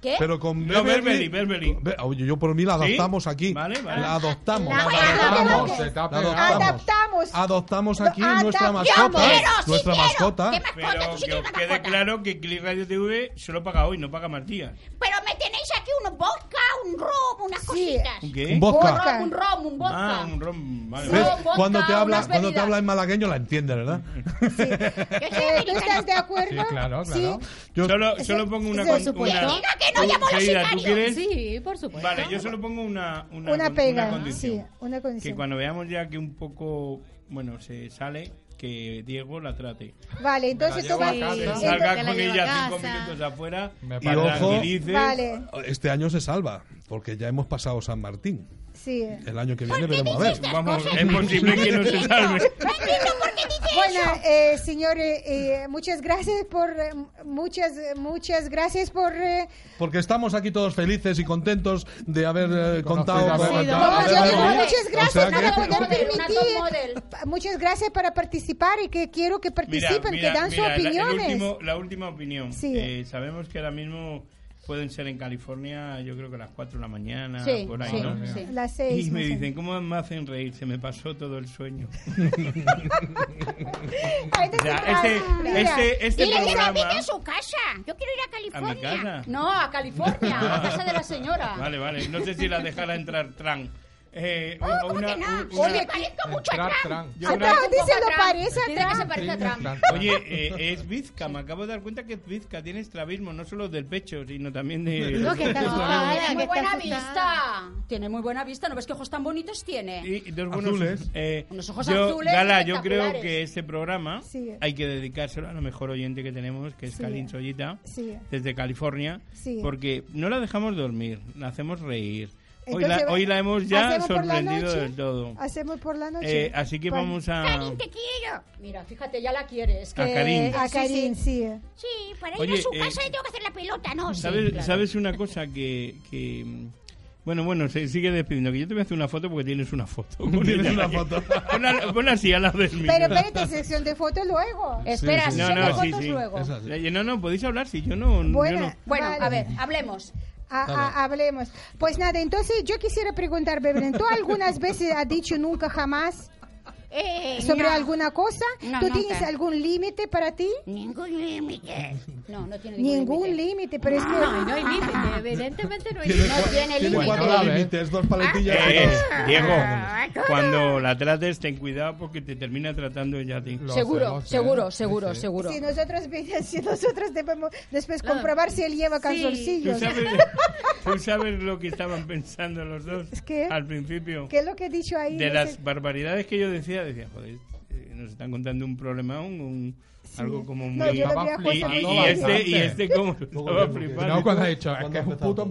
[SPEAKER 8] ¿Qué?
[SPEAKER 5] ¿Ah, Pero con
[SPEAKER 2] No,
[SPEAKER 5] Beverly.
[SPEAKER 2] Beverly, Beverly.
[SPEAKER 5] Ve- Oye, yo por mí la
[SPEAKER 2] ¿Sí?
[SPEAKER 5] adaptamos aquí.
[SPEAKER 2] Vale, vale.
[SPEAKER 5] La adoptamos.
[SPEAKER 9] La
[SPEAKER 6] Vamos,
[SPEAKER 1] Vamos,
[SPEAKER 6] se te ha
[SPEAKER 5] la
[SPEAKER 6] pegado.
[SPEAKER 5] adoptamos.
[SPEAKER 1] Adaptamos.
[SPEAKER 5] Adoptamos aquí
[SPEAKER 1] Adaptamos.
[SPEAKER 5] nuestra
[SPEAKER 1] Yo
[SPEAKER 5] mascota. eh,
[SPEAKER 9] quiero, sí
[SPEAKER 5] nuestra
[SPEAKER 9] quiero.
[SPEAKER 5] mascota.
[SPEAKER 9] ¿Qué mascota?
[SPEAKER 2] Pero
[SPEAKER 9] Tú sí
[SPEAKER 2] que os
[SPEAKER 9] quieres
[SPEAKER 2] quede
[SPEAKER 9] mascota.
[SPEAKER 2] claro que Click Radio TV solo paga hoy, no paga Martía.
[SPEAKER 9] Pero me tenéis aquí un vodka, un rom, unas cositas.
[SPEAKER 2] ¿Un qué?
[SPEAKER 5] Un vodka.
[SPEAKER 1] Vodka.
[SPEAKER 8] Un rom, un vodka.
[SPEAKER 2] Ah, un rom. Vale,
[SPEAKER 5] ¿Ves?
[SPEAKER 8] No,
[SPEAKER 2] vale.
[SPEAKER 8] vodka,
[SPEAKER 5] cuando te habla,
[SPEAKER 8] unas
[SPEAKER 5] cuando te
[SPEAKER 8] bebidas.
[SPEAKER 5] habla en malagueño la entiende, ¿verdad?
[SPEAKER 1] Eh, ¿Tú estás de acuerdo?
[SPEAKER 6] Sí, claro,
[SPEAKER 1] Sí.
[SPEAKER 6] claro.
[SPEAKER 5] Yo-
[SPEAKER 2] Solo, solo pongo una...
[SPEAKER 1] Por
[SPEAKER 2] con-
[SPEAKER 1] supuesto.
[SPEAKER 2] una-
[SPEAKER 9] Diga que no llamo a los
[SPEAKER 2] Sheila, ¿tú
[SPEAKER 9] sicarios.
[SPEAKER 2] quieres?
[SPEAKER 3] Sí, por supuesto.
[SPEAKER 2] Vale, yo solo pongo una... Una,
[SPEAKER 1] Una
[SPEAKER 2] con-
[SPEAKER 1] pega. sí,
[SPEAKER 2] condición.
[SPEAKER 1] una
[SPEAKER 2] Que
[SPEAKER 1] condición.
[SPEAKER 2] cuando veamos ya que un poco, bueno, se sale, que Diego la trate.
[SPEAKER 1] Vale, entonces
[SPEAKER 6] Me
[SPEAKER 1] tú
[SPEAKER 6] la
[SPEAKER 1] vas.
[SPEAKER 6] llevo a casa.
[SPEAKER 1] entonces-
[SPEAKER 2] Salga
[SPEAKER 3] la
[SPEAKER 2] con
[SPEAKER 3] lleva
[SPEAKER 2] ella
[SPEAKER 3] a
[SPEAKER 2] cinco
[SPEAKER 3] casa.
[SPEAKER 2] minutos afuera
[SPEAKER 6] Me
[SPEAKER 2] y
[SPEAKER 5] parece.
[SPEAKER 2] tranquilice.
[SPEAKER 1] Vale,
[SPEAKER 5] Este año se salva, porque ya hemos pasado San Martín.
[SPEAKER 1] sí.
[SPEAKER 5] El año que viene veremos a ver.
[SPEAKER 2] Vamos, es posible que no se salve.
[SPEAKER 9] No entiendo por qué dices
[SPEAKER 1] Bueno, eh, señores, eh, muchas gracias por eh, muchas muchas gracias por eh,
[SPEAKER 5] Porque estamos aquí todos felices y contentos de haber eh, contado
[SPEAKER 6] a
[SPEAKER 5] con-
[SPEAKER 6] Begoña.
[SPEAKER 1] no,
[SPEAKER 5] a
[SPEAKER 1] yo digo
[SPEAKER 5] Begoña.
[SPEAKER 1] muchas
[SPEAKER 5] O
[SPEAKER 1] gracias
[SPEAKER 5] sea
[SPEAKER 1] para
[SPEAKER 5] que-
[SPEAKER 2] pues
[SPEAKER 1] poder
[SPEAKER 8] Una top
[SPEAKER 1] permitir
[SPEAKER 8] model.
[SPEAKER 1] pa- muchas gracias para participar y que quiero que participen, que dan sus
[SPEAKER 2] mira, la- el
[SPEAKER 1] opiniones.
[SPEAKER 2] último- la última opinión.
[SPEAKER 1] Sí.
[SPEAKER 2] Eh, sabemos que ahora mismo pueden ser en California, yo creo que a las 4 de la mañana,
[SPEAKER 8] Sí,
[SPEAKER 2] por ahí,
[SPEAKER 8] sí,
[SPEAKER 2] ¿no?
[SPEAKER 8] sí.
[SPEAKER 1] Las seis.
[SPEAKER 2] Y me
[SPEAKER 1] no sé.
[SPEAKER 2] dicen, ¿cómo me hacen reír? Se me pasó todo el sueño.
[SPEAKER 1] Ay, no te
[SPEAKER 2] Ya,
[SPEAKER 1] creas.
[SPEAKER 2] este,
[SPEAKER 1] Ah, Mira.
[SPEAKER 2] este, este
[SPEAKER 9] Dile que no
[SPEAKER 2] programa
[SPEAKER 9] vine a su casa. Yo quiero ir a
[SPEAKER 2] a mi
[SPEAKER 9] California.
[SPEAKER 2] casa.
[SPEAKER 8] No, a California, a casa de la señora.
[SPEAKER 2] Vale, vale. No sé si la dejará entrar Tran. Eh,
[SPEAKER 9] Oh, ¿cómo que no?
[SPEAKER 2] un- una-
[SPEAKER 9] Oye, parezco mucho a
[SPEAKER 6] Entrar,
[SPEAKER 9] Trump.
[SPEAKER 6] tran.
[SPEAKER 2] yo
[SPEAKER 1] Ah,
[SPEAKER 2] creo-
[SPEAKER 1] no, dice, lo parece a
[SPEAKER 8] Dice que se
[SPEAKER 1] Trump.
[SPEAKER 8] parece a
[SPEAKER 6] Tran,
[SPEAKER 8] Trump.
[SPEAKER 6] tran,
[SPEAKER 2] Oye, eh, es bizca, me acabo de dar cuenta que es bizca, tiene estrabismo, no solo del pecho, sino también de...
[SPEAKER 3] No, que está asustada,
[SPEAKER 8] Tiene
[SPEAKER 3] que
[SPEAKER 8] muy
[SPEAKER 3] está
[SPEAKER 8] buena
[SPEAKER 3] asustada.
[SPEAKER 8] vista. Tiene muy buena vista. ¿No ves qué ojos tan bonitos tiene?
[SPEAKER 2] Y dos buenos
[SPEAKER 5] Azules.
[SPEAKER 2] eh,
[SPEAKER 8] Unos ojos
[SPEAKER 2] yo,
[SPEAKER 8] azules
[SPEAKER 2] Gala, yo creo
[SPEAKER 8] espectaculares.
[SPEAKER 2] que este programa
[SPEAKER 1] Sí.
[SPEAKER 2] hay que dedicárselo a la mejor oyente que tenemos, que es
[SPEAKER 1] Sí.
[SPEAKER 2] Kalin Sollita,
[SPEAKER 1] Sí.
[SPEAKER 2] desde California,
[SPEAKER 1] Sí.
[SPEAKER 2] porque no la dejamos dormir, la hacemos reír. Hoy,
[SPEAKER 1] Entonces,
[SPEAKER 2] la, hoy la hemos ya
[SPEAKER 1] hacemos por la
[SPEAKER 2] sorprendido
[SPEAKER 1] noche,
[SPEAKER 2] del todo.
[SPEAKER 1] Hacemos por la noche. Pues,
[SPEAKER 2] Eh, así que
[SPEAKER 1] Bueno,
[SPEAKER 2] vamos a...
[SPEAKER 9] Karin, te quiero.
[SPEAKER 8] Mira, fíjate, ya la quieres. Que...
[SPEAKER 2] A Karin.
[SPEAKER 1] A
[SPEAKER 8] Sí,
[SPEAKER 1] Karin,
[SPEAKER 8] sí.
[SPEAKER 1] sí.
[SPEAKER 9] Sí, para ir
[SPEAKER 2] Oye,
[SPEAKER 9] a su
[SPEAKER 2] eh,
[SPEAKER 9] casa le tengo que hacer la pelota, ¿no? Sí.
[SPEAKER 2] ¿Sabes, sabes una cosa que, que, mm, Bueno, bueno, se sigue despidiendo. Que yo te voy a hacer una foto porque tienes una foto. Pon
[SPEAKER 5] Tienes
[SPEAKER 2] ella
[SPEAKER 5] una
[SPEAKER 2] ahí.
[SPEAKER 5] foto.
[SPEAKER 2] Ponla, ponla así a la del mío.
[SPEAKER 1] Pero espérate, sección de fotos luego.
[SPEAKER 8] Espera,
[SPEAKER 5] Sí, sí,
[SPEAKER 8] si
[SPEAKER 5] sí.
[SPEAKER 8] son
[SPEAKER 2] No,
[SPEAKER 8] de
[SPEAKER 2] no, sí,
[SPEAKER 8] fotos
[SPEAKER 2] sí.
[SPEAKER 8] luego.
[SPEAKER 5] Es así.
[SPEAKER 2] Eh, No, no, podéis hablar si yo no... yo
[SPEAKER 1] Buena.
[SPEAKER 2] no-
[SPEAKER 8] Bueno,
[SPEAKER 1] Vale.
[SPEAKER 8] a ver, hablemos.
[SPEAKER 1] A- a- hablemos. Pues nada, entonces yo quisiera preguntar, Bebren, ¿tú algunas veces has dicho nunca jamás
[SPEAKER 9] Eh,
[SPEAKER 1] sobre
[SPEAKER 9] no,
[SPEAKER 1] alguna cosa?
[SPEAKER 9] No,
[SPEAKER 1] ¿Tú
[SPEAKER 9] nunca.
[SPEAKER 1] tienes algún límite para ti?
[SPEAKER 9] Ningún límite.
[SPEAKER 8] No, no tiene
[SPEAKER 1] Ningún límite, pero es que...
[SPEAKER 3] No, no hay límite, evidentemente no hay
[SPEAKER 5] Tiene,
[SPEAKER 3] límite.
[SPEAKER 5] cua-
[SPEAKER 8] tiene
[SPEAKER 5] tiene
[SPEAKER 8] límite.
[SPEAKER 5] cuatro
[SPEAKER 6] Bueno, a ver.
[SPEAKER 5] límites, dos paletillas.
[SPEAKER 2] Eh,
[SPEAKER 5] dos.
[SPEAKER 2] Diego,
[SPEAKER 1] Ah,
[SPEAKER 2] cuando la trates, ten cuidado porque te termina tratando ella a ti.
[SPEAKER 6] Lo
[SPEAKER 8] Seguro,
[SPEAKER 6] hacemos, ¿eh?
[SPEAKER 8] seguro, seguro,
[SPEAKER 6] Sí, sí.
[SPEAKER 8] seguro.
[SPEAKER 1] Si nosotros, si nosotros debemos después comprobar si él lleva
[SPEAKER 2] ¿Tú
[SPEAKER 1] calzoncillos.
[SPEAKER 2] sabes, tú sabes lo que estaban pensando los dos
[SPEAKER 1] Es que-
[SPEAKER 2] al principio?
[SPEAKER 1] ¿Qué es lo que he dicho ahí?
[SPEAKER 2] De
[SPEAKER 1] No
[SPEAKER 2] las
[SPEAKER 1] sé.
[SPEAKER 2] barbaridades que yo decía, decía, joder, eh, nos están contando un problema, un, un- algo como muy...
[SPEAKER 1] No, yo lo vi a
[SPEAKER 6] Estaba
[SPEAKER 2] y, y-
[SPEAKER 1] José
[SPEAKER 6] flipando
[SPEAKER 2] y
[SPEAKER 1] Manuel.
[SPEAKER 2] este, y este como estaba flipando.
[SPEAKER 6] No, cuando ha dicho, es
[SPEAKER 5] ¿Cuándo
[SPEAKER 6] que es un
[SPEAKER 5] empezamos?
[SPEAKER 6] puto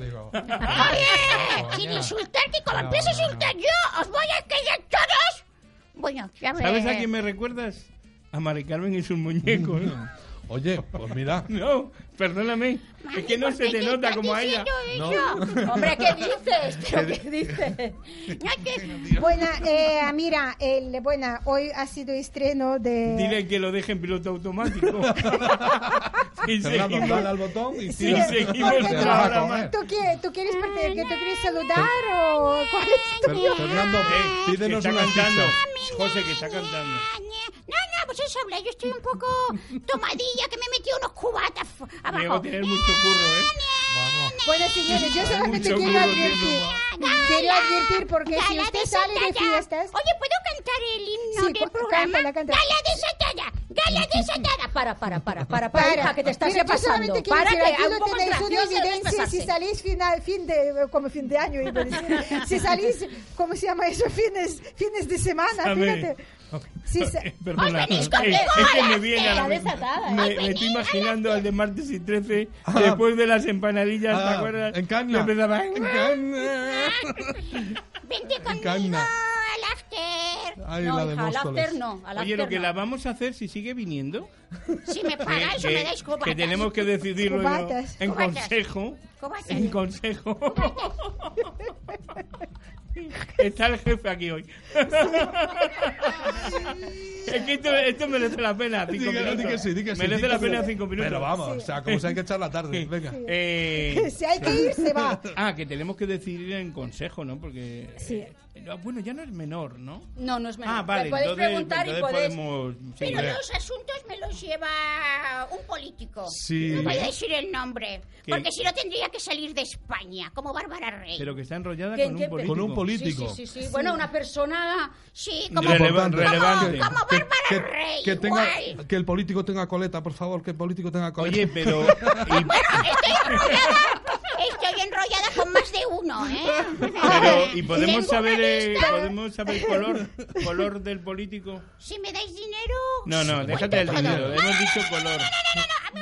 [SPEAKER 6] digo.
[SPEAKER 9] Ah. Oye, sin
[SPEAKER 6] Coño.
[SPEAKER 9] insultarte, como
[SPEAKER 6] No,
[SPEAKER 9] empiezo a
[SPEAKER 6] no,
[SPEAKER 9] insultar yo, os voy a callar todos. Bueno, ya ver.
[SPEAKER 2] ¿Sabes
[SPEAKER 1] Eh.
[SPEAKER 2] a quién me recuerdas? A Mari Carmen y sus muñecos.
[SPEAKER 5] Oye, pues mira.
[SPEAKER 2] No, perdóname.
[SPEAKER 9] Mami,
[SPEAKER 2] Es que no
[SPEAKER 9] ¿por
[SPEAKER 2] se
[SPEAKER 9] qué
[SPEAKER 2] te nota
[SPEAKER 9] estás
[SPEAKER 2] como a ella.
[SPEAKER 9] diciendo eso?
[SPEAKER 8] Hombre, ¿qué dices? ¿Pero qué dices?
[SPEAKER 9] No te-
[SPEAKER 1] Buena, eh, mira, el, buena, hoy ha sido estreno de...
[SPEAKER 2] Dile que lo deje en piloto automático. y
[SPEAKER 5] Fernando, dale
[SPEAKER 2] seguimos, Eh,
[SPEAKER 5] al botón y
[SPEAKER 1] Sí,
[SPEAKER 2] y
[SPEAKER 5] tira.
[SPEAKER 2] seguimos
[SPEAKER 1] porque
[SPEAKER 2] el
[SPEAKER 1] tú-
[SPEAKER 2] programa.
[SPEAKER 1] ¿Tú, qué- tú quieres, parte- que tú quieres saludar o cuál es tu-
[SPEAKER 5] Fer- Fernando,
[SPEAKER 2] Eh,
[SPEAKER 5] pídenos
[SPEAKER 2] que
[SPEAKER 5] una
[SPEAKER 2] está
[SPEAKER 5] pizza.
[SPEAKER 2] cantando. José, que está cantando.
[SPEAKER 9] No, no, pues eso habla. Yo estoy un poco tomadilla que me he metido unos cubatas fu- abajo.
[SPEAKER 2] Diego, tienes mucho curro, ¿eh?
[SPEAKER 6] Vamos.
[SPEAKER 1] Bueno, señores, yo solamente
[SPEAKER 2] Mucho
[SPEAKER 1] quiero
[SPEAKER 2] culo
[SPEAKER 1] advertir.
[SPEAKER 2] tiene,
[SPEAKER 1] Quiero advertir porque si
[SPEAKER 9] Gala
[SPEAKER 1] usted sale de
[SPEAKER 9] desatada.
[SPEAKER 1] fiestas...
[SPEAKER 9] Oye, ¿puedo cantar el himno
[SPEAKER 1] Sí,
[SPEAKER 9] del
[SPEAKER 1] cu-
[SPEAKER 9] programa?
[SPEAKER 1] cántala, cántala.
[SPEAKER 9] Gala desatada, gala desatada.
[SPEAKER 8] Para, para, para, para, para, hija, que te estás
[SPEAKER 1] Mira,
[SPEAKER 8] ya
[SPEAKER 1] yo solamente
[SPEAKER 8] pasando.
[SPEAKER 1] quiero
[SPEAKER 8] Para,
[SPEAKER 1] decir,
[SPEAKER 8] que
[SPEAKER 1] aquí
[SPEAKER 8] un
[SPEAKER 1] lo
[SPEAKER 8] poco es
[SPEAKER 1] tenéis una
[SPEAKER 8] gracioso es
[SPEAKER 1] evidencia si
[SPEAKER 8] pasarse.
[SPEAKER 1] salís final, fin de, como fin de año, iba a decir. si salís, ¿cómo se llama eso? Fines, fines de semana,
[SPEAKER 2] A
[SPEAKER 1] fíjate.
[SPEAKER 2] ver.
[SPEAKER 1] Sí, sa-
[SPEAKER 2] Perdona,
[SPEAKER 9] Hoy venís
[SPEAKER 2] eh,
[SPEAKER 9] conmigo,
[SPEAKER 2] es que me
[SPEAKER 9] ahora
[SPEAKER 2] viene
[SPEAKER 9] sí,
[SPEAKER 2] a la
[SPEAKER 9] la
[SPEAKER 2] mente. Me,
[SPEAKER 9] desatada. Hoy
[SPEAKER 2] me
[SPEAKER 9] venís,
[SPEAKER 2] estoy
[SPEAKER 9] ahora
[SPEAKER 2] imaginando al de martes y 13 después de las empanadillas, ¿te
[SPEAKER 5] Ah,
[SPEAKER 2] acuerdas?
[SPEAKER 5] en Canna.
[SPEAKER 2] Que empezaba, "Ah".
[SPEAKER 9] Vente conmigo
[SPEAKER 5] Encarna.
[SPEAKER 9] al after.
[SPEAKER 5] Ay,
[SPEAKER 8] No,
[SPEAKER 5] la de
[SPEAKER 8] hija, al
[SPEAKER 5] Móstoles.
[SPEAKER 8] after no. Al
[SPEAKER 2] Oye,
[SPEAKER 8] after
[SPEAKER 2] lo que
[SPEAKER 8] no.
[SPEAKER 2] la vamos a hacer si sigue viniendo,
[SPEAKER 9] Si me pagáis o
[SPEAKER 2] que-
[SPEAKER 9] me dais cobatas.
[SPEAKER 2] que tenemos que decidirlo ¿no?
[SPEAKER 1] Cubatas.
[SPEAKER 2] en
[SPEAKER 9] Cubatas.
[SPEAKER 2] consejo.
[SPEAKER 9] Cobatas.
[SPEAKER 2] En consejo. Está el jefe aquí hoy. es que esto, esto merece la pena. Cinco
[SPEAKER 5] Di que-
[SPEAKER 2] minutos.
[SPEAKER 5] di que sí, di que sí,
[SPEAKER 2] merece
[SPEAKER 5] di
[SPEAKER 2] la
[SPEAKER 5] que
[SPEAKER 2] pena
[SPEAKER 5] sí.
[SPEAKER 2] cinco minutos.
[SPEAKER 5] Pero vamos, o sea, como se han que echar la tarde.
[SPEAKER 2] Sí.
[SPEAKER 5] Venga.
[SPEAKER 2] Eh,
[SPEAKER 1] si hay que ir, se va.
[SPEAKER 2] ah, que tenemos que decidir en consejo, ¿no? Porque.
[SPEAKER 1] Sí.
[SPEAKER 2] eh, no, bueno, ya no es menor, ¿no?
[SPEAKER 8] No, no es menor.
[SPEAKER 2] Ah, vale.
[SPEAKER 8] Me podéis
[SPEAKER 2] entonces,
[SPEAKER 8] preguntar y
[SPEAKER 2] entonces
[SPEAKER 8] podéis...
[SPEAKER 2] podemos. sí,
[SPEAKER 9] Pero
[SPEAKER 2] eh,
[SPEAKER 9] los asuntos me los lleva un político.
[SPEAKER 5] Sí.
[SPEAKER 9] No voy a decir el nombre,
[SPEAKER 2] ¿Qué?
[SPEAKER 9] porque si no tendría que salir de España, como Bárbara Rey.
[SPEAKER 2] pero que está enrollada
[SPEAKER 8] ¿Qué-
[SPEAKER 2] con
[SPEAKER 8] qué-
[SPEAKER 2] un político.
[SPEAKER 5] Con un
[SPEAKER 8] Sí, sí,
[SPEAKER 5] político.
[SPEAKER 8] sí, sí. Bueno, una persona...
[SPEAKER 9] Ah, Sí, como,
[SPEAKER 2] Rele-
[SPEAKER 5] Importante.
[SPEAKER 2] relevante.
[SPEAKER 9] Como- como
[SPEAKER 5] Que- que-
[SPEAKER 9] Bárbara Rey,
[SPEAKER 5] que tenga-
[SPEAKER 9] guay.
[SPEAKER 5] que el político tenga coleta, por favor, que el político tenga coleta.
[SPEAKER 2] Oye, pero. y-
[SPEAKER 9] Estoy enrollada, estoy enrollada con más de uno, ¿eh?
[SPEAKER 2] pero- y
[SPEAKER 9] Tengo
[SPEAKER 2] podemos
[SPEAKER 9] una
[SPEAKER 2] saber, eh,
[SPEAKER 9] lista.
[SPEAKER 2] podemos saber el color, color del político.
[SPEAKER 9] Si me dais dinero...
[SPEAKER 2] No,
[SPEAKER 9] os
[SPEAKER 2] no,
[SPEAKER 9] cuento
[SPEAKER 2] déjate el
[SPEAKER 9] todo.
[SPEAKER 2] dinero.
[SPEAKER 9] No,
[SPEAKER 2] Hemos dicho color.
[SPEAKER 9] no, no, no,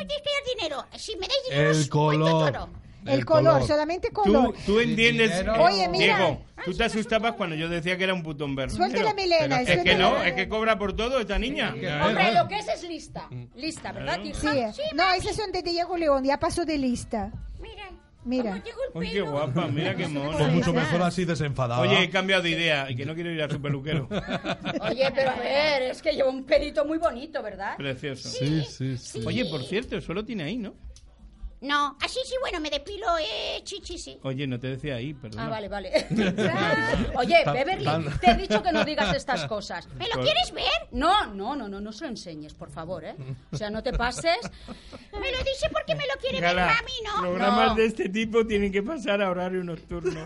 [SPEAKER 9] no tenéis que dar dinero. Si me dais dinero,
[SPEAKER 5] El
[SPEAKER 9] os cuento
[SPEAKER 5] color.
[SPEAKER 9] todo.
[SPEAKER 1] El, color, solamente color.
[SPEAKER 2] Tú, tú entiendes,
[SPEAKER 6] dinero.
[SPEAKER 2] eh,
[SPEAKER 1] Oye, mira.
[SPEAKER 2] Diego, tú te asustabas cuando yo decía que era un putón verde.
[SPEAKER 1] Suelta la melena,
[SPEAKER 2] es
[SPEAKER 1] suelta
[SPEAKER 2] que
[SPEAKER 1] la
[SPEAKER 2] no,
[SPEAKER 1] melena.
[SPEAKER 2] es que cobra por todo esta niña.
[SPEAKER 8] Hombre, lo que es es lista. Lista, ¿verdad,
[SPEAKER 2] Claro.
[SPEAKER 1] Sí,
[SPEAKER 8] Kirchner?
[SPEAKER 1] eh. no, esas son de Diego León, ya pasó de lista.
[SPEAKER 9] Mira,
[SPEAKER 1] Mira.
[SPEAKER 9] cómo llegó el
[SPEAKER 2] Uy, qué
[SPEAKER 9] pelo.
[SPEAKER 2] guapa, mira qué
[SPEAKER 5] Pues
[SPEAKER 2] mono.
[SPEAKER 5] mucho mejor Ah. así desenfadada.
[SPEAKER 2] Oye, he cambiado de idea y que no quiero ir a su peluquero.
[SPEAKER 8] Oye, pero a ver, es que lleva un pelito muy bonito, ¿verdad?
[SPEAKER 2] Precioso.
[SPEAKER 5] sí, sí, sí.
[SPEAKER 2] Oye, por cierto, solo tiene ahí, ¿no?
[SPEAKER 9] No, así sí, bueno, me depilo, eh, chichi, sí.
[SPEAKER 2] Oye, no te decía ahí, perdona.
[SPEAKER 8] Ah, vale, vale. Oye, Beverly, te he dicho que no digas estas cosas.
[SPEAKER 9] ¿Me lo
[SPEAKER 2] Por-
[SPEAKER 9] quieres ver?
[SPEAKER 8] No, no, no, no, no se lo enseñes, por favor, ¿eh? O sea, no te pases.
[SPEAKER 9] Me lo dice porque me lo quiere ver
[SPEAKER 2] Gala,
[SPEAKER 9] mami, ¿no?
[SPEAKER 2] Programas
[SPEAKER 8] No.
[SPEAKER 2] de este tipo tienen que pasar a horario nocturno.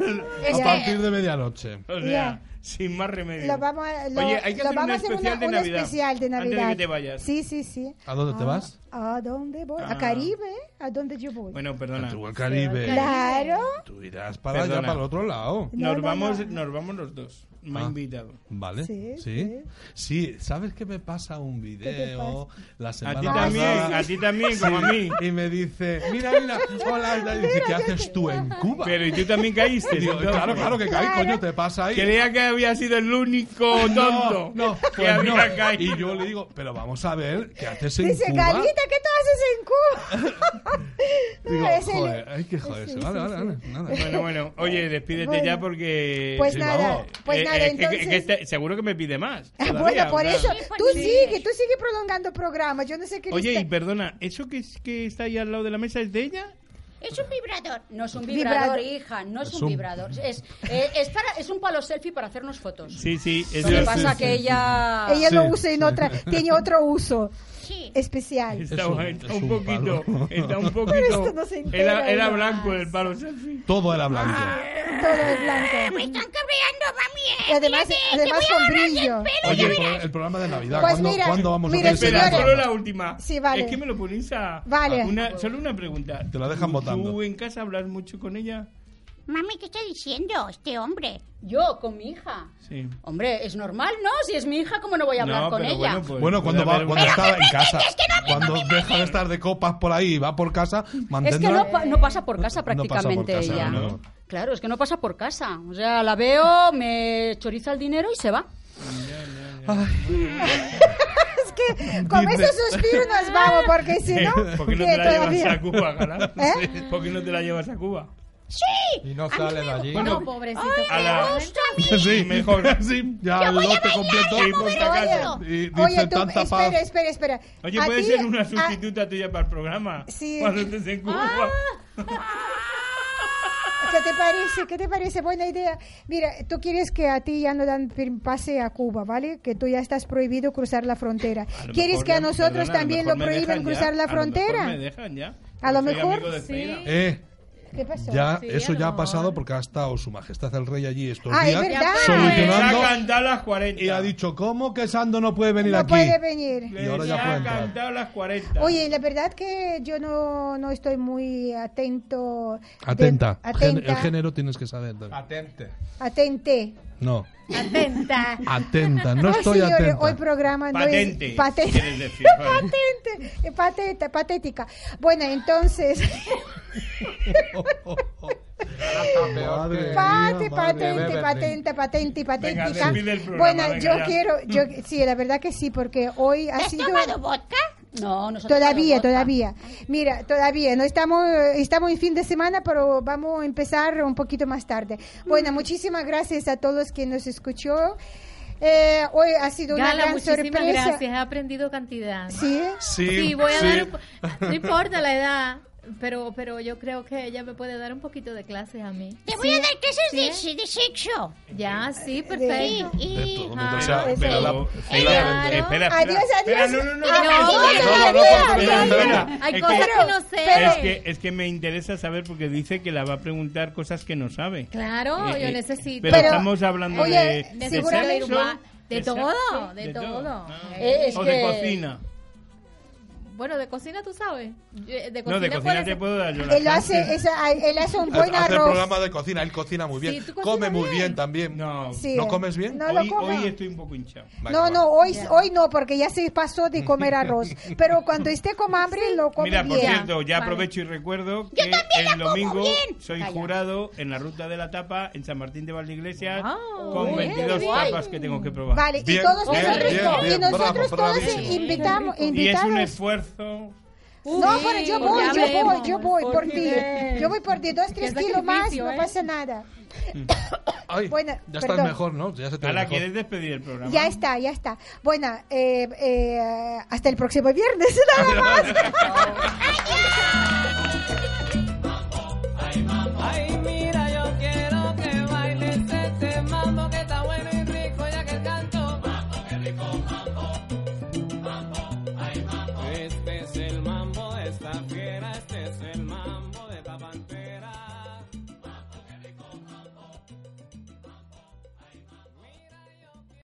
[SPEAKER 8] Es
[SPEAKER 5] a
[SPEAKER 8] que,
[SPEAKER 5] partir de medianoche.
[SPEAKER 2] O sea,
[SPEAKER 1] Ya.
[SPEAKER 2] sin más remedio.
[SPEAKER 1] Lo vamos a, lo-
[SPEAKER 2] Oye, hay que
[SPEAKER 1] lo
[SPEAKER 2] hacer
[SPEAKER 1] vamos
[SPEAKER 2] un
[SPEAKER 1] a hacer
[SPEAKER 2] especial
[SPEAKER 1] una-
[SPEAKER 2] de
[SPEAKER 1] un
[SPEAKER 2] Navidad.
[SPEAKER 1] especial de Navidad.
[SPEAKER 2] Antes de que te vayas.
[SPEAKER 1] Sí, sí, sí. Ah,
[SPEAKER 5] ¿A dónde te vas?
[SPEAKER 1] ¿A dónde voy?
[SPEAKER 2] Ah.
[SPEAKER 1] ¿A Caribe? ¿A dónde yo voy?
[SPEAKER 2] Bueno, perdona.
[SPEAKER 5] Tú al Caribe.
[SPEAKER 1] Claro.
[SPEAKER 5] Tú irás para allá,
[SPEAKER 2] Perdona.
[SPEAKER 5] para el otro lado.
[SPEAKER 1] No,
[SPEAKER 2] Nos
[SPEAKER 1] no,
[SPEAKER 2] vamos,
[SPEAKER 1] no.
[SPEAKER 2] nos vamos los dos. Me ha
[SPEAKER 5] Ah.
[SPEAKER 2] invitado.
[SPEAKER 5] Vale.
[SPEAKER 1] Sí,
[SPEAKER 5] Sí.
[SPEAKER 1] sí.
[SPEAKER 5] Sí. ¿sabes qué me pasa un video la
[SPEAKER 2] A
[SPEAKER 5] semana
[SPEAKER 2] ti también,
[SPEAKER 5] pasada?
[SPEAKER 2] a ti también, como a mí.
[SPEAKER 5] Y me dice, mira, mira, hola, hola. Y dice, ¿qué haces tú en Cuba?
[SPEAKER 2] Pero y tú también caíste.
[SPEAKER 5] Y digo,
[SPEAKER 2] entonces.
[SPEAKER 5] claro, claro que caí, coño, te pasa ahí.
[SPEAKER 2] Creía que había sido el único tonto
[SPEAKER 5] Pues No, no,
[SPEAKER 2] que
[SPEAKER 5] pues
[SPEAKER 2] había
[SPEAKER 5] no.
[SPEAKER 2] caído.
[SPEAKER 5] Y yo le digo, pero vamos a ver, ¿qué haces en
[SPEAKER 1] Dice,
[SPEAKER 5] Cuba?
[SPEAKER 1] Galita, ¿qué tú haces en Cuba?
[SPEAKER 5] Digo,
[SPEAKER 1] Es el-
[SPEAKER 5] joder, ay, que joder,
[SPEAKER 1] Sí,
[SPEAKER 5] vale,
[SPEAKER 1] sí,
[SPEAKER 5] vale,
[SPEAKER 1] sí.
[SPEAKER 5] vale, nada.
[SPEAKER 2] Bueno, bueno, oye, despídete
[SPEAKER 1] Bueno.
[SPEAKER 2] ya porque.
[SPEAKER 1] Pues
[SPEAKER 5] sí,
[SPEAKER 1] nada,
[SPEAKER 5] vamos.
[SPEAKER 1] pues
[SPEAKER 2] Eh,
[SPEAKER 1] nada,
[SPEAKER 2] eh, que-
[SPEAKER 1] entonces...
[SPEAKER 2] que este- seguro que me pide más.
[SPEAKER 1] Ah, bueno,
[SPEAKER 2] todavía,
[SPEAKER 1] por
[SPEAKER 2] o sea.
[SPEAKER 1] eso,
[SPEAKER 9] Sí, pues
[SPEAKER 1] tú
[SPEAKER 9] sí.
[SPEAKER 1] sigue, tú sigue prolongando programas, yo no sé qué...
[SPEAKER 2] Oye,
[SPEAKER 1] lista-
[SPEAKER 2] y perdona, ¿eso que, es, que está ahí al lado de la mesa es de ella?
[SPEAKER 9] Es un vibrador.
[SPEAKER 8] no es un
[SPEAKER 1] Vibrador.
[SPEAKER 8] vibrador, hija, no es,
[SPEAKER 5] Es
[SPEAKER 8] un,
[SPEAKER 5] un-
[SPEAKER 8] vibrador. Es, eh, es para- es un palo selfie para hacernos fotos.
[SPEAKER 2] Sí, sí.
[SPEAKER 8] Lo que
[SPEAKER 2] eso-
[SPEAKER 8] pasa
[SPEAKER 5] sí,
[SPEAKER 8] que
[SPEAKER 5] sí,
[SPEAKER 8] ella...
[SPEAKER 1] Ella
[SPEAKER 5] Sí,
[SPEAKER 1] lo usa en otra, tiene otro uso
[SPEAKER 9] Sí.
[SPEAKER 1] especial.
[SPEAKER 2] Está,
[SPEAKER 5] Es un-
[SPEAKER 2] está
[SPEAKER 5] es
[SPEAKER 2] un,
[SPEAKER 5] un
[SPEAKER 2] poquito,
[SPEAKER 5] palo.
[SPEAKER 2] está un
[SPEAKER 1] esto
[SPEAKER 2] poquito.
[SPEAKER 1] no se entera
[SPEAKER 2] era, era
[SPEAKER 1] ella.
[SPEAKER 2] blanco el palo selfie.
[SPEAKER 5] Todo era
[SPEAKER 1] Ah,
[SPEAKER 5] blanco.
[SPEAKER 1] Todo es blanco.
[SPEAKER 9] Me están cabreando, mami, eh.
[SPEAKER 1] Y además,
[SPEAKER 9] Espérate, te
[SPEAKER 1] además
[SPEAKER 9] voy a
[SPEAKER 1] con
[SPEAKER 9] agarrar del
[SPEAKER 1] brillo.
[SPEAKER 9] pelo.
[SPEAKER 5] Oye, el, pro- el programa de Navidad,
[SPEAKER 1] Pues
[SPEAKER 5] ¿cuándo,
[SPEAKER 1] mira,
[SPEAKER 5] ¿cuándo vamos
[SPEAKER 1] mira,
[SPEAKER 5] a hacer
[SPEAKER 2] Espera,
[SPEAKER 1] señores.
[SPEAKER 2] solo la última.
[SPEAKER 1] Sí, vale.
[SPEAKER 2] Es que me lo ponéis a.
[SPEAKER 1] Vale.
[SPEAKER 2] a una- solo una pregunta.
[SPEAKER 5] Te la dejan
[SPEAKER 2] ¿Tú-
[SPEAKER 5] votando.
[SPEAKER 2] ¿Tú en casa hablas mucho con ella?
[SPEAKER 9] Mami, ¿qué está diciendo este hombre?
[SPEAKER 8] Yo, con mi hija.
[SPEAKER 2] Sí.
[SPEAKER 8] Hombre, es normal, ¿no? Si es mi hija, ¿cómo no voy a hablar
[SPEAKER 2] No,
[SPEAKER 8] con
[SPEAKER 2] pero
[SPEAKER 8] ella?
[SPEAKER 2] pues,
[SPEAKER 5] Bueno,
[SPEAKER 2] puede
[SPEAKER 5] cuando, va,
[SPEAKER 2] haber-
[SPEAKER 5] cuando estaba en casa,
[SPEAKER 9] pretendes que no me
[SPEAKER 5] cuando deja de estar de copas por ahí y va por casa,
[SPEAKER 8] Es que
[SPEAKER 5] mantendrá...
[SPEAKER 8] no, pa- no pasa por casa
[SPEAKER 5] No pasa por
[SPEAKER 8] prácticamente
[SPEAKER 5] casa,
[SPEAKER 8] ella.
[SPEAKER 5] no.
[SPEAKER 8] Claro, es que no pasa por casa. O sea, la veo, me choriza el dinero y se va.
[SPEAKER 1] Es que con
[SPEAKER 5] Dice-
[SPEAKER 1] ese suspiro nos vamos, porque si no...
[SPEAKER 2] ¿Por qué no
[SPEAKER 1] ¿qué
[SPEAKER 2] te la
[SPEAKER 1] todavía?
[SPEAKER 2] llevas a Cuba, Galán?
[SPEAKER 1] ¿Eh?
[SPEAKER 2] Sí. ¿Por qué no te la llevas a Cuba?
[SPEAKER 6] Y no sale de allí.
[SPEAKER 2] Bueno,
[SPEAKER 3] No, pobrecito.
[SPEAKER 2] a la...
[SPEAKER 5] Sí,
[SPEAKER 2] Mejor.
[SPEAKER 5] Sí, ya el lote completo.
[SPEAKER 2] Sí, por si acaso.
[SPEAKER 5] Y
[SPEAKER 1] Oye,
[SPEAKER 5] dice
[SPEAKER 1] tú,
[SPEAKER 5] tanta paz.
[SPEAKER 1] espera, espera, espera.
[SPEAKER 2] Oye,
[SPEAKER 1] A
[SPEAKER 2] puede
[SPEAKER 1] ti-
[SPEAKER 2] ser una
[SPEAKER 1] a-
[SPEAKER 2] sustituta tuya para el programa.
[SPEAKER 1] ah. Sí. Ah.
[SPEAKER 2] Cuando estés en Cuba.
[SPEAKER 1] ¿Qué te parece? ¿Qué te parece? Buena idea. Mira, tú quieres que a ti ya no dan pir- pase a Cuba, ¿vale? Que tú ya estás prohibido cruzar la frontera.
[SPEAKER 2] A lo
[SPEAKER 1] ¿Quieres
[SPEAKER 2] mejor
[SPEAKER 1] que a
[SPEAKER 2] ya-
[SPEAKER 1] nosotros
[SPEAKER 2] perdona, a
[SPEAKER 1] también lo
[SPEAKER 2] mejor me
[SPEAKER 1] prohíban
[SPEAKER 2] dejan ya,
[SPEAKER 1] cruzar la
[SPEAKER 2] a lo mejor
[SPEAKER 1] frontera?
[SPEAKER 2] me dejan ya.
[SPEAKER 1] A lo
[SPEAKER 2] Soy
[SPEAKER 1] mejor
[SPEAKER 2] amigo de Freida.
[SPEAKER 5] Eh,
[SPEAKER 1] ¿Qué pasó?
[SPEAKER 5] Ya, eso ya ha pasado porque ha estado su majestad el rey allí estos
[SPEAKER 1] Ah, es
[SPEAKER 5] días
[SPEAKER 1] verdad.
[SPEAKER 5] solucionando
[SPEAKER 2] Ya cantado las 40.
[SPEAKER 5] y ha dicho, ¿cómo que Sando no puede venir
[SPEAKER 1] No
[SPEAKER 5] aquí?
[SPEAKER 1] puede venir.
[SPEAKER 5] Y ahora
[SPEAKER 2] Ya
[SPEAKER 5] ya puede
[SPEAKER 2] ha
[SPEAKER 5] entrar.
[SPEAKER 2] cantado las 40.
[SPEAKER 1] Oye, la verdad que yo no, no estoy muy atento. de-
[SPEAKER 5] Atenta. Gen-
[SPEAKER 1] atenta.
[SPEAKER 5] el género tienes que saber. Dani.
[SPEAKER 6] Atente.
[SPEAKER 1] Atente.
[SPEAKER 5] No.
[SPEAKER 3] Atenta.
[SPEAKER 5] Atenta. No
[SPEAKER 1] Ay,
[SPEAKER 5] estoy
[SPEAKER 1] señores,
[SPEAKER 5] atenta.
[SPEAKER 1] Hoy programa no
[SPEAKER 2] Patente,
[SPEAKER 1] es patente.
[SPEAKER 2] quieres decir, vale.
[SPEAKER 1] patente, eh, pateta, patética. Bueno, entonces,
[SPEAKER 5] Madre
[SPEAKER 1] pate,
[SPEAKER 5] mía, madre.
[SPEAKER 1] patente,
[SPEAKER 6] Beverly.
[SPEAKER 1] patente, patente y
[SPEAKER 2] Venga,
[SPEAKER 1] patética.
[SPEAKER 2] despide el programa,
[SPEAKER 1] bueno,
[SPEAKER 2] venga,
[SPEAKER 1] yo
[SPEAKER 2] ya. Mm.
[SPEAKER 1] quiero, yo sí, la verdad que sí, porque hoy ha
[SPEAKER 9] ¿Has
[SPEAKER 1] sido
[SPEAKER 9] tomado vodka?
[SPEAKER 8] No, nos ha tocado
[SPEAKER 1] Todavía,
[SPEAKER 8] vodka.
[SPEAKER 1] todavía. Mira, todavía. No estamos, eh, estamos en fin de semana, pero vamos a empezar un poquito más tarde.
[SPEAKER 3] Mm.
[SPEAKER 1] Bueno, muchísimas gracias a todos que nos escuchó. Eh, hoy ha sido una
[SPEAKER 3] Gala,
[SPEAKER 1] gran
[SPEAKER 3] muchísimas
[SPEAKER 1] sorpresa.
[SPEAKER 3] gracias. He aprendido cantidad.
[SPEAKER 1] Sí.
[SPEAKER 5] Sí,
[SPEAKER 3] Sí, voy a
[SPEAKER 5] sí.
[SPEAKER 3] dar. un po- No importa la edad, pero, pero yo creo que ella me puede dar un poquito de clases a mí.
[SPEAKER 9] Te voy a dar clases de-
[SPEAKER 3] Sí.
[SPEAKER 9] de sexo.
[SPEAKER 3] Ya, sí,
[SPEAKER 9] Sí,
[SPEAKER 3] perfecto.
[SPEAKER 9] y...
[SPEAKER 3] Ah,
[SPEAKER 2] Espera,
[SPEAKER 1] eso.
[SPEAKER 2] espera, la-
[SPEAKER 1] Claro.
[SPEAKER 2] espera, espera,
[SPEAKER 1] Adiós,
[SPEAKER 2] espera,
[SPEAKER 1] adiós.
[SPEAKER 2] no, no, no,
[SPEAKER 1] Ah,
[SPEAKER 2] no,
[SPEAKER 3] no,
[SPEAKER 2] espera,
[SPEAKER 3] no,
[SPEAKER 2] espera,
[SPEAKER 3] no,
[SPEAKER 2] espera,
[SPEAKER 1] no, no,
[SPEAKER 2] espera, espera.
[SPEAKER 3] Hay
[SPEAKER 2] Es
[SPEAKER 3] cosas
[SPEAKER 2] que-
[SPEAKER 3] que no
[SPEAKER 1] pero-
[SPEAKER 2] Es
[SPEAKER 3] sé.
[SPEAKER 2] que, es que me interesa saber porque dice que la va a preguntar cosas que no sabe.
[SPEAKER 3] Claro,
[SPEAKER 2] Eh,
[SPEAKER 3] yo
[SPEAKER 2] eh,
[SPEAKER 3] necesito.
[SPEAKER 2] Pero,
[SPEAKER 1] Pero,
[SPEAKER 2] estamos hablando
[SPEAKER 1] oye,
[SPEAKER 2] de, de
[SPEAKER 1] seguramente-
[SPEAKER 2] sexo,
[SPEAKER 3] De todo, de todo.
[SPEAKER 2] Ah.
[SPEAKER 8] Eh, es
[SPEAKER 2] o de
[SPEAKER 8] que-
[SPEAKER 2] cocina.
[SPEAKER 3] Bueno, de cocina tú sabes. Yo- De
[SPEAKER 2] No,
[SPEAKER 3] cocina,
[SPEAKER 2] de
[SPEAKER 3] puede
[SPEAKER 2] cocina te
[SPEAKER 3] ser-
[SPEAKER 2] puedo dar yo la
[SPEAKER 1] Él
[SPEAKER 2] clase.
[SPEAKER 1] hace, esa- él hace un buen
[SPEAKER 5] Hace el
[SPEAKER 1] arroz.
[SPEAKER 5] programa de cocina. Él cocina muy bien.
[SPEAKER 3] Sí, tú cocinas
[SPEAKER 5] Come muy
[SPEAKER 3] bien.
[SPEAKER 5] bien también.
[SPEAKER 2] No,
[SPEAKER 1] Sí.
[SPEAKER 5] ¿No comes bien?
[SPEAKER 1] No
[SPEAKER 2] hoy,
[SPEAKER 1] lo como.
[SPEAKER 2] hoy estoy un poco hinchado.
[SPEAKER 5] Vale,
[SPEAKER 1] No,
[SPEAKER 5] vale.
[SPEAKER 1] no, hoy, hoy no, porque ya se pasó de comer arroz. Pero cuando esté con hambre, lo come
[SPEAKER 2] Mira, por
[SPEAKER 1] bien.
[SPEAKER 2] cierto, ya
[SPEAKER 3] Vale.
[SPEAKER 2] aprovecho y recuerdo que el domingo soy jurado en la ruta de la tapa en San Martín de Valdeiglesias
[SPEAKER 3] Wow,
[SPEAKER 2] con
[SPEAKER 3] bien,
[SPEAKER 2] 22
[SPEAKER 3] guay.
[SPEAKER 2] tapas que tengo que probar.
[SPEAKER 1] Vale, y
[SPEAKER 5] Bien,
[SPEAKER 1] todos
[SPEAKER 5] bien,
[SPEAKER 1] nosotros,
[SPEAKER 5] bien, bien,
[SPEAKER 1] y nosotros
[SPEAKER 5] bravo,
[SPEAKER 1] todos
[SPEAKER 5] bravísimo.
[SPEAKER 1] invitamos,
[SPEAKER 2] Y es un
[SPEAKER 1] invitados.
[SPEAKER 2] esfuerzo.
[SPEAKER 1] No,
[SPEAKER 3] Sí,
[SPEAKER 1] pero yo
[SPEAKER 3] porque
[SPEAKER 1] voy, yo voy,
[SPEAKER 3] hablemos.
[SPEAKER 1] yo voy por,
[SPEAKER 8] Porque-
[SPEAKER 1] ti. Yo voy por ti, dos, tres
[SPEAKER 3] Qué
[SPEAKER 1] kilos más,
[SPEAKER 3] sacrificio,
[SPEAKER 1] no
[SPEAKER 3] ¿eh?
[SPEAKER 1] pasa nada.
[SPEAKER 5] Ay,
[SPEAKER 1] Bueno,
[SPEAKER 5] ya
[SPEAKER 1] perdón.
[SPEAKER 5] estás mejor, ¿no? Ya se te ve
[SPEAKER 2] Ala,
[SPEAKER 5] mejor.
[SPEAKER 2] ¿quieres despedir el programa?
[SPEAKER 1] Ya está, ya está. Bueno, eh, eh, hasta el próximo viernes, nada más.
[SPEAKER 6] este Este